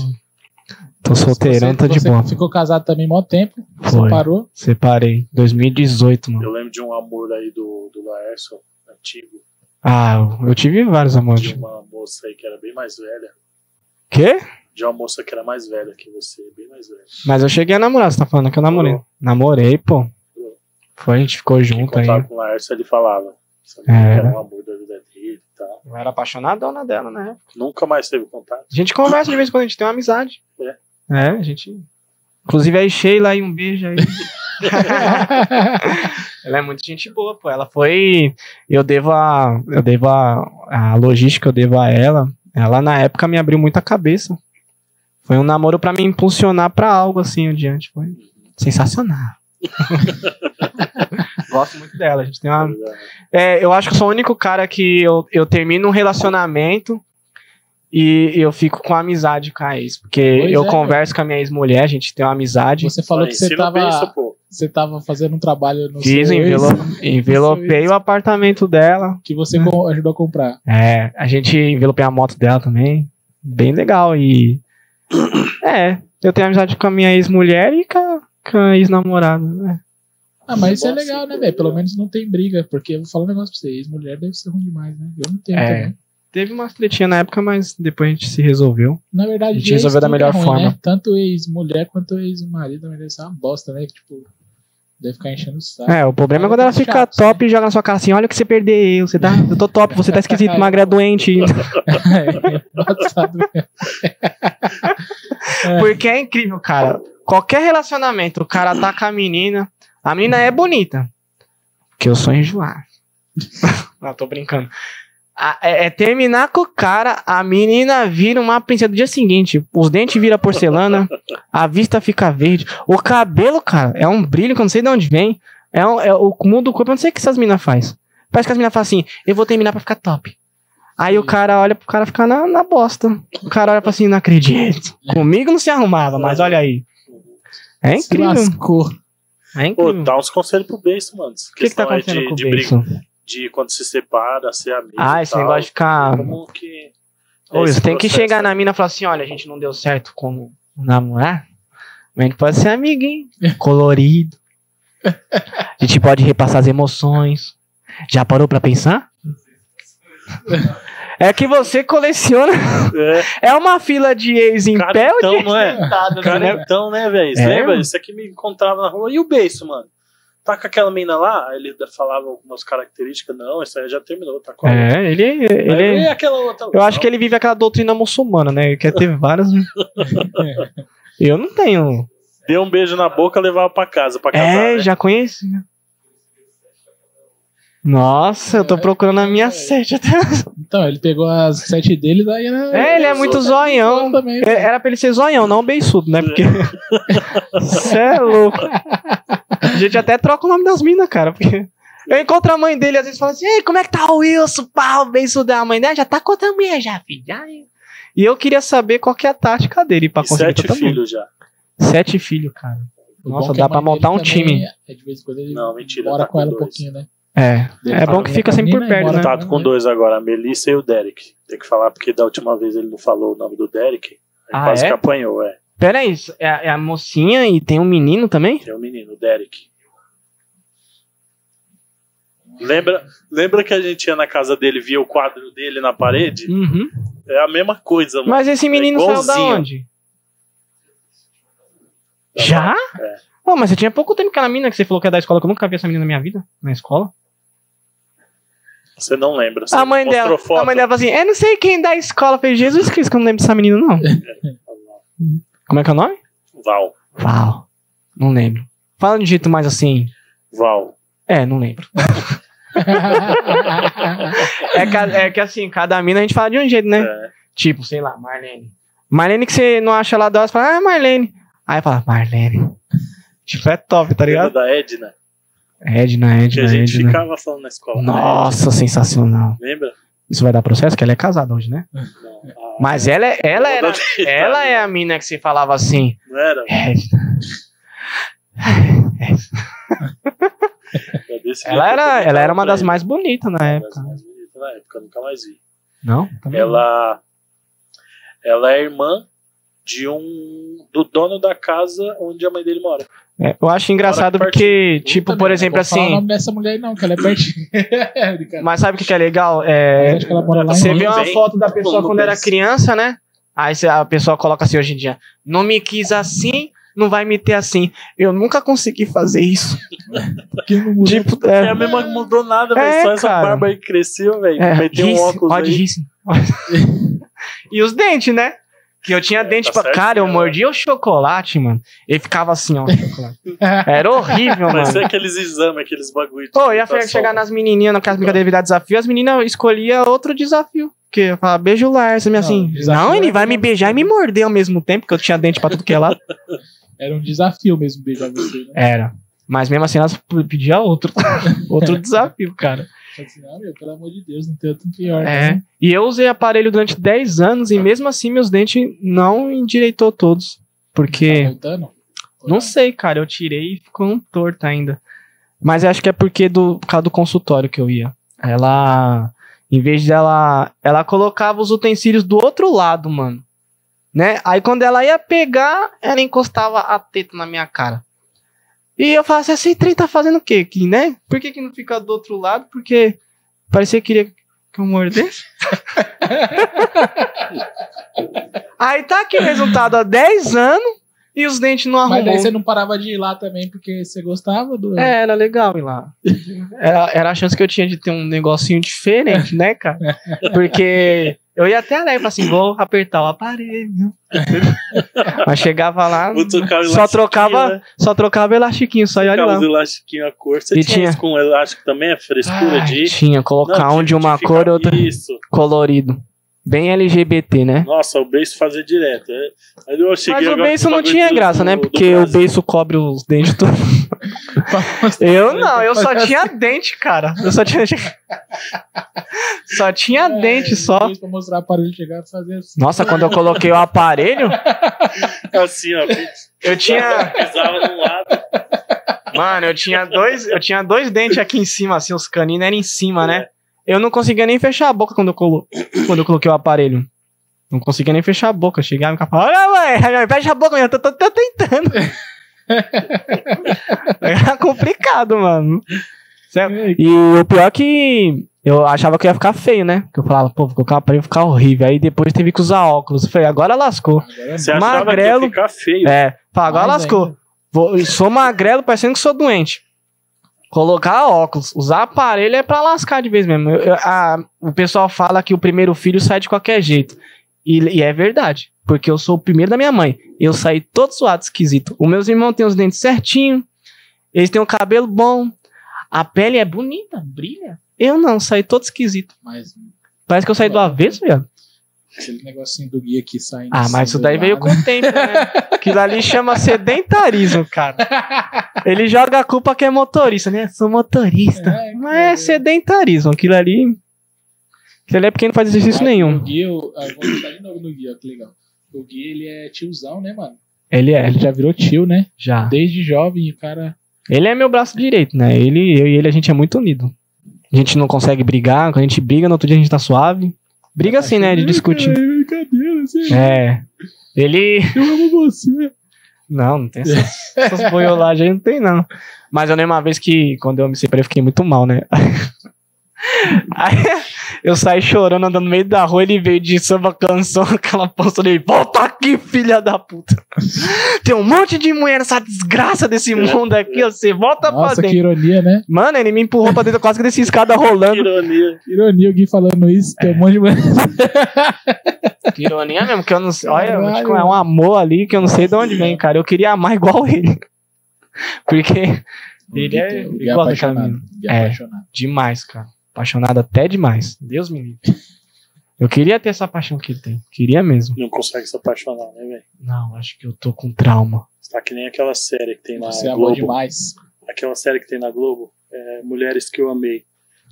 Speaker 3: tô solteirão, tô de
Speaker 1: você
Speaker 3: boa.
Speaker 1: Ficou casado também mó tempo,
Speaker 3: Foi.
Speaker 1: parou.
Speaker 3: Separei. 2018, mano.
Speaker 2: Eu lembro de um amor aí do, do Laércio, antigo.
Speaker 3: Ah, eu- eu tive vários amores.
Speaker 2: De uma moça aí que era bem mais velha.
Speaker 3: Quê?
Speaker 2: De uma moça que era mais velha que você, bem mais velha.
Speaker 3: Mas eu cheguei a namorar, você tá falando que eu namorei.
Speaker 2: Namorou.
Speaker 3: Namorei, pô. Foi, a gente ficou junto aí.
Speaker 2: Contava com o Laércio, ele falava. Sabia
Speaker 3: É.
Speaker 2: que era um amor da vida dele e tal.
Speaker 3: Eu era apaixonadona dela, né?
Speaker 2: Nunca mais teve contato.
Speaker 3: A gente conversa de vez em quando, a gente tem uma amizade.
Speaker 2: É.
Speaker 3: É, a gente. Inclusive aí, Sheila, aí um beijo aí. ela é muito gente boa, pô. Ela foi. Eu devo a. Eu devo a. A logística, eu devo a ela. Ela, na época, me abriu muita cabeça. Foi um namoro pra me impulsionar pra algo assim adiante. Foi
Speaker 1: <laughs>
Speaker 3: sensacional. Gosto muito dela. A gente tem uma, é, eu acho que eu sou o único cara que eu, eu termino um relacionamento e eu fico com amizade com a ex. Porque
Speaker 1: Pois
Speaker 3: eu
Speaker 1: é,
Speaker 3: converso com a minha ex-mulher, a gente tem uma amizade.
Speaker 1: Você falou que você
Speaker 2: Ensina bem
Speaker 1: tava,
Speaker 2: isso, pô.
Speaker 1: você tava fazendo um trabalho no
Speaker 3: Fiz,
Speaker 1: seu ex,
Speaker 3: envelo, envelopei o apartamento dela.
Speaker 1: que
Speaker 2: Né?
Speaker 1: você co- ajudou a comprar.
Speaker 3: É, a gente envelopei a moto dela também. Bem legal. E. É, eu tenho amizade com a minha ex-mulher e com a, com a ex-namorada. Né?
Speaker 1: Ah, mas isso é
Speaker 2: Nossa,
Speaker 1: legal, né,
Speaker 2: que
Speaker 1: velho? Pelo
Speaker 2: legal.
Speaker 1: menos não tem briga, porque eu vou falar um negócio pra vocês, mulher deve ser ruim demais, né? Eu não tenho
Speaker 3: É.
Speaker 1: também.
Speaker 3: Teve uma tretinha na época, mas depois a gente se resolveu.
Speaker 1: Na verdade,
Speaker 3: A gente
Speaker 1: ex
Speaker 3: resolveu da
Speaker 1: tudo é
Speaker 3: melhor forma.
Speaker 1: Né? Tanto ex-mulher quanto ex-marido, mas deve ser uma bosta, né? Tipo, deve ficar enchendo o saco.
Speaker 3: É, o problema é quando ela fica
Speaker 1: Chato,
Speaker 3: top e joga na sua cara assim, olha o que você perdeu, você tá, eu tô top, <laughs> você tá esquisito, magra doente.
Speaker 1: É, <laughs> embaçado mesmo.
Speaker 3: Porque é incrível, cara. Qualquer relacionamento, o cara tá com a menina, a menina é bonita. Porque eu sou enjoado. <laughs> Não, tô brincando. A- é, é terminar com o cara, a menina vira uma princesa do dia seguinte. Os dentes viram porcelana, a vista fica verde. O cabelo, cara, é um brilho que eu não sei de onde vem. É, um- é o mundo do corpo, eu não sei o que essas minas faz. Parece que as minas falam assim: eu vou terminar pra ficar top. Aí o cara olha pro cara ficar na, na bosta. O cara olha pra assim: não acredito. Comigo não se arrumava, mas olha aí. É
Speaker 1: Se
Speaker 3: incrível.
Speaker 1: lascou.
Speaker 3: É
Speaker 2: Pô,
Speaker 3: incrível.
Speaker 2: dá uns conselhos pro Benson, mano.
Speaker 3: O que, que tá acontecendo
Speaker 2: de,
Speaker 3: com o
Speaker 2: de briga,
Speaker 3: Benson?
Speaker 2: de quando se separa, ser amigo.
Speaker 3: Ah,
Speaker 2: e
Speaker 3: esse
Speaker 2: tal.
Speaker 3: negócio de ficar.
Speaker 2: Como que. é
Speaker 3: Ô,
Speaker 2: esse
Speaker 3: você tem que
Speaker 2: processo,
Speaker 3: chegar
Speaker 2: né?
Speaker 3: na mina e falar assim: olha, a gente não deu certo como namorar, mas a gente é pode ser amigo, <laughs> hein? Colorido. A gente pode repassar as emoções. Já parou pra <laughs> pensar? É que você coleciona.
Speaker 2: É,
Speaker 3: É uma fila de ex em pé ou de
Speaker 2: carentão, não é?
Speaker 3: sentado, né?
Speaker 2: Carentão, né, velho? Você
Speaker 3: É,
Speaker 2: lembra?
Speaker 3: mano.
Speaker 2: Isso aqui me encontrava na rua. E o Benson, mano? Tá com aquela mina lá? Aí ele falava algumas características. Não, isso aí já terminou, tá com a outra.
Speaker 3: É, ele,
Speaker 2: Aí,
Speaker 3: ele.
Speaker 2: e aquela outra.
Speaker 3: Eu acho
Speaker 2: Não,
Speaker 3: que ele vive aquela doutrina muçulmana, né? Ele quer ter <laughs> várias. Eu não tenho.
Speaker 2: Deu um beijo na boca levava pra casa, pra casar.
Speaker 3: É,
Speaker 2: né?
Speaker 3: já conheci. né? Nossa, eu tô procurando a minha sete até.
Speaker 1: Então, ele pegou as sete dele, daí era.
Speaker 3: É, ele é muito zoião.
Speaker 1: também.
Speaker 3: É, Era pra ele ser zoião, não beiçudo, né? Porque. <laughs> Cê é louco. A gente até troca o nome das minas, cara, porque. Eu encontro a mãe dele, às vezes fala assim: Ei, como é que tá o Wilson? Pá, o beiçudo da mãe dela já tá com outra mulher, já, filho. já, hein?" E eu queria saber qual que é a tática dele pra
Speaker 2: E
Speaker 3: conseguir
Speaker 2: sete
Speaker 3: outra mulher.
Speaker 2: filhos já.
Speaker 3: Sete filhos, cara.
Speaker 1: O
Speaker 3: Nossa,
Speaker 1: bom é que
Speaker 3: dá
Speaker 1: a
Speaker 3: pra
Speaker 1: mãe
Speaker 3: montar
Speaker 1: dele
Speaker 3: um
Speaker 1: também,
Speaker 3: time.
Speaker 1: é, de vez em quando ele
Speaker 2: Não, mentira,
Speaker 1: mora
Speaker 2: tá
Speaker 1: com ela um
Speaker 2: dois.
Speaker 1: pouquinho, né?
Speaker 3: É. É bom que
Speaker 1: Ele
Speaker 3: fica
Speaker 1: tá nem
Speaker 3: sempre por
Speaker 1: na
Speaker 3: perto,
Speaker 1: embora,
Speaker 3: né?
Speaker 1: tá?
Speaker 2: Tá com dois agora, a Melissa e o Derek. Tem que falar porque da última vez ele não falou o nome do Derek. Aí
Speaker 3: Ah,
Speaker 2: quase
Speaker 3: é?
Speaker 2: que apanhou, é.
Speaker 3: Pera aí, é, a- é a mocinha e tem um menino também?
Speaker 2: Tem um menino, o Derek. Lembra, lembra que a gente ia na casa dele e via o quadro dele na parede?
Speaker 3: Uhum.
Speaker 2: É a mesma coisa, mano.
Speaker 3: Mas esse menino saiu da
Speaker 2: igualzinho.
Speaker 3: onde? Já?
Speaker 2: É.
Speaker 3: Pô, mas você tinha pouco tempo que aquela mina que você falou que é da escola, que eu nunca vi essa menina na minha vida, na escola.
Speaker 2: Você não lembra. Você
Speaker 3: a mãe
Speaker 2: mostrou
Speaker 3: dela,
Speaker 2: foto.
Speaker 3: a mãe dela falou assim, é não sei quem da escola, eu falei, Jesus Cristo, que eu não lembro dessa menina não.
Speaker 2: É.
Speaker 3: Como é que é o nome?
Speaker 2: Val,
Speaker 3: Uau, não lembro. Fala de um jeito mais assim,
Speaker 2: Val.
Speaker 3: é, não lembro. É que, é que assim, cada mina a gente fala de um jeito, né?
Speaker 2: É.
Speaker 3: Tipo, sei lá, Marlene. Marlene que você não acha lá da hora, você fala, ah, Marlene. Aí fala, Marlene. Tipo, é top, tá
Speaker 2: Lembra
Speaker 3: ligado?
Speaker 2: da Edna?
Speaker 3: Edna,
Speaker 2: Que a
Speaker 3: Edna,
Speaker 2: gente
Speaker 3: Edna.
Speaker 2: ficava falando na escola. né?
Speaker 3: Nossa, sensacional.
Speaker 2: Lembra?
Speaker 3: Isso vai dar processo, que ela é casada hoje, né?
Speaker 2: Não. Ah,
Speaker 3: Mas ela, é- ela
Speaker 2: não
Speaker 3: era.
Speaker 2: dá-
Speaker 3: Ela é a mina que você falava assim.
Speaker 2: Não era?
Speaker 3: Edna.
Speaker 2: É desse
Speaker 3: Ela
Speaker 2: jeito que eu
Speaker 3: era, ela era uma das
Speaker 2: tava
Speaker 3: mais bonitas na
Speaker 2: pra ele.
Speaker 3: época.
Speaker 2: Uma das É, mais bonitas na época, eu nunca mais vi.
Speaker 3: Não? Também não.
Speaker 2: Ela, ela é irmã de um do dono da casa onde a mãe dele mora.
Speaker 3: É, eu acho engraçado
Speaker 2: Bora
Speaker 3: porque, <laughs> tipo,
Speaker 1: Também,
Speaker 3: por
Speaker 1: não
Speaker 3: exemplo,
Speaker 1: vou falar o
Speaker 3: assim.
Speaker 1: nome dessa mulher aí não, que ela é pertinho.
Speaker 3: <laughs>
Speaker 1: Brincadeira.
Speaker 3: Mas sabe o que que é legal? É,
Speaker 1: acho que ela mora lá
Speaker 3: Você
Speaker 1: em
Speaker 3: vê
Speaker 2: Não
Speaker 3: uma
Speaker 2: tem.
Speaker 3: foto da pessoa
Speaker 2: Não
Speaker 3: quando era
Speaker 2: tem.
Speaker 3: criança, né? Aí cê- a pessoa coloca assim hoje em dia: não me quis assim, não vai me ter assim. Eu nunca consegui fazer isso.
Speaker 1: Porque não mudou.
Speaker 3: <laughs> Tipo,
Speaker 2: É a
Speaker 3: é,
Speaker 2: mesma que mudou nada, velho.
Speaker 3: É,
Speaker 2: Só essa
Speaker 3: cara.
Speaker 2: barba aí que cresceu, velho.
Speaker 3: é,
Speaker 2: Meteu um
Speaker 3: rice,
Speaker 2: óculos
Speaker 3: pode
Speaker 2: aí.
Speaker 3: rice. <laughs> e os dentes, né? Que eu tinha
Speaker 2: É,
Speaker 3: dente
Speaker 2: tá
Speaker 3: pra.
Speaker 2: certo,
Speaker 3: Cara, eu
Speaker 2: né?
Speaker 3: mordia o chocolate, mano. Ele ficava assim, ó. o chocolate. <laughs> Era horrível,
Speaker 2: <laughs> Mas
Speaker 3: mano.
Speaker 2: é aqueles exames, aqueles bagulho. de
Speaker 3: Pô, e a
Speaker 2: imitação.
Speaker 3: feira chegar nas menininhas, naquelas brincadeiras de virar desafio, as meninas escolhiam outro desafio. Que eu falava, beijo o Lars, me assim.
Speaker 1: desafio
Speaker 3: Não, ele
Speaker 1: era-
Speaker 3: vai me beijar e me morder ao mesmo tempo, que eu tinha dente pra tudo que é lado.
Speaker 1: <laughs> Era um desafio mesmo beijar você, né?
Speaker 3: <laughs> Era. Mas mesmo assim, elas p- pediam outro, <laughs> outro desafio, cara.
Speaker 1: Falei assim, ah, meu, pelo amor de Deus, não tem outro pior.
Speaker 3: É.
Speaker 1: né?
Speaker 3: E eu usei aparelho durante 10 anos e mesmo assim meus dentes não endireitou todos.
Speaker 1: Tá
Speaker 3: Porque,
Speaker 1: voltando?
Speaker 3: não sei, cara, eu tirei e ficou um torto ainda. Mas eu acho que é porque do, por causa do consultório que eu ia. Ela, em vez dela, ela colocava os utensílios do outro lado, mano. Né? Aí quando ela ia pegar, ela encostava a teta na minha cara. E eu falava assim, esse trem tá fazendo o quê aqui, né? Por que, que não fica do outro lado? Porque parecia que queria que
Speaker 1: <laughs>
Speaker 3: eu mordesse. Aí tá aqui o resultado há 10 anos e os dentes não arrumam.
Speaker 1: Mas daí você não parava de ir lá também porque você gostava do. <laughs>
Speaker 3: É, era legal ir lá. Era, era a chance que eu tinha de ter um negocinho diferente, né, cara? Porque eu ia até lá e falava assim, vou apertar o aparelho. Mas chegava lá,
Speaker 2: Vou trocar o
Speaker 3: só
Speaker 2: elastiquinho,
Speaker 3: trocava,
Speaker 2: né?
Speaker 3: só trocava elastiquinho, só e olha
Speaker 2: Trocar
Speaker 3: lá.
Speaker 2: os elastiquinhos a cor. Você
Speaker 3: E
Speaker 2: tinha,
Speaker 3: tinha.
Speaker 2: isso com elástico também? A frescura
Speaker 3: Ai,
Speaker 2: de.
Speaker 3: Tinha, colocar
Speaker 2: Não,
Speaker 3: um de uma
Speaker 2: ficar-
Speaker 3: cor e outro
Speaker 2: Isso.
Speaker 3: colorido. Bem LGBT, né?
Speaker 2: Nossa, o beijo fazia direto. é. Aí eu cheguei
Speaker 3: Mas o
Speaker 2: agora
Speaker 3: beiço
Speaker 2: com
Speaker 3: não
Speaker 2: bagulho
Speaker 3: tinha
Speaker 2: do-
Speaker 3: graça, né?
Speaker 2: do
Speaker 3: Porque o
Speaker 2: Brasil.
Speaker 3: beiço cobre os dentes todos. <laughs> Eu não, eu só tinha dente, cara. Eu só tinha. <laughs> só tinha um dente só.
Speaker 1: É, Pra mostrar para ele chegar e fazer assim.
Speaker 3: Nossa, quando eu coloquei o aparelho,
Speaker 2: Assim, ó.
Speaker 3: eu tinha.
Speaker 2: Pisava num lado.
Speaker 3: Mano, eu tinha dois. Eu tinha dois dentes aqui em cima, assim, os caninos eram em cima, né? Eu não conseguia nem fechar a boca quando eu, colo... quando eu coloquei o aparelho. Não conseguia nem fechar a boca. Eu chegava e ficava falando, olha, mãe, fecha a boca, eu tô, tô- tô tentando. Era complicado, mano. Sério.
Speaker 1: Ei,
Speaker 3: E o pior é que eu achava que eu ia ficar feio, né? Porque eu falava, pô, vou colocar o aparelho, ia ficar horrível. Aí depois teve que usar óculos. Eu Falei, agora lascou.
Speaker 1: Agora
Speaker 2: Você achava que
Speaker 3: Magrelo.
Speaker 2: ia ficar feio.
Speaker 3: É, falei, agora
Speaker 1: Mais
Speaker 3: lascou.
Speaker 1: ainda.
Speaker 3: Vou- eu sou magrelo, parecendo que sou doente. Colocar óculos, usar aparelho é pra lascar de vez mesmo. Eu- eu- a- o pessoal fala que o primeiro filho sai de qualquer jeito. E, e é verdade, porque eu sou o primeiro da minha mãe. Eu saí todo suado, esquisito. Os meus irmãos têm os dentes certinho, eles têm o cabelo bom, a pele é bonita, brilha. Eu não, saí todo esquisito.
Speaker 1: Mas
Speaker 3: Parece que eu saí do avesso, viado.
Speaker 1: aquele negocinho do guia que sai.
Speaker 3: Ah, mas isso daí veio com o tempo, né? Aquilo ali chama sedentarismo, cara. Ele joga a culpa que é motorista, né? Sou motorista.
Speaker 1: <laughs> É,
Speaker 3: Mas é sedentarismo. Aquilo ali. Aquilo ali é porque não faz exercício
Speaker 1: Aí,
Speaker 3: nenhum.
Speaker 1: O Gui, eu, ah, eu vou botar de novo no Gui, ó, que legal. O Gui, ele é tiozão, né, mano?
Speaker 3: Ele é,
Speaker 1: Ele já virou tio, né?
Speaker 3: já.
Speaker 1: Desde jovem, o cara.
Speaker 3: Ele é meu braço direito, né? Ele, eu e ele, a gente é muito unido. A gente não consegue brigar, quando a gente briga, no outro dia a gente tá suave. Briga assim, né? De discutir.
Speaker 1: É brincadeira, assim,
Speaker 3: É. Ele.
Speaker 1: eu amo você.
Speaker 3: Não, não tem essas, essas boiolagens aí, não tem não. Mas eu lembro uma vez que, quando eu me separei, eu fiquei muito mal, né? <laughs> Aí eu saí chorando, andando no meio da rua, ele veio de samba canção, aquela posta dele, volta aqui, filha da puta. Tem um monte de mulher nessa desgraça desse mundo aqui, você volta Tá pra
Speaker 1: Nossa,
Speaker 3: dentro.
Speaker 1: que ironia, né?
Speaker 3: Mano, ele me empurrou pra dentro quase que desse escada
Speaker 2: Que
Speaker 3: rolando.
Speaker 2: ironia.
Speaker 1: Que ironia o Gui falando isso.
Speaker 3: É.
Speaker 1: Tem um monte de
Speaker 3: <laughs>
Speaker 1: mulher.
Speaker 3: Que ironia mesmo, que eu não sei. Olha, eu vou te
Speaker 1: Caralho.
Speaker 3: falar, é um amor ali que eu não sei de onde vem, cara. Eu queria amar igual ele. Porque ele é
Speaker 1: O Gui é
Speaker 3: igual daquela
Speaker 1: apaixonado.
Speaker 3: menina.
Speaker 1: O Gui
Speaker 3: É.
Speaker 1: é apaixonado.
Speaker 3: Demais, cara. Apaixonado até demais. Deus me livre. Eu queria ter essa paixão que ele tem. Queria mesmo.
Speaker 2: Não consegue se apaixonar, né, velho?
Speaker 3: Não, acho que eu tô com trauma.
Speaker 2: Você tá que nem aquela série que tem na
Speaker 1: Você é amor
Speaker 2: Globo.
Speaker 3: <laughs>
Speaker 1: demais.
Speaker 2: Aquela série que tem na Globo, é Mulheres que eu amei.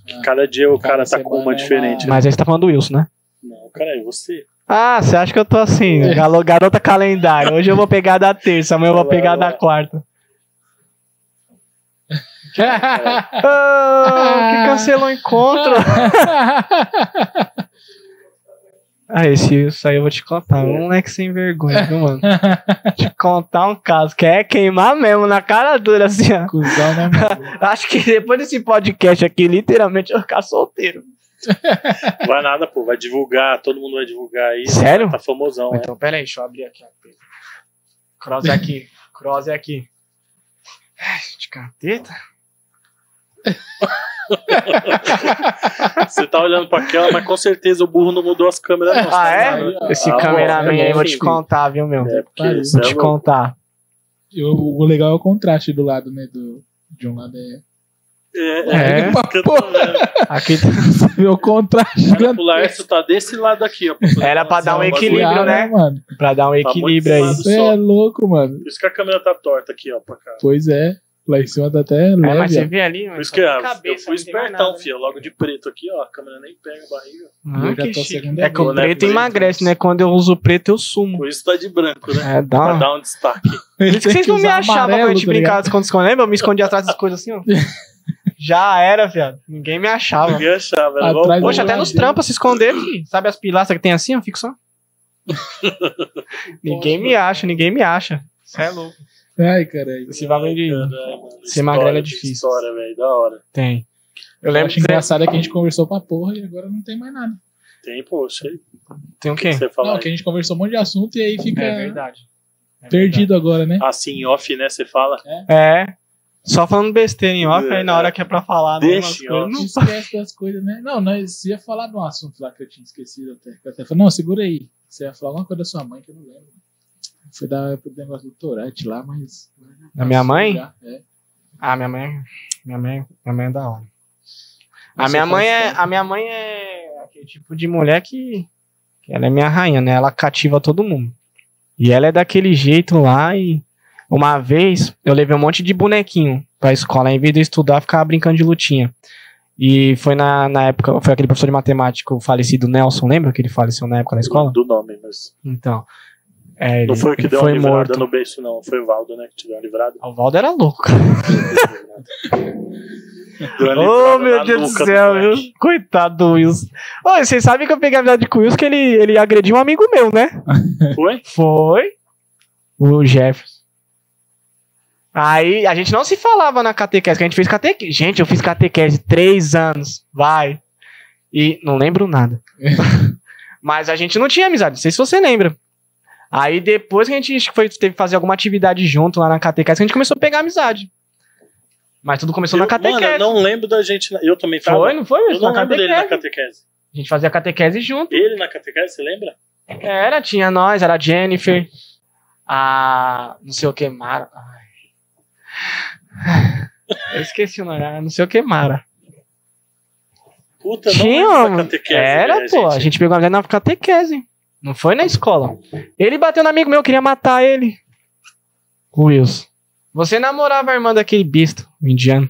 Speaker 2: Que cada dia o
Speaker 1: Ah. Cada
Speaker 2: cara tá com
Speaker 1: semana é
Speaker 2: uma
Speaker 1: uma-
Speaker 2: diferente.
Speaker 3: Mas aí você tá falando do Wilson, né?
Speaker 2: Não, cara, é você.
Speaker 3: Ah, você acha que eu tô assim, né? Galo- garota calendário. Hoje eu vou pegar da terça, amanhã eu vou
Speaker 2: Vai lá,
Speaker 3: pegar
Speaker 2: vai
Speaker 3: da
Speaker 2: lá.
Speaker 3: <laughs> quarta. Ah, que cancelou o encontro. Ah, esse isso aí eu vou te contar. Um moleque sem vergonha, viu, <laughs> mano? te contar um caso. Quer queimar mesmo na cara dura, assim,
Speaker 1: <laughs>
Speaker 3: ó.
Speaker 1: Cusão, né, mano?
Speaker 3: Acho que depois desse podcast aqui, literalmente, eu vou ficar solteiro.
Speaker 2: Não Vai nada, pô. Vai divulgar, todo mundo vai divulgar aí.
Speaker 3: Sério?
Speaker 2: Tá famosão, né?
Speaker 3: Então, pera aí, deixa eu abrir aqui. ó. Cross é aqui. <laughs> Cross é aqui. Ai, De cateta.
Speaker 2: Você tá olhando pra aquela, mas com certeza o burro não mudou as câmeras. não.
Speaker 3: Ah,
Speaker 1: Aí, ó.
Speaker 3: é? Esse
Speaker 2: Ah, bom,
Speaker 3: cameraman
Speaker 1: é
Speaker 3: aí,
Speaker 1: bom,
Speaker 3: vou te
Speaker 1: sim.
Speaker 3: contar, viu, meu?
Speaker 2: É,
Speaker 1: Pare,
Speaker 2: porque
Speaker 3: Vou
Speaker 2: você é
Speaker 3: te
Speaker 2: louco.
Speaker 3: contar.
Speaker 1: E o, o legal é o contraste do lado, né? Do, de um lado é. <laughs>
Speaker 2: É, é.
Speaker 3: É,
Speaker 1: Opa,
Speaker 2: Porque eu tô
Speaker 1: porra,
Speaker 2: vendo.
Speaker 3: aqui <laughs>
Speaker 1: você vê o contraste
Speaker 2: Cara,
Speaker 1: grande.
Speaker 2: o Laércio tá desse lado aqui, ó.
Speaker 3: Era pra dar um
Speaker 2: Bagulho.
Speaker 3: equilíbrio, né?
Speaker 1: mano?
Speaker 3: pra dar um
Speaker 2: Tá muito
Speaker 3: equilíbrio aí.
Speaker 2: zoado.
Speaker 1: Você é louco, mano.
Speaker 2: Por isso que a câmera tá torta aqui, ó, pra cá.
Speaker 1: Pois é. Lá em cima tá até
Speaker 3: É, mas tá
Speaker 1: leve.
Speaker 3: você
Speaker 1: ó.
Speaker 3: vê ali,
Speaker 2: Por
Speaker 3: mano.
Speaker 2: isso que ah, eu fui espertão, fio. Logo de preto aqui, ó. A câmera nem pega a barriga.
Speaker 1: Eu já tô a segunda
Speaker 3: É que o
Speaker 1: vez.
Speaker 2: né?
Speaker 3: preto emagrece, né? Quando eu uso preto, eu sumo.
Speaker 2: Por isso tá de branco, né?
Speaker 3: É, dá
Speaker 2: Pra
Speaker 3: uma...
Speaker 2: dar um destaque.
Speaker 1: Ele
Speaker 3: Por isso que
Speaker 1: tem
Speaker 3: vocês não
Speaker 1: que
Speaker 3: me
Speaker 1: usar
Speaker 3: achavam quando
Speaker 1: amarelo,
Speaker 3: a gente
Speaker 1: tá ligado?
Speaker 3: brincava de esconde-esconde. Lembra? Eu me escondia atrás das coisas <laughs> assim, ó. Já era, viado. Ninguém me <laughs> achava.
Speaker 2: Ninguém achava. Era igual
Speaker 1: Atrás
Speaker 2: o-
Speaker 3: Poxa, até nos trampas se esconder, filho. Sabe as pilastras que tem assim? Eu fico só. ninguém me acha, ninguém me acha. Você é louco. É.
Speaker 1: Ai, caralho.
Speaker 3: Esse
Speaker 2: é
Speaker 3: valor de.
Speaker 2: Caralho, mano,
Speaker 3: Ser magrelo é
Speaker 2: história,
Speaker 3: difícil.
Speaker 2: História, velho. Da hora.
Speaker 3: Tem. Eu
Speaker 1: Eu
Speaker 3: lembro
Speaker 1: acho
Speaker 3: que você-
Speaker 1: engraçado é que a gente conversou pra porra e agora não tem mais nada.
Speaker 2: Tem, poxa. aí,
Speaker 3: Tem o quê?
Speaker 2: Você fala
Speaker 1: Não,
Speaker 2: aí.
Speaker 1: que a gente conversou um monte de assunto e aí fica
Speaker 3: verdade. É
Speaker 1: perdido agora, né?
Speaker 2: assim, em off, né? Você fala.
Speaker 3: verdade. É. Só falando besteira em off, aí na hora que é pra falar, né,
Speaker 2: Deixa
Speaker 3: umas
Speaker 2: em
Speaker 1: A
Speaker 3: coisas,
Speaker 1: gente
Speaker 3: não
Speaker 1: esquece das coisas, né? Não, nós ia falar de um assunto lá que eu tinha esquecido até. que Eu até falei, não, segura aí. Você ia falar alguma coisa da sua mãe que eu não lembro. Foi da, pro negócio do Torete lá, mas.
Speaker 3: Da minha mãe?
Speaker 1: Já, é.
Speaker 3: Ah, minha mãe, minha mãe, minha mãe é da hora. A
Speaker 1: Você
Speaker 3: minha mãe
Speaker 1: faz
Speaker 3: é,
Speaker 1: tempo.
Speaker 3: a minha mãe é aquele tipo de mulher que, que ela é minha rainha, né? Ela cativa todo mundo. E ela é daquele jeito lá e uma vez eu levei um monte de bonequinho pra escola, em vez de eu estudar, eu ficava brincando de lutinha. E foi na, na época, foi aquele professor de matemática, o falecido Nelson, lembra que ele faleceu na época na escola?
Speaker 2: Do nome, mas.
Speaker 3: Então. é,
Speaker 2: Não
Speaker 3: ele-
Speaker 2: foi o que
Speaker 3: ele
Speaker 2: deu uma
Speaker 3: foi
Speaker 2: livrada
Speaker 3: morto.
Speaker 2: no beijo, não. Foi o Valdo, né? Que te deu uma livrada.
Speaker 3: O Valdo era louco.
Speaker 2: Deu uma livrada
Speaker 3: Ô, meu
Speaker 2: na
Speaker 3: Deus do
Speaker 2: nuca do
Speaker 3: céu, viu?
Speaker 2: moleque.
Speaker 3: Coitado do Wilson. Ô, vocês sabem que eu peguei a amizade com o Wilson que ele, ele agrediu um amigo meu, né?
Speaker 2: Foi?
Speaker 3: Foi. O Jefferson. Aí, a gente não se falava na catequese, que a gente fez catequese. Gente, eu fiz catequese três anos. Vai. E não
Speaker 2: <laughs>
Speaker 3: lembro nada. Mas a gente não tinha amizade, não sei se você lembra. Aí depois que a gente acho que foi, teve que fazer alguma atividade junto lá na catequese, que a gente começou a pegar amizade. Mas tudo começou na
Speaker 2: Eu-
Speaker 3: catequese.
Speaker 2: Mano, eu não lembro da gente. na- Eu também tava.
Speaker 3: Foi, não foi,
Speaker 2: Eu
Speaker 3: Wilson?
Speaker 2: não
Speaker 3: Na
Speaker 2: lembro dele né? na
Speaker 3: catequese.
Speaker 2: catequese.
Speaker 3: A gente fazia catequese junto.
Speaker 2: Ele na catequese, você lembra?
Speaker 3: Era, tinha nós, era a Jennifer, a. não sei o que, Mara. Ai. Eu esqueci o nome, era não sei o que, Mara.
Speaker 2: Puta, não
Speaker 3: tinha,
Speaker 2: lembro da
Speaker 3: mano.
Speaker 2: Então, catequese.
Speaker 3: era,
Speaker 2: velho,
Speaker 3: pô, a gente pegou a mulher na catequese. Não foi na escola. Ele bateu no amigo meu, eu queria matar ele. O Wilson. Você namorava a irmã daquele bisto, o indiano.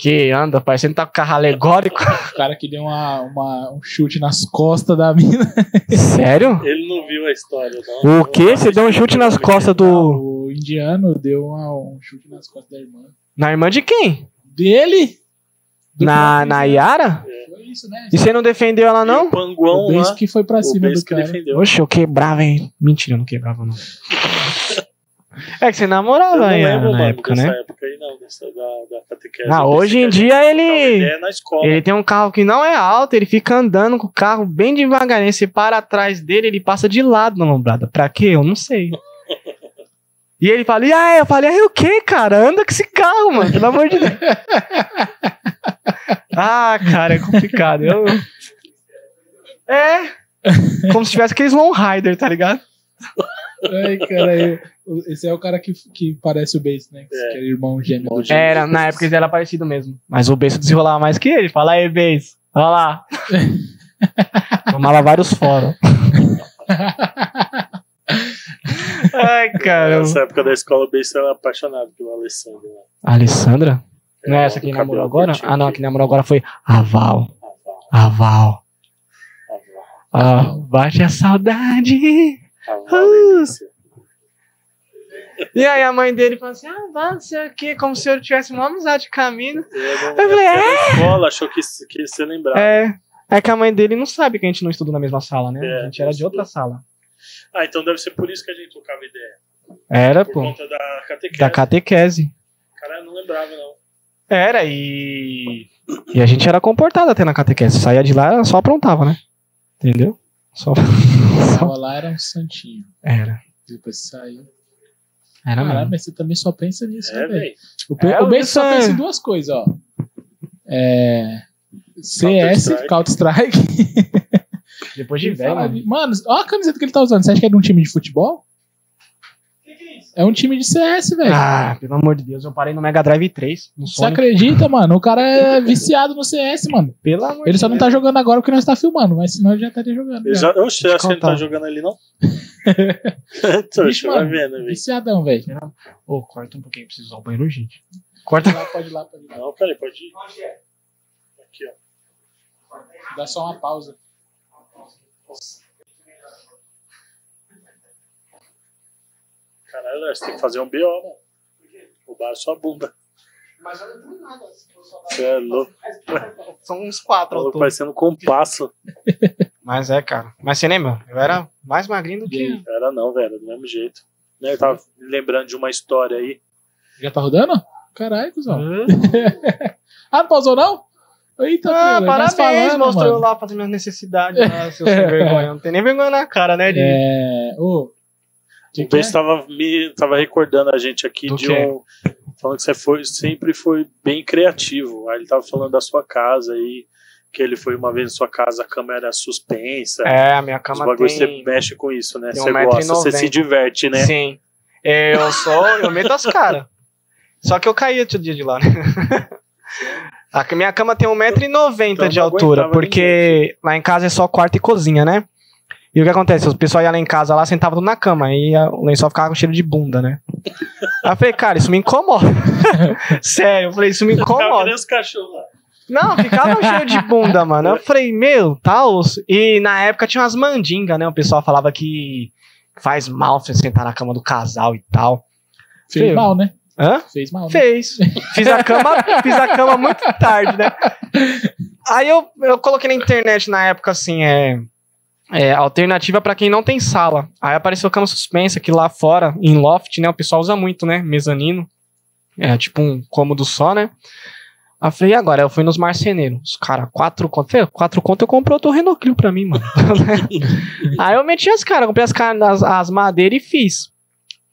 Speaker 3: Que anda, parecendo que tá com carro alegórico. <laughs>
Speaker 1: O um cara que deu uma, uma- um chute nas costas da
Speaker 3: <laughs>
Speaker 1: mina.
Speaker 3: Sério?
Speaker 2: Ele não viu a história, não.
Speaker 3: O quê? Você deu um chute nas costas do.
Speaker 1: O indiano deu uma- um chute nas costas da irmã.
Speaker 3: Na irmã de quem?
Speaker 1: Dele? Do
Speaker 3: Na,
Speaker 1: que-
Speaker 3: na Yara?
Speaker 1: Foi isso, né?
Speaker 3: E você não defendeu ela,
Speaker 2: E O
Speaker 3: não?
Speaker 2: panguão
Speaker 1: O Beis
Speaker 2: lá.
Speaker 1: que foi pra
Speaker 2: O
Speaker 1: cima do
Speaker 2: Beis que
Speaker 1: cara.
Speaker 2: defendeu.
Speaker 3: Oxe, eu quebrava, hein? Mentira, eu não quebrava, não. É que você
Speaker 2: Eu
Speaker 3: namorava
Speaker 2: não
Speaker 3: a Yara
Speaker 2: lembro,
Speaker 3: na
Speaker 2: mano,
Speaker 3: época,
Speaker 2: dessa
Speaker 3: né?
Speaker 2: época aí, não. Dessa, da, da catequese.
Speaker 3: Ah,
Speaker 2: Eu pensei
Speaker 3: hoje
Speaker 2: que
Speaker 3: em
Speaker 2: a
Speaker 3: dia
Speaker 2: gente
Speaker 3: ele.
Speaker 2: tava é na escola.
Speaker 3: Ele tem um carro que não é alto, ele fica andando com o carro bem devagarinho. Você para atrás dele, ele passa de lado na lombrada. Pra quê? Eu não sei. E ele fala, e aí? Eu falei, aí o quê, cara? Anda com esse carro, mano, pelo amor de Deus. ah, cara, é complicado. Eu... É. Como se tivesse aqueles long rider, tá ligado?
Speaker 1: Ai, cara, eu- esse é o cara que, que parece o Bass, né? Que
Speaker 2: É.
Speaker 1: é irmão gêmeo do Jim.
Speaker 3: Era, na época ele era parecido mesmo. Mas o Beijo desenrolava mais que ele. Fala aí, Beijo. Olha <laughs> lá. Tomava vários fora. <laughs> Ai, caramba.
Speaker 2: Nessa época da escola, o Beis era apaixonado pelo Alessandro. né?
Speaker 3: A Alessandra? Não é
Speaker 2: É,
Speaker 3: essa que
Speaker 2: do
Speaker 3: namorou
Speaker 2: cabelo
Speaker 3: agora?
Speaker 2: curtinho
Speaker 3: Ah, não, a
Speaker 2: aqui.
Speaker 3: que namorou agora foi a Val.
Speaker 2: Ah, vá,
Speaker 3: A Val.
Speaker 2: ah,
Speaker 3: Ah, bate a saudade.
Speaker 2: vá, ah, vá, delícia.
Speaker 3: E aí a mãe dele falou assim: Ah, Val, não sei o quê, como se eu tivesse uma amizade de caminho.
Speaker 2: Eu não-
Speaker 3: Eu falei, é?
Speaker 2: a escola achou que, que você lembrava.
Speaker 3: É. É que a mãe dele não sabe que a gente não estudou na mesma sala, né?
Speaker 2: É,
Speaker 3: a gente era de outra sala.
Speaker 2: Ah, então deve ser por isso que a gente trocava ideia.
Speaker 3: Era,
Speaker 2: Por
Speaker 3: pô.
Speaker 2: conta da catequese.
Speaker 3: É Da catequese.
Speaker 2: Cara, eu não lembrava, não.
Speaker 3: Era, e. E a gente era comportado até na catequese. Saía de lá, só aprontava, né? Entendeu? Só. <laughs> só-
Speaker 1: Tava lá, era um santinho.
Speaker 3: Era.
Speaker 1: Depois saiu.
Speaker 3: Era
Speaker 1: Caralho,
Speaker 3: mesmo.
Speaker 1: mas você também só pensa nisso,
Speaker 2: É,
Speaker 1: né, velho?
Speaker 2: velho.
Speaker 1: O, pe-
Speaker 3: É,
Speaker 1: o
Speaker 3: o
Speaker 1: Bass só
Speaker 3: Wilson
Speaker 1: pensa
Speaker 3: é-
Speaker 1: em duas coisas, ó. É. CS,
Speaker 2: Counter-Strike.
Speaker 1: Counter-Strike.
Speaker 3: Depois de velho. mano.
Speaker 1: Mano, olha a camiseta que ele tá usando. Você acha que é de um time de futebol? É um time de CS, velho.
Speaker 3: Ah, pelo amor de Deus, eu parei no Mega Drive 3. No
Speaker 1: Você
Speaker 3: Sony.
Speaker 1: acredita, mano? O cara é viciado no CS, mano.
Speaker 3: Pelo amor
Speaker 1: Ele só não tá jogando agora porque nós tá filmando, mas senão ele já estaria jogando.
Speaker 2: Eu
Speaker 1: né?
Speaker 2: já, oxe, acho que ele não tá
Speaker 3: contar.
Speaker 2: jogando ali,
Speaker 3: <laughs>
Speaker 2: não. Tô
Speaker 1: Vixe, mano.
Speaker 2: vai vendo, velho.
Speaker 1: Viciadão, velho.
Speaker 3: Ô, corta um pouquinho, preciso ir ao banheiro, gente. Corta.
Speaker 1: Lá, Pode ir lá, pode ir lá.
Speaker 2: Não, peraí, pode ir. Aqui, ó.
Speaker 1: Dá só uma pausa.
Speaker 2: Caralho, você tem que fazer um BO, mano. Roubaram sua bunda. Você é louco.
Speaker 3: São uns quatro ao
Speaker 2: Tava
Speaker 3: todo.
Speaker 2: parecendo um compasso.
Speaker 3: Mas é, cara. Mas você lembra? Eu era mais magrinho do que.
Speaker 2: Era não, velho, do mesmo jeito. Né, Eu tava me lembrando de uma história aí.
Speaker 1: Já tá rodando? Caralho, cuzão.
Speaker 3: Hã?
Speaker 1: Ah, não pausou não? Eita,
Speaker 3: Ah,
Speaker 1: filho, nós
Speaker 3: parabéns, mostrou eu
Speaker 1: tá mano.
Speaker 3: lá fazendo minhas necessidades. Ah, seu sem vergonha. Não tem nem vergonha na cara, né? De...
Speaker 1: É. Ô. que
Speaker 2: O
Speaker 1: que é?
Speaker 2: Bess tava, me, tava recordando a gente aqui
Speaker 3: Do
Speaker 2: de
Speaker 3: quê?
Speaker 2: um. Falando que você foi, sempre foi bem criativo. Aí ele tava falando da sua casa aí. Que ele foi uma vez na sua casa, a cama era suspensa.
Speaker 3: É, a minha
Speaker 2: Os
Speaker 3: cama
Speaker 2: bagulhos
Speaker 3: tem...
Speaker 2: você mexe com isso, né?
Speaker 3: tem
Speaker 2: Você
Speaker 3: 1,90.
Speaker 2: gosta, você se diverte, né?
Speaker 3: Sim. É, Eu sou... Eu meto as caras. Só que eu caí outro dia de lá, né? <laughs> A ca- minha cama tem 1,90m
Speaker 2: Então,
Speaker 3: de
Speaker 2: não
Speaker 3: altura,
Speaker 2: aguentava
Speaker 3: porque lá em casa é só quarto e cozinha, né? E o que acontece? O pessoal ia lá em casa, lá sentava tudo na cama, e a- o lençol ficava com cheiro de bunda, né? Aí eu falei, cara, isso me incomoda. <laughs> Sério, eu falei, isso me
Speaker 2: Tava
Speaker 3: incomoda.
Speaker 2: É nem os cachorros lá.
Speaker 3: Não, ficava cheio de bunda, mano. Eu falei, meu, tá osso. E na época tinha umas mandingas, né? O pessoal falava que faz mal você sentar na cama do casal e tal.
Speaker 1: Fez
Speaker 3: Fez.
Speaker 1: mal, né?
Speaker 3: Hã?
Speaker 1: Fez mal. Né?
Speaker 3: Fez. Fiz a
Speaker 1: <laughs>
Speaker 3: cama, fiz a cama muito tarde, né? Aí eu, eu coloquei na internet na época assim, é. é, alternativa pra quem não tem sala. Aí apareceu cama suspensa, que lá fora, em loft, né? O pessoal usa muito, né? Mezanino. É tipo um cômodo só, né? Aí eu falei, e agora? Eu fui nos marceneiros. Os caras, quatro conto. Falei, "Ah, quatro conto eu comprei outro Renoclio pra mim, mano. <laughs> Aí eu meti as caras, comprei as, caras- as, as madeiras e fiz.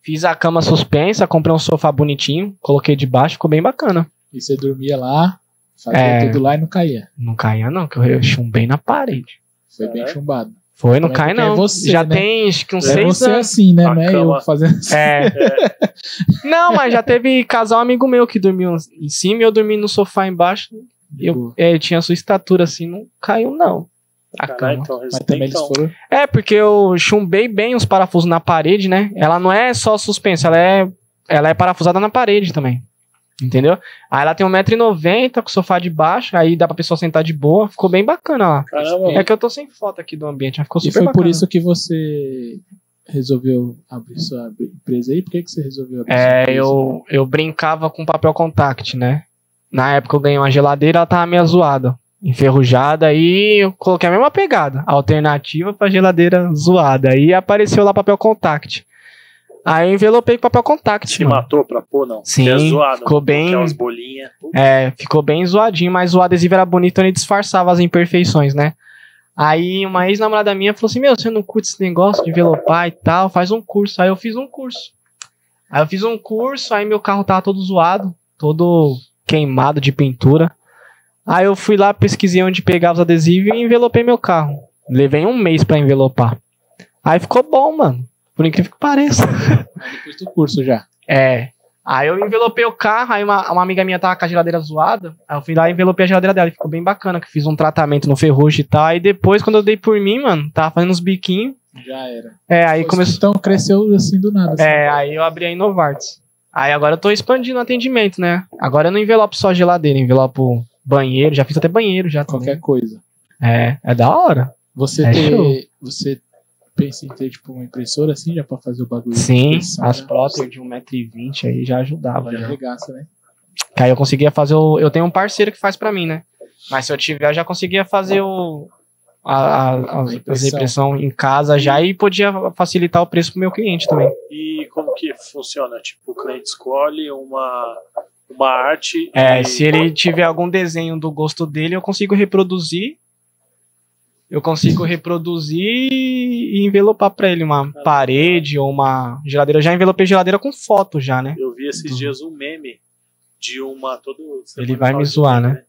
Speaker 3: Fiz a cama suspensa, comprei um sofá bonitinho, coloquei debaixo, ficou bem bacana.
Speaker 1: E você dormia lá, fazia
Speaker 3: É.
Speaker 1: tudo lá e não caía.
Speaker 3: Não caia não, que eu- eu chumbei na parede.
Speaker 1: Foi bem
Speaker 2: Caralho.
Speaker 1: chumbado.
Speaker 3: Foi, não
Speaker 1: Mas
Speaker 3: cai
Speaker 1: porque
Speaker 3: não.
Speaker 1: é você,
Speaker 3: já
Speaker 1: né?
Speaker 3: tem acho que uns
Speaker 1: É
Speaker 3: seis
Speaker 1: você
Speaker 3: anos.
Speaker 1: assim, né?
Speaker 2: A
Speaker 1: Não é
Speaker 2: cama.
Speaker 1: eu fazendo assim. <laughs>
Speaker 3: É. Não, mas já teve casal amigo meu que dormiu em cima e eu dormi no sofá embaixo. Eu, é, eu tinha a sua estatura assim, não caiu não. A
Speaker 2: Caralho,
Speaker 3: cama.
Speaker 2: então,
Speaker 1: Mas também eles
Speaker 2: então.
Speaker 1: foram.
Speaker 3: É, porque eu chumbei bem os parafusos na parede, né? Ela não é só suspensa, ela é, ela é parafusada na parede também. Entendeu? Aí ela tem 1,90m com sofá de baixo, aí dá pra pessoa sentar de boa. Ficou bem bacana lá.
Speaker 2: Caramba,
Speaker 3: É que eu tô sem foto aqui do ambiente, mas ficou
Speaker 1: E
Speaker 3: super
Speaker 1: foi
Speaker 3: bacana.
Speaker 1: por isso que você resolveu abrir sua empresa aí? Por que, que você resolveu abrir sua
Speaker 3: É,
Speaker 1: empresa?
Speaker 3: eu, eu brincava com papel contact, né? Na época eu ganhei uma geladeira, ela tava meio zoada, enferrujada, aí eu coloquei a mesma pegada, alternativa pra geladeira zoada. Aí apareceu lá papel contact. Aí eu envelopei com papel contact,
Speaker 6: Se
Speaker 3: mano.
Speaker 6: matou pra pôr, não.
Speaker 3: Sim,
Speaker 6: Que é zoado.
Speaker 3: ficou bem-
Speaker 6: Que é umas bolinhas.
Speaker 3: É, ficou bem zoadinho, mas o adesivo era bonito, ele disfarçava as imperfeições, né? Aí uma ex-namorada minha falou assim: Meu, você não curte esse negócio de envelopar e tal, faz um curso. Aí eu fiz um curso. Aí eu fiz um curso, aí meu carro tava todo zoado, todo queimado de pintura. Aí eu fui lá, pesquisei onde pegava os adesivos e envelopei meu carro. Levei um mês pra envelopar. Aí ficou bom, mano. Por incrível que pareça.
Speaker 1: Depois do curso já.
Speaker 3: É. Aí eu envelopei o carro, aí uma, uma amiga minha tava com a geladeira zoada. Aí eu fui lá e envelopei a geladeira dela. e Ficou bem bacana, que fiz um tratamento no ferrugem e tal. Aí depois, quando eu dei por mim, mano, tava fazendo uns biquinhos.
Speaker 1: Já era.
Speaker 3: É, aí começou.
Speaker 1: Então cresceu assim do nada. assim.
Speaker 3: É, aí eu abri a Inovartis. Aí agora eu tô expandindo o atendimento, né? Agora eu não envelopo só a geladeira, eu envelopo banheiro, já fiz até banheiro já também.
Speaker 1: Qualquer coisa.
Speaker 3: É, é da hora.
Speaker 1: Você
Speaker 3: É
Speaker 1: ter.
Speaker 3: show.
Speaker 1: Você pensa em ter, tipo, uma impressora assim já pra fazer o bagulho. de
Speaker 3: Sim,
Speaker 1: impressão,
Speaker 3: as
Speaker 1: né?
Speaker 3: próteses tá de 1,20m aí já ajudava.
Speaker 1: Já
Speaker 3: Já.
Speaker 1: arregaça, né?
Speaker 3: Que aí eu conseguia fazer o. Eu tenho um parceiro que faz pra mim, né? Mas se eu tiver, eu já conseguia fazer o. A, a, a- as
Speaker 1: impressão.
Speaker 3: impressão em casa já e podia facilitar o preço pro meu cliente também.
Speaker 6: E como que funciona? Tipo, o cliente escolhe uma, uma arte.
Speaker 3: É,
Speaker 6: e-
Speaker 3: se ele tiver algum desenho do gosto dele, eu consigo reproduzir. Eu consigo reproduzir e envelopar pra ele uma parede ou uma geladeira. Eu já envelopei geladeira com foto já, né?
Speaker 6: Eu vi esses dias um meme de uma. Todo,
Speaker 3: Ele vai me zoar, né?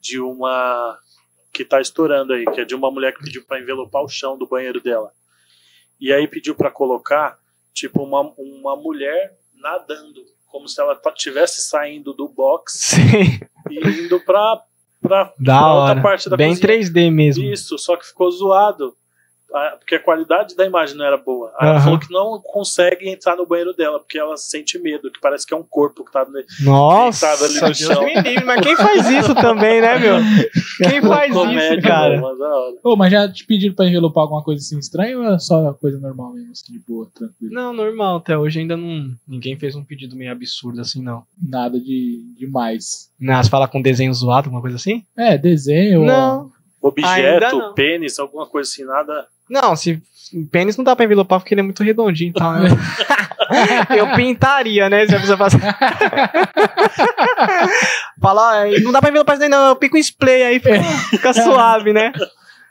Speaker 6: De uma. Que tá estourando aí, que é de uma mulher que pediu pra envelopar o chão do banheiro dela. E aí pediu pra colocar, tipo, uma, uma mulher nadando. Como se ela estivesse saindo do box
Speaker 3: Sim,
Speaker 6: e indo pra, pra,
Speaker 3: <laughs> da
Speaker 6: pra
Speaker 3: hora.
Speaker 6: parte da
Speaker 3: Bem
Speaker 6: cozinha.
Speaker 3: 3D mesmo.
Speaker 6: Isso, só que ficou zoado. Ah, Porque a qualidade da imagem não era boa. Aí Ela
Speaker 3: Aham.
Speaker 6: falou que não consegue entrar no banheiro dela, porque ela sente medo, que parece que é um corpo que tá. ne-
Speaker 3: Nossa,
Speaker 6: Deitado ali no
Speaker 3: Deus
Speaker 6: chão.
Speaker 3: me livre, mas quem faz isso também, né, meu? Quem faz
Speaker 6: Comédia,
Speaker 3: isso, cara?
Speaker 6: Mas, é da hora.
Speaker 1: Ô, mas já te pediram pra envelopar alguma coisa assim estranha ou é só coisa normal mesmo, assim, de boa, tranquilo?
Speaker 3: Não, normal, até hoje ainda não. Ninguém fez um pedido meio absurdo assim, não.
Speaker 1: Nada de demais.
Speaker 3: Não, você fala com desenho zoado, alguma coisa assim?
Speaker 1: É, desenho.
Speaker 3: Não. Ainda
Speaker 6: Objeto,
Speaker 3: não.
Speaker 6: pênis, alguma coisa assim, nada.
Speaker 3: Não, se. Pênis não dá pra envelopar porque ele é muito redondinho e tal. <laughs> né? Eu pintaria, né? Se a pessoa faz. <laughs> Fala, "Ah, não dá pra envelopar isso daí, não. Eu pico um spray aí, fica, fica suave, né?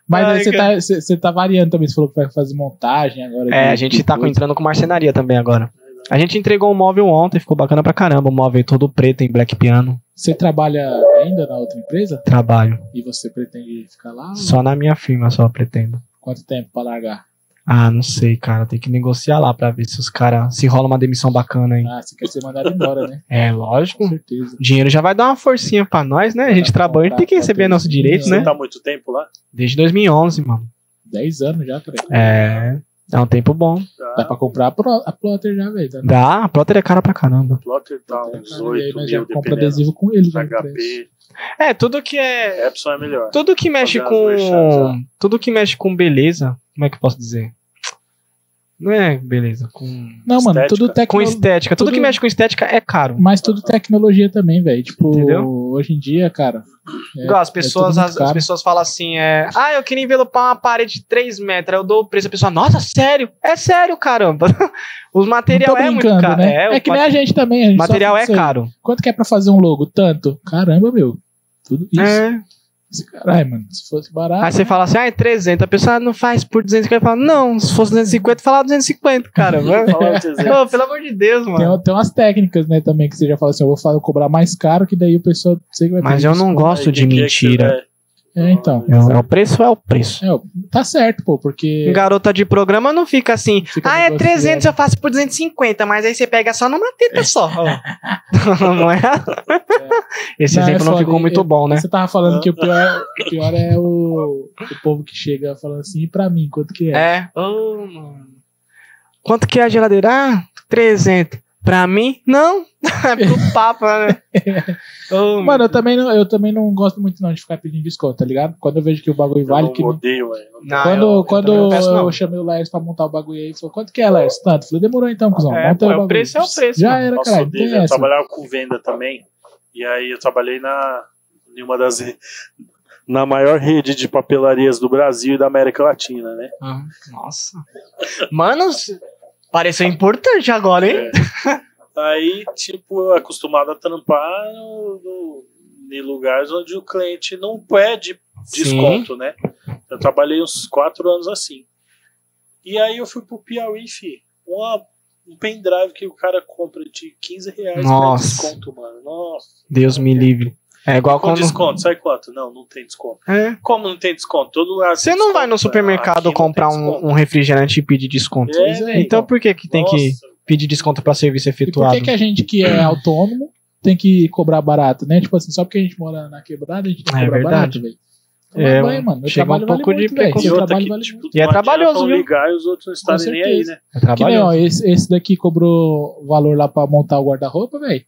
Speaker 1: Mas aí
Speaker 3: Ai,
Speaker 1: você
Speaker 3: cara.
Speaker 1: tá, você- você tá variando também. Você falou que vai fazer montagem agora.
Speaker 3: É,
Speaker 1: de-
Speaker 3: a gente
Speaker 1: de
Speaker 3: tá com-
Speaker 1: coisa.
Speaker 3: entrando com marcenaria também agora. A gente entregou um móvel ontem, ficou bacana pra caramba. Um móvel todo preto em black piano.
Speaker 1: Você trabalha ainda na outra empresa?
Speaker 3: Trabalho.
Speaker 1: E você pretende ficar lá?
Speaker 3: Só na minha firma, só pretendo.
Speaker 1: Quanto tempo pra largar?
Speaker 3: Ah, não sei, cara. Tem que negociar lá pra ver se os caras. Se rola uma demissão bacana aí.
Speaker 1: Ah, você quer ser mandado embora, né?
Speaker 3: É,
Speaker 1: Com
Speaker 3: <laughs> lógico.
Speaker 1: certeza.
Speaker 3: Dinheiro já vai dar uma forcinha pra nós, né? A gente
Speaker 1: Tá
Speaker 3: trabalha, a gente tem que
Speaker 1: bom, tá
Speaker 3: receber
Speaker 1: bom.
Speaker 3: nossos direitos,
Speaker 1: Você
Speaker 6: Você
Speaker 3: né?
Speaker 6: tá há muito tempo lá?
Speaker 3: Desde 2011, mano.
Speaker 1: Dez anos já, peraí.
Speaker 3: É. É um tempo bom.
Speaker 1: Dá pra comprar a, pro, a plotter já, velho. Dá
Speaker 3: Dá, a Plotter é cara pra caramba.
Speaker 6: Plotter tá
Speaker 1: pra
Speaker 6: uns
Speaker 1: caralho, e aí
Speaker 6: 8
Speaker 1: nós já
Speaker 6: mil,
Speaker 1: compra
Speaker 6: dependendo.
Speaker 1: adesivo com ele. já no preço.
Speaker 6: HP,
Speaker 3: É, tudo que é.
Speaker 6: Epson é
Speaker 3: <laughs>
Speaker 6: melhor.
Speaker 3: Tudo que mexe
Speaker 6: Fazer as é. merchan,
Speaker 3: com. Tudo que mexe com beleza. Como é que eu posso dizer? Não é beleza. Com,
Speaker 1: Não, mano,
Speaker 6: Estética.
Speaker 1: tudo
Speaker 3: com
Speaker 1: tecnologia.
Speaker 3: estética. Tudo,
Speaker 1: tudo-
Speaker 3: que mexe com estética é caro.
Speaker 1: Mas tudo tecnologia também, velho. Tipo,
Speaker 3: Entendeu?
Speaker 1: hoje em dia, cara. é-
Speaker 3: Igual as
Speaker 1: tudo
Speaker 3: pessoas,
Speaker 1: muito
Speaker 3: as,
Speaker 1: caro.
Speaker 3: as pessoas falam assim: é, ah, eu queria envelopar uma parede de 3 metros. Aí Eu dou o preço, a pessoa, nossa, sério? É sério, caramba. <laughs> Os
Speaker 1: Não
Speaker 3: material
Speaker 1: tô
Speaker 3: é muito
Speaker 1: brincando,
Speaker 3: caro.
Speaker 1: né? É,
Speaker 3: o
Speaker 1: que nem a gente também. A gente só
Speaker 3: material é
Speaker 1: fica isso aí.
Speaker 3: caro.
Speaker 1: Quanto que é pra fazer um logo? Tanto. Caramba, meu. Tudo isso.
Speaker 3: É.
Speaker 1: Esse Caralho, mano. Se fosse barato.
Speaker 3: Aí você fala assim, ah, é 300. A pessoa não faz por 250. Fala, não, se fosse 250, fala 250,
Speaker 1: <laughs>
Speaker 3: cara.
Speaker 6: Fala pra vocês aí.
Speaker 3: Pô, pelo amor de Deus, mano.
Speaker 1: Tem, tem umas técnicas, né, também, que você já fala assim, eu vou fa- cobrar mais caro, que daí o pessoal sei que vai
Speaker 3: Mas
Speaker 1: pedir
Speaker 3: eu não
Speaker 1: desconto.
Speaker 3: gosto
Speaker 6: Aí,
Speaker 3: de
Speaker 6: que que é que
Speaker 3: mentira.
Speaker 6: você vai-
Speaker 1: É, então.
Speaker 3: É o- é o preço é o preço.
Speaker 1: É, ó, tá certo, pô, porque.
Speaker 3: Garota de programa não fica assim.
Speaker 1: Fica
Speaker 3: Ah, é
Speaker 1: negociando.
Speaker 3: 300, eu faço por 250, mas aí você pega só numa teta só. <laughs> não é? Esse
Speaker 1: Não, é
Speaker 3: exemplo não
Speaker 1: foda,
Speaker 3: ficou
Speaker 1: é-
Speaker 3: muito bom, né?
Speaker 1: Você tava falando que o pior, o pior é o, o povo que chega falando assim, e pra mim, quanto que é?
Speaker 3: É. Ô, mano. Quanto que é a geladeira? Ah, 300. Pra mim, não. <laughs> É pro Papa, né? Ô, meu
Speaker 1: Mano, eu também, não, eu também não gosto muito não de ficar pedindo desconto, tá ligado? Quando eu vejo que o bagulho
Speaker 2: Eu
Speaker 1: vale...
Speaker 2: não
Speaker 1: Que...
Speaker 2: odeio, velho.
Speaker 3: Não,
Speaker 1: quando
Speaker 3: Ah, eu- eu
Speaker 1: quando
Speaker 3: também
Speaker 1: eu,
Speaker 3: não peço, não.
Speaker 1: chamei o Laércio pra montar o bagulho aí, ele falou, quanto que é, Laércio? Tanto. Eu falei, demorou então, cuzão.
Speaker 3: É,
Speaker 1: monta o
Speaker 3: pô, é o
Speaker 1: bagulho."
Speaker 3: preço é o preço,
Speaker 1: Já
Speaker 3: mano.
Speaker 1: era,
Speaker 2: Nossa,
Speaker 1: caralho.
Speaker 2: odeio.
Speaker 1: tem
Speaker 2: Eu
Speaker 1: essa.
Speaker 2: trabalhava com venda também. E aí eu trabalhei na em uma das re- na maior rede de papelarias do Brasil e da América Latina, né?
Speaker 3: Ah, Nossa. Manos, pareceu importante agora, hein?
Speaker 2: É. Aí, tipo, eu acostumado a trampar no- no- em lugares onde o cliente não pede
Speaker 3: Sim.
Speaker 2: desconto, né? Eu trabalhei uns quatro anos assim. E aí eu fui pro Piauí, fi. Uma- um pendrive que o cara compra de 15 reais pra
Speaker 3: Nossa.
Speaker 2: desconto, mano. Nossa.
Speaker 3: Deus me livre. É igual
Speaker 2: Com
Speaker 3: quando.
Speaker 2: desconto, sai quanto? Não, não tem desconto.
Speaker 3: É.
Speaker 2: Como não tem desconto? Todo lugar.
Speaker 3: Você
Speaker 2: tem
Speaker 3: não vai
Speaker 2: desconto,
Speaker 3: no
Speaker 1: Ah,
Speaker 3: supermercado
Speaker 2: aqui não
Speaker 3: comprar
Speaker 2: tem desconto.
Speaker 3: um, um refrigerante e pedir desconto.
Speaker 2: É, velho.
Speaker 3: então por que, que tem que
Speaker 2: Nossa,
Speaker 3: pedir desconto pra serviço
Speaker 1: né, E por
Speaker 3: efetuado?
Speaker 1: que, que a gente que é autônomo tem que cobrar barato, né? Tipo assim, só porque a gente mora na quebrada, a gente tem que
Speaker 3: É
Speaker 1: cobrar
Speaker 3: verdade.
Speaker 1: barato, velho.
Speaker 3: É,
Speaker 1: Tomar banho, mano. Meu
Speaker 3: chega um
Speaker 1: trabalho vale
Speaker 3: pouco de
Speaker 1: muito, velho.
Speaker 2: E
Speaker 1: Seu
Speaker 3: preconceito.
Speaker 2: outra
Speaker 1: trabalho
Speaker 2: que,
Speaker 1: vale
Speaker 2: tipo,
Speaker 1: muito.
Speaker 3: E é
Speaker 2: não adianta
Speaker 3: trabalhoso,
Speaker 2: eu
Speaker 3: viu?
Speaker 2: ligar e os outros não estarem nem aí,
Speaker 1: certeza.
Speaker 2: né?
Speaker 3: É
Speaker 1: Que nem,
Speaker 3: trabalhoso.
Speaker 1: ó, esse, esse daqui cobrou valor lá pra montar o guarda-roupa, velho.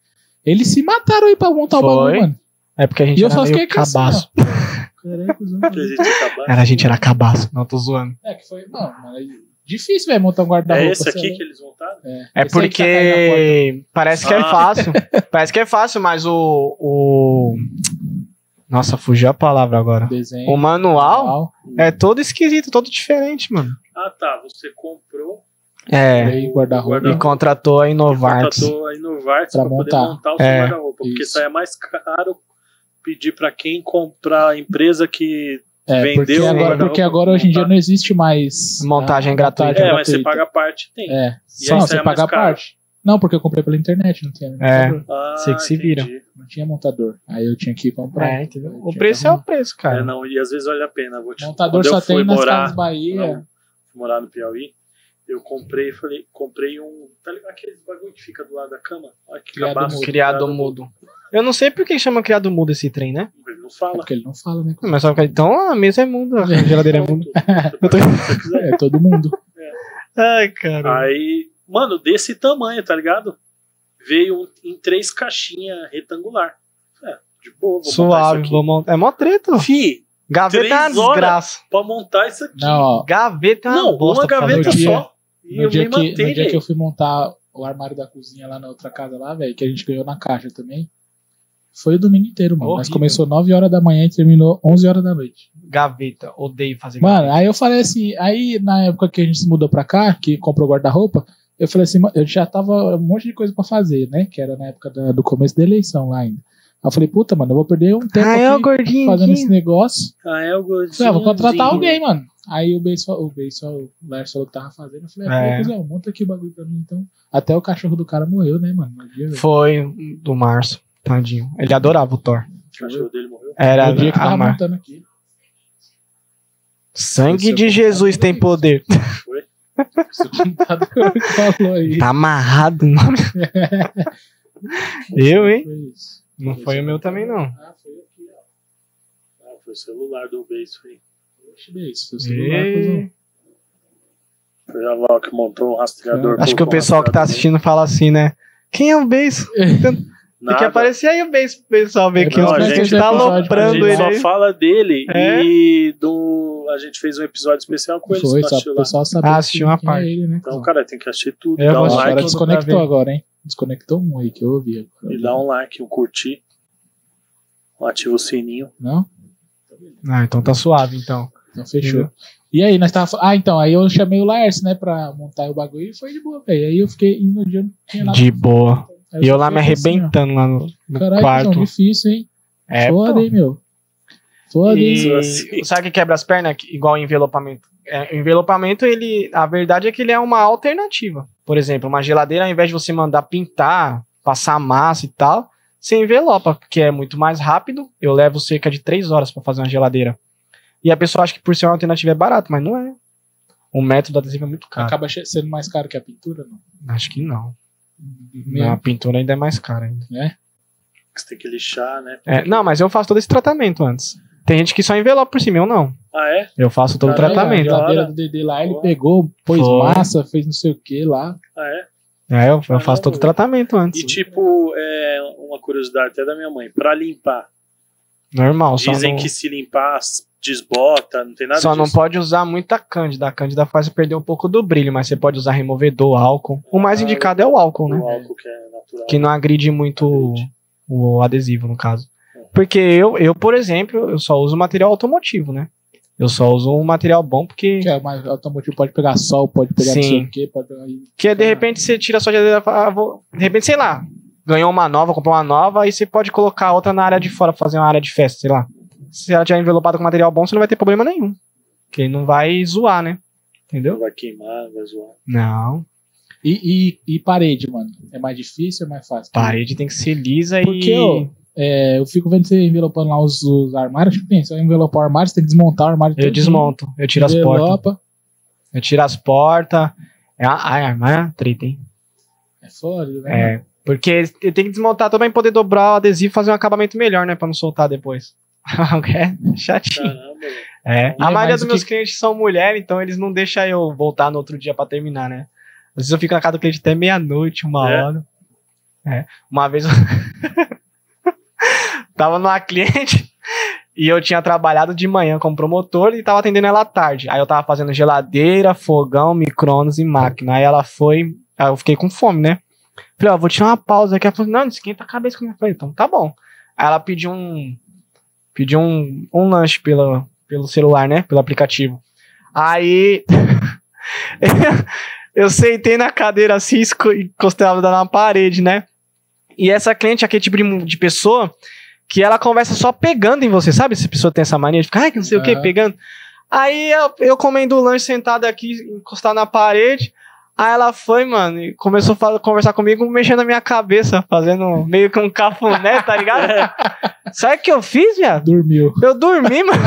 Speaker 1: Eles se mataram aí pra montar o
Speaker 3: Foi.
Speaker 1: bagulho, mano.
Speaker 3: É porque a gente
Speaker 1: E eu
Speaker 3: era
Speaker 1: só
Speaker 3: meio
Speaker 1: fiquei com esse, né?
Speaker 3: cabaço.
Speaker 1: Caraca, os
Speaker 2: Pra
Speaker 1: homens.
Speaker 2: gente acabar.
Speaker 3: <laughs> Era, a gente era cabaço. Não, tô zoando.
Speaker 1: É que foi, não, mano, é difícil, velho, montar um
Speaker 2: É
Speaker 1: guarda-roupa.
Speaker 2: esse
Speaker 1: sei
Speaker 2: aqui
Speaker 1: lá.
Speaker 2: que eles montaram?
Speaker 3: É
Speaker 1: Esse aí que tá caindo na
Speaker 3: porque parece que é
Speaker 2: Ah.
Speaker 1: <laughs>
Speaker 3: fácil. parece que é fácil, mas o. o... Nossa, fugiu a palavra agora.
Speaker 1: porta. Desenho,
Speaker 3: O manual
Speaker 1: manual,
Speaker 3: é todo esquisito, todo diferente, mano.
Speaker 2: Ah, tá. Você comprou
Speaker 3: É.
Speaker 1: aí, guarda-roupa.
Speaker 3: E contratou a Inovartis.
Speaker 2: contratou a Inovartis
Speaker 1: Pra
Speaker 2: para poder
Speaker 1: montar.
Speaker 2: montar o seu
Speaker 3: É,
Speaker 2: guarda-roupa. Porque
Speaker 1: isso.
Speaker 2: isso aí é mais caro pedir para quem comprar a empresa que.
Speaker 1: É,
Speaker 2: Vendeu
Speaker 1: porque
Speaker 2: o
Speaker 1: agora,
Speaker 2: guarda-roupa tá.
Speaker 1: porque agora hoje em dia
Speaker 2: montado.
Speaker 1: não existe mais
Speaker 3: Montagem
Speaker 1: a-
Speaker 3: gratuita.
Speaker 2: É, mas você
Speaker 1: gratuita.
Speaker 2: paga a parte tem.
Speaker 1: É.
Speaker 2: E aí
Speaker 1: não,
Speaker 2: sai
Speaker 1: você
Speaker 2: mais
Speaker 1: paga a
Speaker 2: caro.
Speaker 1: parte. Não, porque eu comprei pela internet, não tinha
Speaker 3: É.
Speaker 1: montador.
Speaker 2: Ah,
Speaker 3: Você que se
Speaker 2: entendi.
Speaker 1: Não tinha montador. Aí eu tinha que comprar.
Speaker 3: É, entendeu?
Speaker 1: Eu
Speaker 3: O
Speaker 1: tinha
Speaker 3: preço
Speaker 1: que
Speaker 3: é o
Speaker 1: arrumar.
Speaker 3: preço,
Speaker 2: É,
Speaker 3: cara.
Speaker 2: não, e às vezes vale a pena. Vou te...
Speaker 1: Montador
Speaker 2: Quando
Speaker 1: só
Speaker 2: eu fui
Speaker 1: tem nas
Speaker 2: morar,
Speaker 1: Casas Bahia. é
Speaker 2: não, morar no Piauí, eu comprei, falei, comprei um. Tá ligado aquele bagulho que fica do lado da cama? Olha que
Speaker 1: Criado
Speaker 2: cabaço.
Speaker 1: mudo.
Speaker 3: Criado mudo. Eu não sei por que chama criado mudo esse trem, né?
Speaker 2: Ele tá não
Speaker 1: É
Speaker 2: fala.
Speaker 1: <laughs> porque ele não fala, né?
Speaker 3: Mas só que então a mesa é muda, a geladeira é muda.
Speaker 2: Eu
Speaker 3: tô-
Speaker 1: É todo
Speaker 2: <laughs>
Speaker 1: mundo.
Speaker 3: <laughs> Ai,
Speaker 2: Ah,
Speaker 3: cara.
Speaker 2: Aí, mano, desse tamanho, tá ligado? Veio um- em três caixinhas retangular. É, de boa, vou montar
Speaker 3: Suave,
Speaker 2: isso
Speaker 3: vou montar. É mó treta.
Speaker 2: aqui. Fi,
Speaker 3: Gaveta é uma
Speaker 2: Três horas.
Speaker 3: desgraça.
Speaker 2: pra montar isso aqui.
Speaker 1: Não, ó.
Speaker 3: Gaveta é uma
Speaker 2: Não,
Speaker 3: bosta
Speaker 2: uma
Speaker 3: pra
Speaker 2: gaveta
Speaker 1: fazer.
Speaker 2: só. E
Speaker 1: No
Speaker 2: eu
Speaker 1: dia,
Speaker 2: me
Speaker 1: que,
Speaker 2: mantei,
Speaker 1: no dia que eu
Speaker 2: velho.
Speaker 1: fui montar o armário da cozinha lá na outra casa lá, velho, que a gente ganhou na caixa também. Foi o domingo inteiro, mano. Nós
Speaker 3: Horrível.
Speaker 1: começou 9 horas da manhã e terminou 11 horas da noite.
Speaker 3: Gaveta, odeio fazer
Speaker 1: Mano, aí eu falei assim, aí na época que a gente se mudou pra cá, que comprou guarda-roupa, eu falei assim, "Mano, eu já tava um monte de coisa pra fazer, né? Que era na época da- do começo da eleição lá ainda. Aí eu falei, puta, mano, eu vou perder um tempo
Speaker 3: gaveta. Ah, é o
Speaker 1: aqui
Speaker 3: gordinho.
Speaker 1: fazendo esse negócio.
Speaker 2: Ah, é o
Speaker 1: Eu
Speaker 2: gordinho.
Speaker 1: falei, ah, vou contratar alguém, mano. Aí o Beis falou, o Beis falou, o Lars falou que tava fazendo. Eu falei, ah,
Speaker 3: É.
Speaker 1: pô, cuzão, monta aqui o bagulho pra mim, então. Até o cachorro do cara morreu, né, mano? No dia,
Speaker 3: Foi do Março, tadinho. Ele adorava o Thor.
Speaker 2: O cachorro dele morreu.
Speaker 3: Era
Speaker 1: no dia que
Speaker 3: a
Speaker 1: tava
Speaker 3: mar...
Speaker 1: montando aqui. <laughs>
Speaker 3: Sangue
Speaker 1: Esse é
Speaker 3: de
Speaker 1: eu vou
Speaker 3: Jesus
Speaker 1: botar
Speaker 3: tem
Speaker 1: tudo
Speaker 3: poder.
Speaker 1: <laughs> Esse computador que falou aí.
Speaker 3: Tá amarrado o
Speaker 1: <laughs>
Speaker 3: nome. Eu, hein?
Speaker 1: Foi isso.
Speaker 3: Não foi o meu também, não.
Speaker 1: Ah, foi aqui, ó.
Speaker 2: Ah, foi o celular do Beis, foi.
Speaker 1: Oxe, Beis, seu celular, cuzão.
Speaker 3: E...
Speaker 2: Foi a Val que montou um rastreador.
Speaker 3: Acho que o
Speaker 2: colocou um
Speaker 3: pessoal que tá
Speaker 2: rastreador
Speaker 3: assistindo fala assim, né? Quem é o Beijo? <laughs>
Speaker 2: nele.
Speaker 3: Tem que
Speaker 2: Nada.
Speaker 3: aparecer aí o Beijo pro pessoal ver
Speaker 1: É,
Speaker 3: que
Speaker 2: não,
Speaker 3: os
Speaker 2: a
Speaker 3: gente,
Speaker 2: gente-
Speaker 3: tá
Speaker 1: a gente
Speaker 2: A
Speaker 3: aloprando
Speaker 2: gente
Speaker 3: ele.
Speaker 2: só
Speaker 3: aí.
Speaker 2: fala dele
Speaker 3: É?
Speaker 2: e do. A gente fez um episódio especial com ele.
Speaker 1: Foi, só
Speaker 2: você não
Speaker 1: pro
Speaker 2: assistiu lá.
Speaker 1: pessoal saber
Speaker 3: Ah, assistiu uma
Speaker 1: quem é
Speaker 3: parte. então
Speaker 1: ele, né?
Speaker 2: Então, cara, tem que assistir tudo. Dá
Speaker 3: Eu
Speaker 2: um
Speaker 1: Nossa,
Speaker 3: vou assistir
Speaker 1: like,
Speaker 2: like,
Speaker 3: tudo.
Speaker 1: desconectou
Speaker 3: pra ver.
Speaker 1: agora, hein? Desconectou um aí que eu ouvi agora.
Speaker 2: E dá um like, um curtir. Ativa o sininho.
Speaker 1: Não?
Speaker 3: Ah, então tá suave, então.
Speaker 1: Então fechou. E aí, nós tava. Ah, então, aí eu chamei o Laércio, né, pra montar o bagulho e foi de boa, velho. Aí eu fiquei indo no dia não tinha nada.
Speaker 3: De boa.
Speaker 1: Aí
Speaker 3: E eu lá me
Speaker 1: fiquei assim, ó,
Speaker 3: arrebentando lá no, no
Speaker 1: Caralho,
Speaker 3: quarto.
Speaker 1: não, difícil, hein?
Speaker 3: É, pô.
Speaker 1: Foda, hein, meu. Foda, hein?
Speaker 3: E
Speaker 2: assim.
Speaker 3: sabe o que quebra as pernas? Que- Igual envelopamento. É, o envelopamento, ele, a verdade é que ele é uma alternativa. Por exemplo, uma geladeira, ao invés de você mandar pintar, passar massa e tal, você envelopa, porque é muito mais rápido. Eu levo cerca de 3 horas pra fazer uma geladeira. E a pessoa acha que por ser uma alternativa é barato, mas não é. O método adesivo é muito caro.
Speaker 1: Acaba che- sendo mais caro que a pintura, não?
Speaker 3: Acho que não.
Speaker 1: Mesmo.
Speaker 3: A pintura ainda é mais cara. Ainda.
Speaker 2: Você tem que lixar, né?
Speaker 3: É, não, mas eu faço todo esse tratamento antes. Tem gente que só envelopa por cima, eu não.
Speaker 2: Ah, é?
Speaker 3: Eu faço todo o
Speaker 1: Caralho,
Speaker 3: tratamento.
Speaker 1: A geladeira
Speaker 2: Hora.
Speaker 1: do Dedê lá, ele
Speaker 2: Boa.
Speaker 1: pegou, pôs
Speaker 3: Foi.
Speaker 1: massa, fez não sei o que lá.
Speaker 2: Ah, é?
Speaker 3: É, eu, eu faço todo o tratamento antes.
Speaker 6: E tipo, é uma curiosidade até da minha mãe, pra limpar.
Speaker 3: Normal, só
Speaker 6: Dizem
Speaker 3: não,
Speaker 6: que se limpar desbota, não tem nada
Speaker 3: só não
Speaker 6: disso.
Speaker 3: pode usar muita cândida. A cândida faz perder um pouco do brilho, mas você pode usar removedor, álcool. O mais
Speaker 6: Ah,
Speaker 3: indicado é o álcool, né?
Speaker 6: O álcool que é natural.
Speaker 3: Que não agride muito o, o adesivo, no caso. Porque eu, eu, por exemplo, eu só uso material automotivo, né? Eu só uso um material bom porque.
Speaker 1: Que é mais automotivo, pode pegar sol, pode pegar não sei
Speaker 3: Sim.
Speaker 1: o quê, pode pegar. e
Speaker 3: Que é, de repente você tira a sua geladeira e fala, ah, vou... De repente, sei lá, ganhou uma nova, comprou uma nova, e você pode colocar outra na área de fora, fazer uma área de festa, sei lá. Se ela tiver envelopada com material bom, você não vai ter problema nenhum. Porque não vai zoar, né? Entendeu?
Speaker 6: Vai queimar, vai zoar.
Speaker 3: Não.
Speaker 1: E, e- e parede, mano. É mais difícil ou é mais fácil?
Speaker 3: Parede tem que ser lisa
Speaker 1: Porque
Speaker 3: e.
Speaker 1: eu, é, eu fico vendo você envelopando lá os, os armários. Tipo, você vai envelopar o armário, você tem que desmontar o armário.
Speaker 3: Eu
Speaker 1: todinho,
Speaker 3: desmonto, eu tiro as portas.
Speaker 1: envelopa.
Speaker 3: Eu tiro as portas. É a- Ai, armário é uma treta, hein?
Speaker 1: É foda, né?
Speaker 3: É. Porque tem que desmontar também poder dobrar o adesivo e fazer um acabamento melhor, né? Pra não soltar depois. <laughs> é chatinho.
Speaker 6: Caramba, velho.
Speaker 3: É.
Speaker 1: E é
Speaker 3: A maioria
Speaker 1: mais
Speaker 3: dos
Speaker 1: o
Speaker 3: meus clientes são mulheres, então eles não deixam eu voltar no outro dia pra terminar, né? Às vezes eu fico na casa do cliente até meia-noite, uma
Speaker 6: É?
Speaker 3: hora. É. Uma vez eu <laughs> tava numa cliente e eu tinha trabalhado de manhã como promotor e tava atendendo ela à tarde. Aí eu tava fazendo geladeira, fogão, micro-ondas e máquina. Aí ela foi. Aí eu fiquei com fome, né? Falei, ó, vou tirar uma pausa aqui. Ela falou, não, não esquenta a cabeça comigo. Eu falei, então tá bom. Aí ela pediu um. Pediu um, um lanche pela, pelo celular, né? Pelo aplicativo. Aí <laughs> eu sentei na cadeira assim, esco- encostei ela na parede, né? E essa cliente é aquele tipo de, mu- de pessoa que ela conversa só pegando em você, sabe? Essa pessoa tem essa mania de ficar, ai, que não sei o que,
Speaker 1: Aham.
Speaker 3: pegando. Aí eu, eu comendo o lanche sentado aqui, encostado na parede. Aí ela foi, mano, e começou a fa- conversar comigo, mexendo na minha cabeça, fazendo meio que um cafuné, tá ligado? Sabe o que eu fiz, viado?
Speaker 1: Dormiu.
Speaker 3: <laughs> Eu dormi, mano.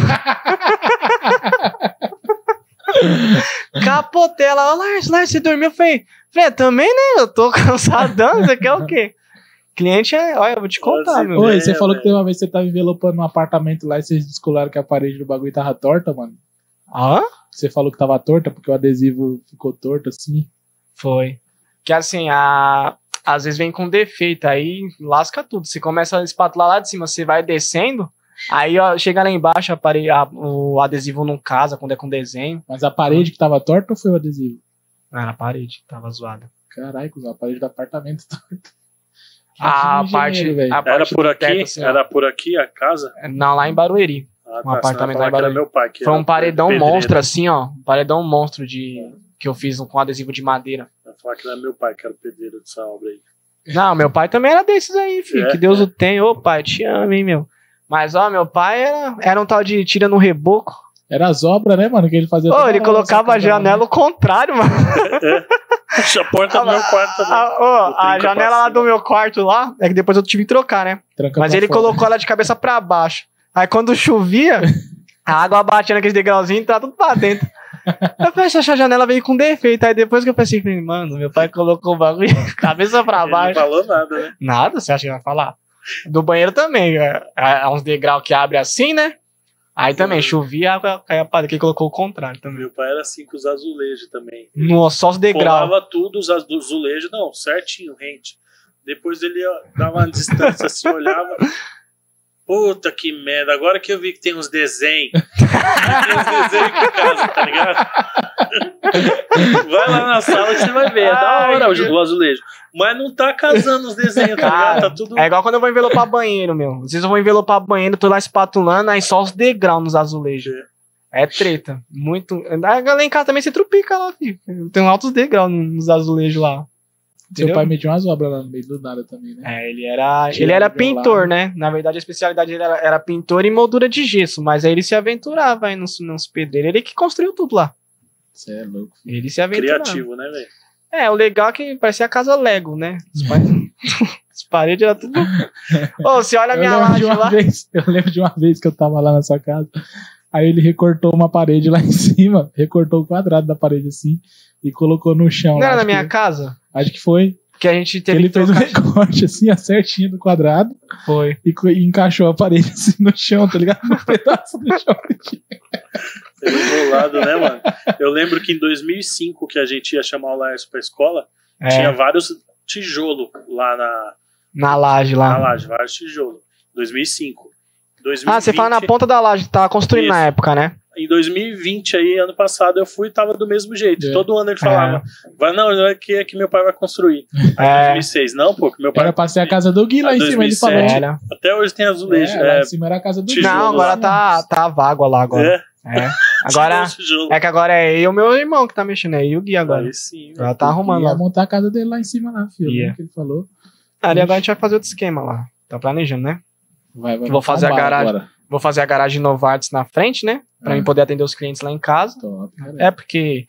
Speaker 3: Capotei ela. Ó, Lars, Lars, você dormiu? Eu falei, falei, "É, também, né? Eu tô <laughs> cansadão, você quer é o quê? Cliente é. Olha, eu vou te contar,
Speaker 6: Nossa,
Speaker 3: meu.
Speaker 1: Oi,
Speaker 6: É,
Speaker 1: você falou
Speaker 6: velho.
Speaker 1: que teve uma vez que você tava envelopando um apartamento lá e vocês descolaram que a parede do bagulho tava torta, mano.
Speaker 3: Hã?
Speaker 1: Você falou que tava torta porque o adesivo ficou torto assim.
Speaker 3: Foi. Que assim, a... às vezes vem com defeito, aí lasca tudo. Você começa a espatular lá de cima, você vai descendo. Aí, ó, chega lá embaixo, a parede, a- o adesivo não casa quando é com desenho.
Speaker 1: Mas a parede que tava torta ou foi o adesivo?
Speaker 3: Ah, na parede, tava zoada.
Speaker 1: Caralho, cuzão, a parede do apartamento tá torta.
Speaker 3: A
Speaker 1: Que
Speaker 3: parte,
Speaker 1: é engenheiro, velho.
Speaker 3: a
Speaker 6: Era
Speaker 3: parte
Speaker 6: por
Speaker 3: do
Speaker 6: aqui?
Speaker 3: teto, assim, ó.
Speaker 6: era por aqui a casa?
Speaker 3: Não, É lá em Barueri.
Speaker 6: Ah,
Speaker 3: Um apartamento
Speaker 6: senão eu ia falar que era
Speaker 3: lá em Barueri.
Speaker 6: meu pai. que
Speaker 3: Foi
Speaker 6: era
Speaker 3: um paredão
Speaker 6: pedreiro.
Speaker 3: monstro, assim, ó. Um paredão monstro de. Que eu fiz um com adesivo de madeira.
Speaker 6: Eu ia falar que era meu pai que era o pedreiro dessa obra aí. <laughs>
Speaker 3: Não, meu pai também era desses aí, filho.
Speaker 6: É?
Speaker 3: Que Deus o tenha. Ô, pai, te amo, hein, meu. Mas, ó, meu pai era, era um tal de tira no reboco.
Speaker 1: Era as obras, né, mano? Que ele fazia.
Speaker 3: Ô,
Speaker 1: toda
Speaker 3: ele
Speaker 1: hora
Speaker 3: colocava a
Speaker 1: essa né? casa lá,
Speaker 3: janela ao contrário, mano.
Speaker 6: Puxa a porta é do <laughs> meu quarto né? também.
Speaker 3: A, ó,
Speaker 6: trinca
Speaker 3: a
Speaker 6: pra
Speaker 3: janela lá
Speaker 6: cima.
Speaker 3: do meu quarto lá. É que depois eu tive que trocar, né?
Speaker 1: né? Tranca
Speaker 3: Mas
Speaker 1: pra
Speaker 3: ele
Speaker 1: fora.
Speaker 3: colocou ela de cabeça pra baixo. Aí quando chovia, a água batia naquele degrauzinho e entrava tá tudo pra dentro. Eu pensei, essa janela veio com defeito. Aí depois que eu pensei, falei, mano, meu pai colocou o bagulho <laughs> cabeça pra
Speaker 6: Ele não
Speaker 3: baixo.
Speaker 6: falou nada, né?
Speaker 3: Nada, você acha que vai falar? Do banheiro também. é- Há uns degraus que abre assim, né? Aí também chovia, a água caía pra dentro. que colocou o contrário também.
Speaker 6: Meu pai era assim com os azulejos também.
Speaker 3: Nossa, só os degraus.
Speaker 6: Colava tudo, os azulejos, não, certinho, rente. Depois ele ó, dava uma distância,
Speaker 3: <laughs>
Speaker 6: assim, olhava. Puta que merda, agora que eu vi que tem uns desenhos. tem uns desenhos aqui em casa, tá ligado? Vai lá na sala que você vai ver, é da
Speaker 3: Ai,
Speaker 6: hora
Speaker 3: que-
Speaker 6: o o azulejo. Mas não tá casando os desenhos, tá ligado? Tá tudo
Speaker 3: É igual quando eu vou envelopar banheiro, meu. Às vezes eu vou envelopar banheiro, tô lá espatulando, aí só os degraus nos azulejos. É treta. Muito. A galera em casa também se trupica lá, filho. Tem altos degraus nos azulejos lá.
Speaker 1: Seu
Speaker 3: Entendeu?
Speaker 1: pai mediu umas obras lá no meio do nada também, né?
Speaker 3: É, ele era,
Speaker 1: Tinha
Speaker 3: ele era
Speaker 1: um degrau lá,
Speaker 3: pintor, né? Na verdade, a especialidade dele era, era pintor e moldura de gesso, mas aí ele se aventurava aí nos, nos pedreiros. Ele que construiu tudo lá.
Speaker 1: Você é louco.
Speaker 3: Ele se aventurava.
Speaker 6: criativo, né, velho?
Speaker 3: É, o legal é que parecia a casa Lego, né? As paredes, <laughs> as paredes eram tudo. Ô, você olha a
Speaker 1: Eu
Speaker 3: minha
Speaker 1: lembro, de
Speaker 3: laje
Speaker 1: uma
Speaker 3: lá.
Speaker 1: Vez, <laughs> eu lembro de uma vez que eu tava lá na sua casa. Aí ele recortou uma parede lá <laughs> em cima, recortou o quadrado da parede assim e colocou no chão.
Speaker 3: Não
Speaker 1: lá,
Speaker 3: era na
Speaker 1: acho
Speaker 3: minha
Speaker 1: que,
Speaker 3: casa?
Speaker 1: Acho que foi.
Speaker 3: Que a gente
Speaker 1: que
Speaker 3: teve
Speaker 1: ele
Speaker 3: que
Speaker 1: fez um
Speaker 3: trocar-
Speaker 1: recorte assim, ó, certinho do quadrado
Speaker 3: Foi.
Speaker 1: e, co- e encaixou a parede <laughs> assim no chão, tá ligado? No pedaço do chão.
Speaker 6: é Pelo isolado, né, mano? Eu lembro que em 2005 que a gente ia chamar o Laércio pra escola,
Speaker 3: É,
Speaker 2: Tinha vários tijolo lá na,
Speaker 3: na laje lá.
Speaker 2: na laje, vários tijolo. 2005. 2020,
Speaker 3: Ah, você fala na ponta da laje, tava construindo na
Speaker 2: Isso.
Speaker 3: época, né?
Speaker 2: Em 2020 aí, ano passado eu fui e tava do mesmo jeito.
Speaker 1: É.
Speaker 2: Todo ano ele falava, vai não, não é que é que meu pai vai construir. Aí,
Speaker 3: É.
Speaker 2: 2006, não, pô, que meu pai
Speaker 1: Era pra ser a casa do Gui lá em cima, ele falou.
Speaker 2: 2007.
Speaker 3: Era.
Speaker 2: até hoje tem azulejo.
Speaker 1: É, lá
Speaker 2: É,
Speaker 1: em cima era a casa do Gui.
Speaker 2: Tijolo
Speaker 3: Não, agora tá, tá vago lá agora.
Speaker 2: é,
Speaker 3: É. Agora.
Speaker 2: tijolo.
Speaker 3: É que agora é eu e o meu irmão que tá mexendo aí, e o Gui agora.
Speaker 2: Aí sim.
Speaker 3: Ela tá arrumando
Speaker 1: Ia
Speaker 3: lá.
Speaker 1: montar a casa dele lá em cima, lá, filho.
Speaker 3: Ia.
Speaker 1: né, que ele falou.
Speaker 3: Ali agora a gente vai fazer outro esquema lá. Tá planejando, né?
Speaker 1: Vai, vai,
Speaker 3: Vou fazer a
Speaker 1: bombar
Speaker 3: garagem.
Speaker 1: agora.
Speaker 3: Vou fazer a garagem Novartis na frente, né? Pra
Speaker 1: Ah.
Speaker 2: Uhum.
Speaker 3: mim poder atender os clientes lá em casa.
Speaker 1: Top, cara.
Speaker 3: É porque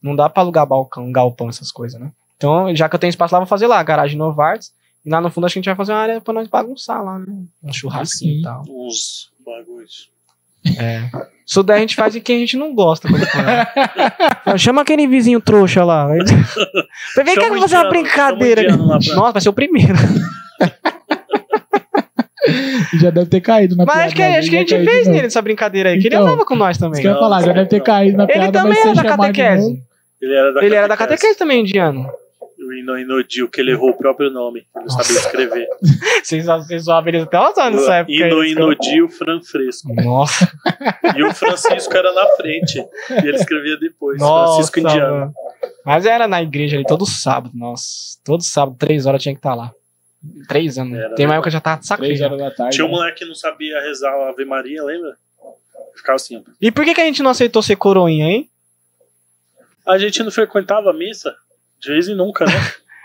Speaker 3: não dá pra alugar balcão, galpão, essas coisas, né? Então, já que eu tenho espaço lá, vou fazer lá, a garagem Novartis. E lá no fundo acho que a gente vai fazer uma área pra nós bagunçar lá, né? Um churrasquinho
Speaker 1: Sim.
Speaker 3: e tal.
Speaker 2: Uns bagulhos.
Speaker 3: É. Isso daí a gente faz de quem a gente não gosta. quando for. Fala, <laughs> Chama aquele vizinho trouxa <laughs> lá. Vem cá que eu
Speaker 2: Chama
Speaker 3: vou
Speaker 2: o
Speaker 3: fazer uma
Speaker 2: indiano,
Speaker 3: brincadeira.
Speaker 2: chama o indiano lá pra-
Speaker 3: Nossa, vai ser o primeiro.
Speaker 1: E Já deve ter caído na
Speaker 3: Mas acho que,
Speaker 1: piada,
Speaker 3: acho que a
Speaker 1: já
Speaker 3: gente
Speaker 1: caído
Speaker 3: fez
Speaker 1: não.
Speaker 3: nele essa brincadeira aí, que ele
Speaker 1: Então,
Speaker 3: andava com nós também.
Speaker 1: Isso que eu ia
Speaker 2: Não,
Speaker 1: falar, já
Speaker 2: não.
Speaker 1: deve ter caído na piada.
Speaker 3: Ele também
Speaker 1: mas
Speaker 3: era
Speaker 1: sem
Speaker 3: da
Speaker 1: chamar de novo.
Speaker 3: catequese.
Speaker 2: Ele era da
Speaker 3: Ele era da catequese também, indiano.
Speaker 2: O Ino Inodil, que ele errou o próprio nome. Ele não sabia escrever.
Speaker 3: Vocês vocês zoavam eles até os anos nessa época. aí,
Speaker 2: Ino
Speaker 3: eles-
Speaker 2: Inodil Fran Fresco. <laughs>
Speaker 3: Nossa,
Speaker 2: E o Francisco era na frente. E ele escrevia depois.
Speaker 3: nossa.
Speaker 2: Francisco Indiano.
Speaker 3: mano. Mas era na igreja ali todo sábado, nossa. Todo sábado, três horas tinha que estar lá. Três anos.
Speaker 2: Era né?
Speaker 3: Tem uma época que eu já tava de saco.
Speaker 1: Três
Speaker 3: já.
Speaker 1: horas da tarde. né?
Speaker 2: Tinha um moleque que não sabia rezar a Ave Maria, lembra? Ficava assim. ó.
Speaker 3: E por que, que a gente não aceitou ser coroinha, hein?
Speaker 2: A gente não frequentava a missa? De vez em
Speaker 3: <laughs>
Speaker 2: nunca, né?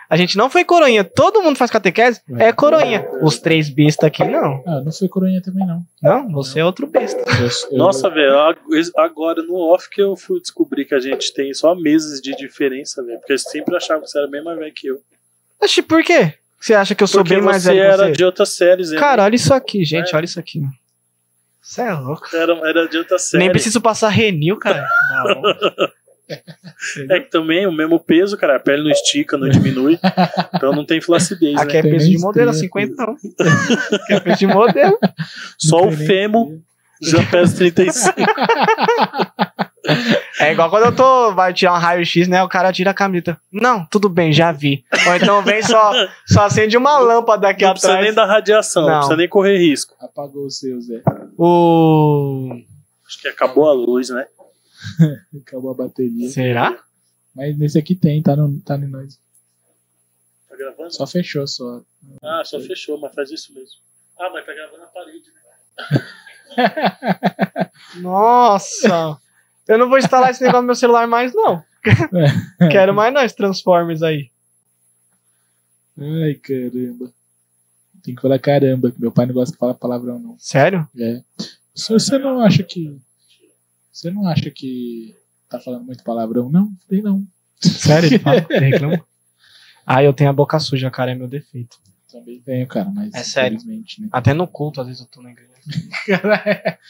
Speaker 3: A gente não foi coroinha. Todo mundo faz catequese, é coroinha. Os três besta aqui, não.
Speaker 1: Ah, eu não fui coronha também, não.
Speaker 3: Não, você é outro besta.
Speaker 1: Eu- eu-
Speaker 2: Nossa, velho, ag- agora no off que eu fui descobrir que a gente tem só meses de diferença, velho. Porque eu sempre achava que você era bem mais velho que eu.
Speaker 3: Oxi, por quê? Você acha que eu sou
Speaker 2: Porque
Speaker 3: bem mais
Speaker 2: você
Speaker 3: velho
Speaker 2: era
Speaker 3: que
Speaker 2: de
Speaker 3: você?
Speaker 2: outras séries, né?
Speaker 3: Cara, olha isso aqui, gente,
Speaker 2: É.
Speaker 3: olha isso aqui. Você é louco.
Speaker 2: Era, era de outra série.
Speaker 3: Nem preciso passar
Speaker 2: <laughs>
Speaker 3: renil, cara. Não.
Speaker 2: É que também o mesmo peso, cara, a pele não estica, não
Speaker 3: <laughs>
Speaker 2: diminui. então não tem flacidez,
Speaker 3: Aqui
Speaker 2: né?
Speaker 3: é
Speaker 1: Tem
Speaker 3: peso
Speaker 1: nem
Speaker 3: de modelo,
Speaker 1: estrela,
Speaker 3: 50 não. Aqui é peso de modelo.
Speaker 2: Só
Speaker 1: não
Speaker 2: o
Speaker 1: tem nem
Speaker 3: <laughs>
Speaker 2: fêmur já pesa 35.
Speaker 3: É igual quando eu tô, vai tirar um raio-x, né? O cara tira a camisa. Não, tudo bem, já vi. Ou então vem só, só acende uma lâmpada aqui
Speaker 2: não precisa
Speaker 3: atrás.
Speaker 2: nem da radiação, não.
Speaker 3: Não.
Speaker 2: precisa nem correr risco.
Speaker 1: Apagou o seu, Zé.
Speaker 3: O.
Speaker 2: Acho que acabou a luz, né?
Speaker 1: Acabou a bateria.
Speaker 3: Será?
Speaker 1: Mas nesse aqui tem, tá no, tá no nós.
Speaker 2: Tá gravando?
Speaker 1: Só fechou, só.
Speaker 2: Ah, só fechou, mas faz isso mesmo. Ah, mas tá gravando na parede, né?
Speaker 3: Nossa! Eu não vou instalar esse negócio no meu celular mais, não. Quero mais não, esse Transformers aí.
Speaker 1: Ai, caramba. Tem que falar caramba, que meu pai não gosta de falar palavrão, não.
Speaker 3: Sério?
Speaker 1: É. Você você não acha que. Você não acha que tá falando muito palavrão? Não, tem não. <laughs>
Speaker 3: Sério? Ele fala? <laughs> Ele reclama? Ah, eu tenho a boca suja, cara, é meu defeito.
Speaker 1: Também tenho, cara, mas
Speaker 3: É sério?
Speaker 1: infelizmente, né?
Speaker 3: Até no culto, às vezes eu tô na igreja.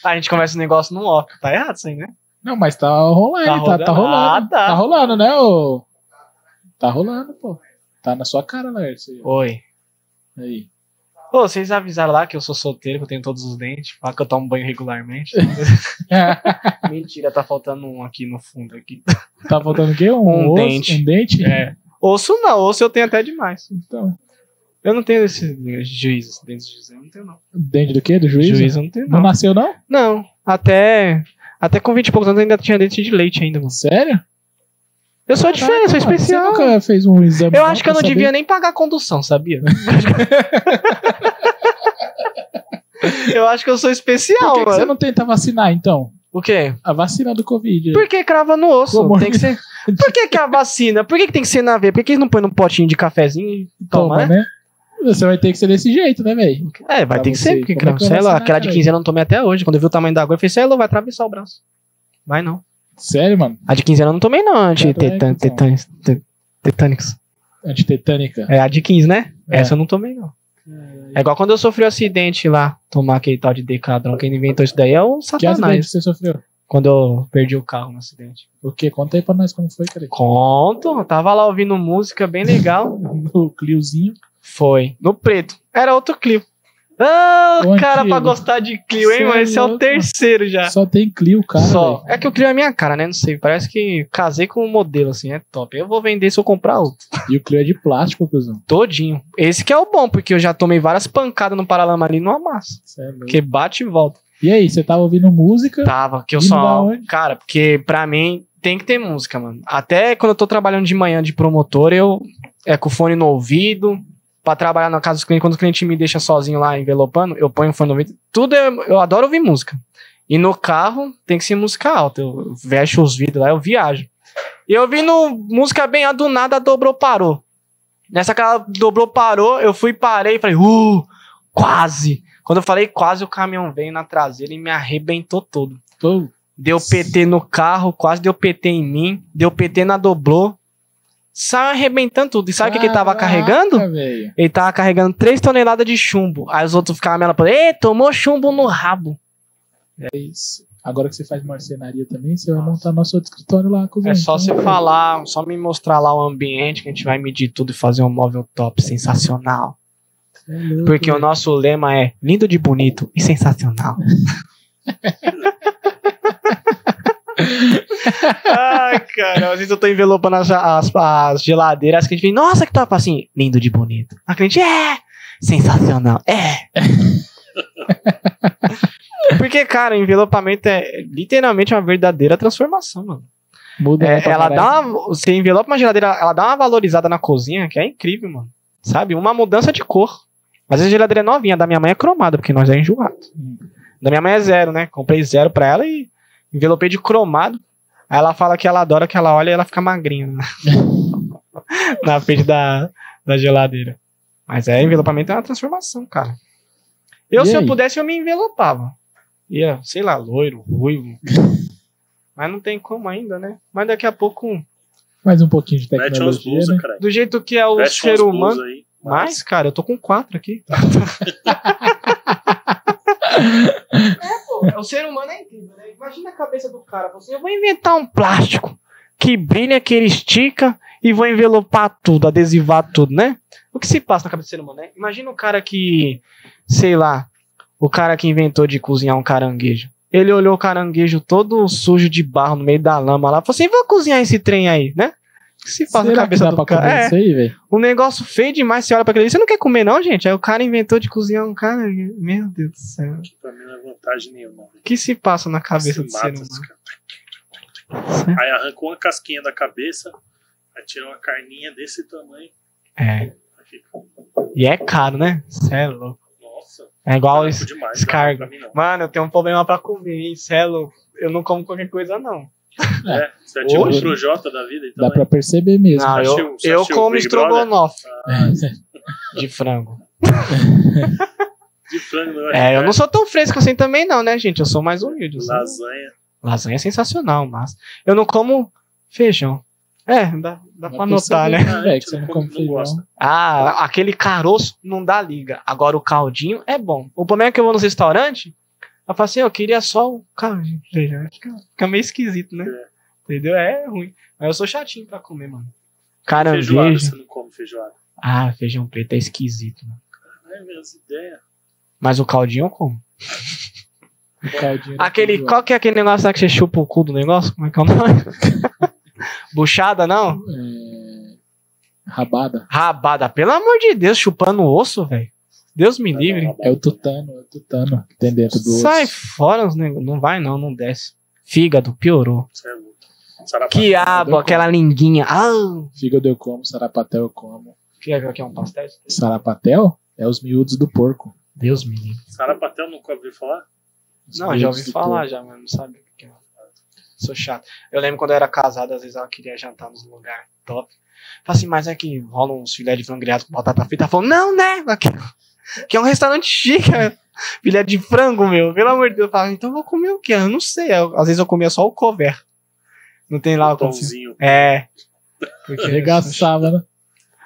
Speaker 3: A gente começa o negócio no off. Tá errado isso aí, né?
Speaker 1: Não, mas tá rolando,
Speaker 3: Tá
Speaker 1: tá, tá,
Speaker 3: rodando.
Speaker 1: rolando.
Speaker 3: Ah, tá.
Speaker 1: Tá rolando, né, ô? Tá rolando, pô. Tá na sua cara, Laércio.
Speaker 3: Oi.
Speaker 1: Aí. <laughs>
Speaker 3: Ô, vocês avisaram lá que eu sou solteiro, que eu tenho todos os dentes, falar que eu tomo banho regularmente. <laughs> Mentira, tá faltando um aqui no fundo aqui.
Speaker 1: Tá faltando o quê? Um,
Speaker 3: Um
Speaker 1: osso?
Speaker 3: dente.
Speaker 1: Um dente?
Speaker 3: É. Osso não, osso eu tenho até demais.
Speaker 1: Então.
Speaker 3: Eu não tenho esses juízes, dentes de juiz, eu não tenho não.
Speaker 1: Dente do quê? Do juízo?
Speaker 3: Juízo, eu não tenho
Speaker 1: Não
Speaker 3: não.
Speaker 1: nasceu, não?
Speaker 3: Não, até até com 20 e poucos anos eu ainda tinha dente de leite ainda, mano.
Speaker 1: Sério?
Speaker 3: Eu sou diferente, eu sou
Speaker 1: Caraca, mano,
Speaker 3: é especial.
Speaker 1: Você nunca fez um exame?
Speaker 3: Eu acho que eu não
Speaker 1: pra
Speaker 3: devia
Speaker 1: saber?
Speaker 3: nem pagar a condução, <laughs> sabia? eu acho que eu sou especial,
Speaker 1: Por que, que você
Speaker 3: mano.
Speaker 1: não tenta vacinar, então?
Speaker 3: O quê?
Speaker 1: A vacina do Covid.
Speaker 3: Por que crava no osso?
Speaker 1: Como? assim?
Speaker 3: Tem que ser... Por que, que a vacina? Por que, que tem que ser na veia? Por que, que eles não põem num potinho de cafezinho e toma,
Speaker 1: Toma,
Speaker 3: né?
Speaker 1: né? Você vai ter que ser desse jeito, né, velho?
Speaker 3: É, vai
Speaker 1: Pra
Speaker 3: ter que
Speaker 1: você,
Speaker 3: ser, porque
Speaker 1: como
Speaker 3: crava,
Speaker 1: é que vai
Speaker 3: sei lá,
Speaker 1: vacinar,
Speaker 3: aquela de
Speaker 1: cara?
Speaker 3: 15 anos eu não tomei até hoje. Quando eu vi o tamanho da agulha, eu falei, sei lá, vai atravessar o braço. Vai não.
Speaker 1: Sério, mano?
Speaker 3: A de 15 anos eu não tomei, não.
Speaker 1: Tetan-
Speaker 3: Anti-tetânicos.
Speaker 1: Antitetânica.
Speaker 3: É, a de 15, né?
Speaker 1: É.
Speaker 3: Essa eu não tomei, não. É igual quando eu sofri o acidente lá, tomar aquele tal de decadrão. Quem inventou isso daí é o
Speaker 1: Que acidente
Speaker 3: Satanás.
Speaker 1: você sofreu?
Speaker 3: Quando eu perdi o carro no acidente.
Speaker 1: O quê? Conta aí pra nós como foi, cara.
Speaker 3: Conto, eu tava lá ouvindo música bem legal.
Speaker 1: <laughs> O Cliozinho.
Speaker 3: Foi. No preto. Era outro clipe. Ah,
Speaker 1: O
Speaker 3: cara,
Speaker 1: antigo.
Speaker 3: pra gostar de Clio,
Speaker 1: um Cê
Speaker 3: hein,
Speaker 1: é
Speaker 3: mano? Esse é o
Speaker 1: louco.
Speaker 3: terceiro já.
Speaker 1: Só tem Clio, cara.
Speaker 3: Tá. Só.
Speaker 1: velho.
Speaker 3: É que o Clio é a minha cara, né? Não sei. Parece que casei com um modelo, assim. É top. Eu vou vender se eu comprar outro.
Speaker 1: E o Clio é de plástico, cuzão.
Speaker 3: Todinho. Esse que é o bom, porque eu já tomei várias pancadas no paralama ali e não amassa.
Speaker 1: Cê é louco.
Speaker 3: Porque bate e volta.
Speaker 1: E aí, você tava ouvindo música?
Speaker 3: Tava, que Tá, eu
Speaker 1: Indo da
Speaker 3: só.
Speaker 1: onde?
Speaker 3: Cara, porque pra mim tem que ter música, mano. Até quando eu tô trabalhando de manhã de promotor, eu. É com o fone no ouvido. Pra trabalhar na casa dos clientes, quando o cliente me deixa sozinho lá envelopando, eu ponho o fone no ouvido. Tudo é, eu adoro ouvir música. E no carro tem que ser música alta. Eu vejo os vidros lá, eu viajo. E eu ouvindo música bem a do nada, dobrou, parou. Nessa que ela dobrou, parou, eu fui, parei e falei, uh, quase. Quando eu falei quase, o caminhão veio na traseira e me arrebentou todo.
Speaker 1: Tô-
Speaker 3: Deu PT no carro, quase deu PT em mim, deu PT na dobrou. Saiu arrebentando tudo. E sabe o que, que ele tava
Speaker 1: Caraca,
Speaker 3: carregando?
Speaker 1: velho.
Speaker 3: Ele tava carregando 3 toneladas de chumbo. Aí os outros ficavam melando, ei, tomou chumbo no rabo.
Speaker 1: É isso. Agora que você faz marcenaria também, você vai montar nosso outro escritório lá, cuzão.
Speaker 3: É só você
Speaker 1: Então,
Speaker 3: falar, só me mostrar lá o ambiente que a gente vai medir tudo e fazer um móvel top, sensacional.
Speaker 1: cê é louco,
Speaker 3: Porque o
Speaker 1: velho.
Speaker 3: nosso lema é lindo de bonito e sensacional. Ai, cara, às vezes eu tô envelopando as, as, as geladeiras, que a gente vem, nossa, que top, assim, lindo de bonito. A cliente, é, sensacional, <laughs> é. Porque, cara, o envelopamento é literalmente uma verdadeira transformação, mano.
Speaker 1: Muda
Speaker 3: É,
Speaker 1: né, pra
Speaker 3: ela
Speaker 1: caralho.
Speaker 3: dá uma, você envelopa uma geladeira, ela dá uma valorizada na cozinha, que é incrível, mano. Sabe? Uma mudança de cor. Às vezes a geladeira é novinha, a da minha mãe é cromada, porque nós é enjoado.
Speaker 1: Hum.
Speaker 3: Da minha mãe é zero, né? Comprei zero pra ela e envelopei de cromado. Aí ela fala que ela adora que ela olha e ela fica
Speaker 1: <laughs>
Speaker 3: magrinha né? na frente da, da geladeira. Mas é, envelopamento é uma transformação, cara. Eu,
Speaker 1: E
Speaker 3: se eu
Speaker 1: aí?
Speaker 3: pudesse, eu me envelopava. Ia, sei lá, loiro,
Speaker 1: <laughs>
Speaker 3: ruivo. Mas não tem como ainda, né? Mas daqui a pouco,
Speaker 1: Mais um pouquinho de
Speaker 6: Mete umas
Speaker 1: tecnologia, né?
Speaker 6: blusas, cara.
Speaker 3: do jeito que é o
Speaker 6: Veste
Speaker 3: ser
Speaker 6: umas
Speaker 3: humano.
Speaker 6: blusas aí.
Speaker 3: Mas, cara, eu tô com quatro <laughs> aqui. é, pô, é, o ser humano é incrível, né? Imagina a cabeça do cara. Você, eu vou inventar um plástico que brilha, que ele estica e vou envelopar tudo, adesivar tudo, né? O que se passa na cabeça do ser humano, né? Imagina o cara que, sei lá, o cara que inventou de cozinhar um caranguejo. Ele olhou o caranguejo todo sujo de barro no meio da lama lá, falou assim: vou cozinhar esse trem aí, né? O que se passa
Speaker 1: Será
Speaker 3: na
Speaker 1: que
Speaker 3: cabeça
Speaker 1: dá
Speaker 3: do
Speaker 1: pra
Speaker 3: cara?
Speaker 1: comer
Speaker 3: É.
Speaker 1: isso aí, velho?
Speaker 3: Um negócio feio demais, você olha pra aquele ali, você não quer comer não, gente? Aí o cara inventou de cozinhar um cara, meu Deus do céu. O
Speaker 6: Pra mim não é vantagem nenhuma. velho.
Speaker 3: que se passa na cabeça
Speaker 6: Se
Speaker 3: do ser
Speaker 6: mata, esse
Speaker 3: humano?
Speaker 6: cara. tá- Aí arrancou uma casquinha da cabeça, aí tirou uma carninha desse tamanho.
Speaker 3: É,
Speaker 6: aí fica,
Speaker 3: e é caro, né? Cê é louco.
Speaker 6: Nossa,
Speaker 3: É igual
Speaker 6: louco
Speaker 3: isso.
Speaker 6: demais. não
Speaker 3: descarga.
Speaker 6: é pra mim, não.
Speaker 3: Mano, eu tenho um problema pra comer, hein? Cê é louco. Eu não como qualquer coisa, não.
Speaker 6: É, você é tipo
Speaker 3: Hoje?
Speaker 6: um projota da vida, então.
Speaker 1: Dá pra perceber mesmo. Ah, tá
Speaker 3: Não,
Speaker 6: assistiu-
Speaker 3: eu,
Speaker 6: você
Speaker 3: eu
Speaker 6: assistiu
Speaker 3: como
Speaker 6: Big Brother?
Speaker 3: estrogonofe
Speaker 1: <laughs>
Speaker 3: de frango.
Speaker 6: De frango, né? não
Speaker 3: É, eu não sou tão fresco assim também, não, né, gente? Eu sou mais humilde. eu sou-
Speaker 6: Lasanha.
Speaker 3: Lasanha é sensacional, mas eu não como feijão. É, dá, dá
Speaker 1: Dá
Speaker 3: pra notar,
Speaker 1: perceber,
Speaker 3: né?
Speaker 6: né?
Speaker 1: velho, que você não come
Speaker 6: Não
Speaker 1: feijão.
Speaker 6: gosta.
Speaker 3: Ah, aquele caroço não dá liga. Agora o caldinho é bom. O problema é que eu vou nos restaurantes, eu falo assim, eu queria só o caldinho. Veja, Fica, fica meio esquisito, né? Entendeu? É ruim. Mas eu sou chatinho pra comer, mano.
Speaker 6: Feijoada,
Speaker 3: Caranguejo.
Speaker 6: você não come feijoada.
Speaker 3: Ah, feijão preto é esquisito. Mano.
Speaker 6: É minhas ideias.
Speaker 3: Mas o caldinho eu como.
Speaker 1: O caldinho do
Speaker 3: <laughs> Aquele,
Speaker 1: feijão.
Speaker 3: qual que é aquele negócio lá que você chupa o cu do negócio? Como é que é o nome? <laughs> Buchada, não?
Speaker 1: É, Rabada.
Speaker 3: Rabada. Pelo amor de Deus, chupando osso, velho. Deus me livre.
Speaker 1: É o tutano, é o tutano que tem dentro do osso.
Speaker 3: Sai fora os negócios. Não vai não, não desce. Fígado, piorou.
Speaker 6: Você é louco.
Speaker 2: Tá,
Speaker 6: Sarapá.
Speaker 3: Quiabo, aquela linguinha. Ah,
Speaker 1: Fígado eu como, sarapatel eu como.
Speaker 3: que é que é um pastel?
Speaker 1: Sarapatel é os miúdos do porco.
Speaker 3: Deus me livre.
Speaker 6: Sarapatel nunca ouviu falar?
Speaker 1: Os
Speaker 3: Não, já
Speaker 1: miúdos
Speaker 3: ouvi
Speaker 1: do
Speaker 3: falar já, mas não sabe o que é. Sou chato. Eu lembro quando eu era casado, às vezes ela queria jantar nos lugares top. Fala assim, mas é que rola uns filé de frango grelhado com batata frita. Ela Falou, não, né? Aqui, que é um restaurante chique, né? filé de frango, meu. Pelo amor de Deus. Eu falava, então eu vou comer o quê? Eu não sei. Eu- às vezes eu comia só o cover. Não tem lá o
Speaker 2: Então,
Speaker 6: Pãozinho.
Speaker 3: É.
Speaker 1: porco. Arregaçava, né?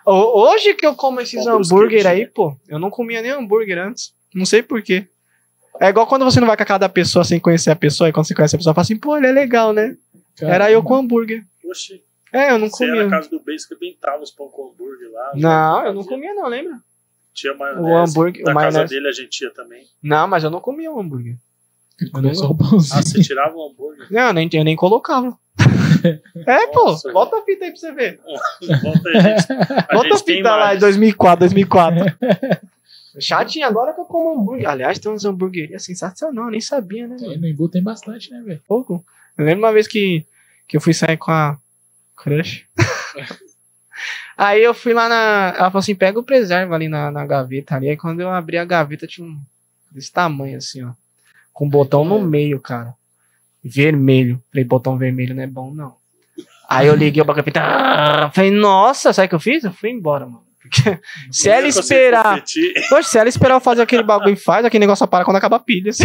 Speaker 3: Ho- Hoje que eu como esses
Speaker 6: Compra os
Speaker 3: hambúrguer
Speaker 6: kits,
Speaker 3: aí, pô, eu não comia nem hambúrguer antes. Não sei porquê. É igual quando você não vai com a cara da pessoa sem conhecer a pessoa, e quando você conhece a pessoa, fala assim, pô, ele é legal, né? Era eu com hambúrguer.
Speaker 6: Oxi,
Speaker 3: É, eu não
Speaker 6: você era na
Speaker 3: comia.
Speaker 6: casa do Beijo que bentava os pão com hambúrguer lá.
Speaker 3: Não, eu não comia não, lembra?
Speaker 6: Tinha
Speaker 3: O
Speaker 6: maionese.
Speaker 3: hambúrguer.
Speaker 6: da
Speaker 3: O
Speaker 6: casa
Speaker 3: maionese.
Speaker 6: dele a gente tinha também.
Speaker 3: Não, mas eu não comia o hambúrguer.
Speaker 1: Ele comeu só o pãozinho.
Speaker 6: Ah, você tirava o
Speaker 3: <laughs>
Speaker 6: hambúrguer?
Speaker 3: Não, eu nem, eu nem colocava. É, pô,
Speaker 6: Nossa,
Speaker 3: volta a fita aí pra você ver.
Speaker 6: Volta aí, gente. A
Speaker 3: Volta a
Speaker 6: gente tem
Speaker 3: fita lá de
Speaker 6: imagens.
Speaker 3: 2004, 2004. Chatinho, agora que eu como hambúrguer. Aliás, tem uns hambúrguerias sensacional, eu nem sabia, né?
Speaker 1: Aí no Embu tem bastante, né, velho?
Speaker 3: pouco. Eu lembro uma vez que, que eu fui sair com a crush. aí eu fui lá na. Ela falou assim: pega o preserva ali na, na gaveta ali. Aí quando eu abri a gaveta, tinha um. desse tamanho assim, ó. Com um botão no meio, cara. Vermelho. Falei: botão vermelho não é bom, não. Aí eu liguei o gaveta. ah, Falei: nossa, sabe o que eu fiz? Eu fui embora, mano. <laughs> Porque se ela
Speaker 6: Eu consigo
Speaker 3: esperar.
Speaker 6: competir. <laughs>
Speaker 3: Poxa, se ela esperar eu fazer aquele bagulho e faz, aquele negócio só para quando acaba a pilha. assim.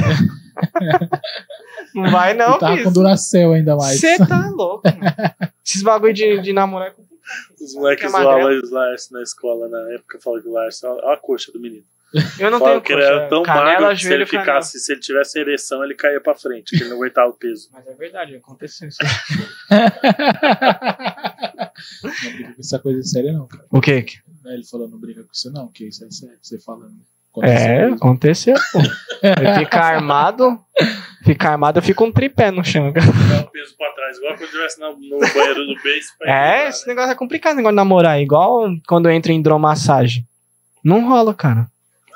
Speaker 3: Não vai não,
Speaker 1: e tava
Speaker 3: filho.
Speaker 1: com Duracell ainda mais.
Speaker 3: Você tá louco, mano. Esses bagulho de, de namorar com
Speaker 6: Os moleques
Speaker 3: Que magrelo.
Speaker 6: zoavam o Lars na escola na época, falavam que o Lars, olha a coxa do menino.
Speaker 3: Eu não
Speaker 6: Falavam
Speaker 3: tenho
Speaker 6: que ele era
Speaker 3: coxa.
Speaker 6: é tão
Speaker 3: canela,
Speaker 6: magro que se
Speaker 3: joelho,
Speaker 6: ele assim- ficasse, se ele tivesse ereção, ele caía pra frente, que ele não aguentava o peso.
Speaker 3: canela. Mas é verdade, aconteceu isso.
Speaker 1: Não briga com essa coisa séria, não, cara.
Speaker 3: O que?
Speaker 1: Aí Ele falou, não briga com isso, não, que isso é sério. Você falando.
Speaker 3: É,
Speaker 1: Aconteceu.
Speaker 3: aconteceu, pô. Eu ficar armado, ficar armado, eu fico um tripé no chão. cara.
Speaker 6: Dá o peso pra trás, igual quando eu estivesse no, no banheiro do beijo.
Speaker 3: <laughs> É, esse negócio é complicado, esse negócio de namorar. Igual quando eu entro em hidromassagem. Não rola, cara.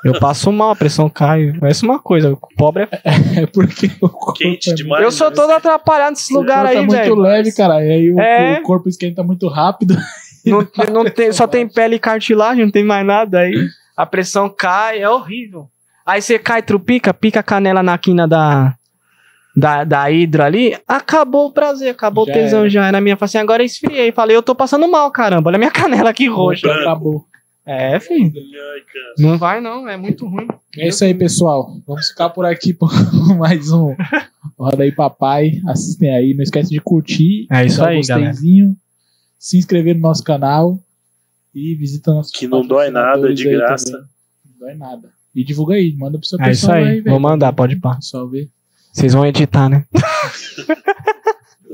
Speaker 3: Eu passo mal, a pressão cai. Parece uma coisa, o pobre é
Speaker 1: É porque o corpo
Speaker 6: Quente
Speaker 1: é
Speaker 6: demais.
Speaker 3: Eu sou
Speaker 6: né?
Speaker 3: todo atrapalhado nesse
Speaker 1: muito- o
Speaker 3: lugar
Speaker 1: corpo
Speaker 3: aí,
Speaker 1: é muito
Speaker 3: velho.
Speaker 1: leve, cara. E aí o,
Speaker 3: É.
Speaker 1: o corpo esquenta muito rápido.
Speaker 3: Não, não tem, só tem pele e cartilagem, não tem mais nada aí. A pressão cai, é horrível. Aí você cai, trupica, pica a canela na quina da, da, da hidra ali, acabou o prazer, acabou
Speaker 1: Já
Speaker 3: o tesão
Speaker 1: era.
Speaker 3: já. Aí na minha, falei assim, agora eu esfriei. Falei, eu tô passando mal, caramba, olha a minha <laughs> canela aqui roxa.
Speaker 6: branco.
Speaker 1: Acabou.
Speaker 3: É, filho,
Speaker 6: assim, Ai, cara.
Speaker 3: não vai não, é muito ruim.
Speaker 1: É isso aí, pessoal. Vamos ficar por aqui por <laughs> mais um Roda aí, papai. Assistem aí. Não esquece de curtir.
Speaker 3: É isso
Speaker 1: dar o
Speaker 3: aí, galera.
Speaker 1: gosteizinho, Se inscrever no nosso canal. E visita nosso
Speaker 6: Que não dói nada, é de graça.
Speaker 3: né?
Speaker 1: Não dói nada. E divulga aí. Manda pro seu
Speaker 3: É isso
Speaker 1: pessoal
Speaker 3: aí,
Speaker 1: velho.
Speaker 3: vou mandar, pode pá.
Speaker 1: Pessoal ver.
Speaker 3: Vocês vão editar, né?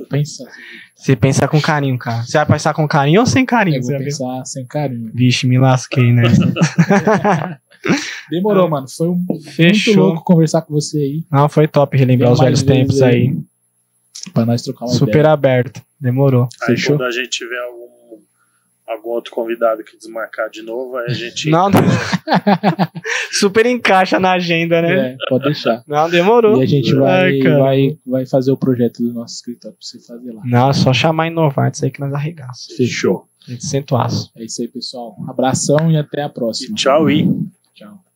Speaker 1: Pensa.
Speaker 3: Você pensa com carinho, cara. Você vai pensar com carinho ou sem carinho?
Speaker 1: Eu
Speaker 3: Você
Speaker 1: vou
Speaker 3: vai pensar-
Speaker 1: pensar sem carinho.
Speaker 3: Vixe, me lasquei, né?
Speaker 1: Demorou, mano. Foi um <laughs> muito
Speaker 3: Fechou.
Speaker 1: louco conversar com você aí.
Speaker 3: Não, Ah, foi top relembrar
Speaker 1: Vem
Speaker 3: os velhos
Speaker 1: mais
Speaker 3: tempos
Speaker 1: vezes aí.
Speaker 3: aí.
Speaker 1: Pra nós trocar uma
Speaker 3: Super
Speaker 1: ideia.
Speaker 3: aberto. Demorou.
Speaker 6: Aí
Speaker 1: Fechou?
Speaker 6: quando a gente tiver algum, algum outro convidado que desmarcar de novo, aí a gente.
Speaker 3: Não, <laughs> Super encaixa na agenda, né?
Speaker 1: É, pode deixar.
Speaker 3: Não, demorou.
Speaker 1: E a gente vai,
Speaker 3: Ai, É, cara.
Speaker 1: vai, vai fazer o projeto do nosso escritório pra você fazer lá.
Speaker 3: Não, é só chamar inovar, isso aí que nós arregaçamos.
Speaker 1: Fechou.
Speaker 3: A gente senta o aço.
Speaker 1: É isso aí, pessoal. Um abração e até a
Speaker 6: E
Speaker 1: próxima.
Speaker 6: tchau, e.
Speaker 1: Tchau.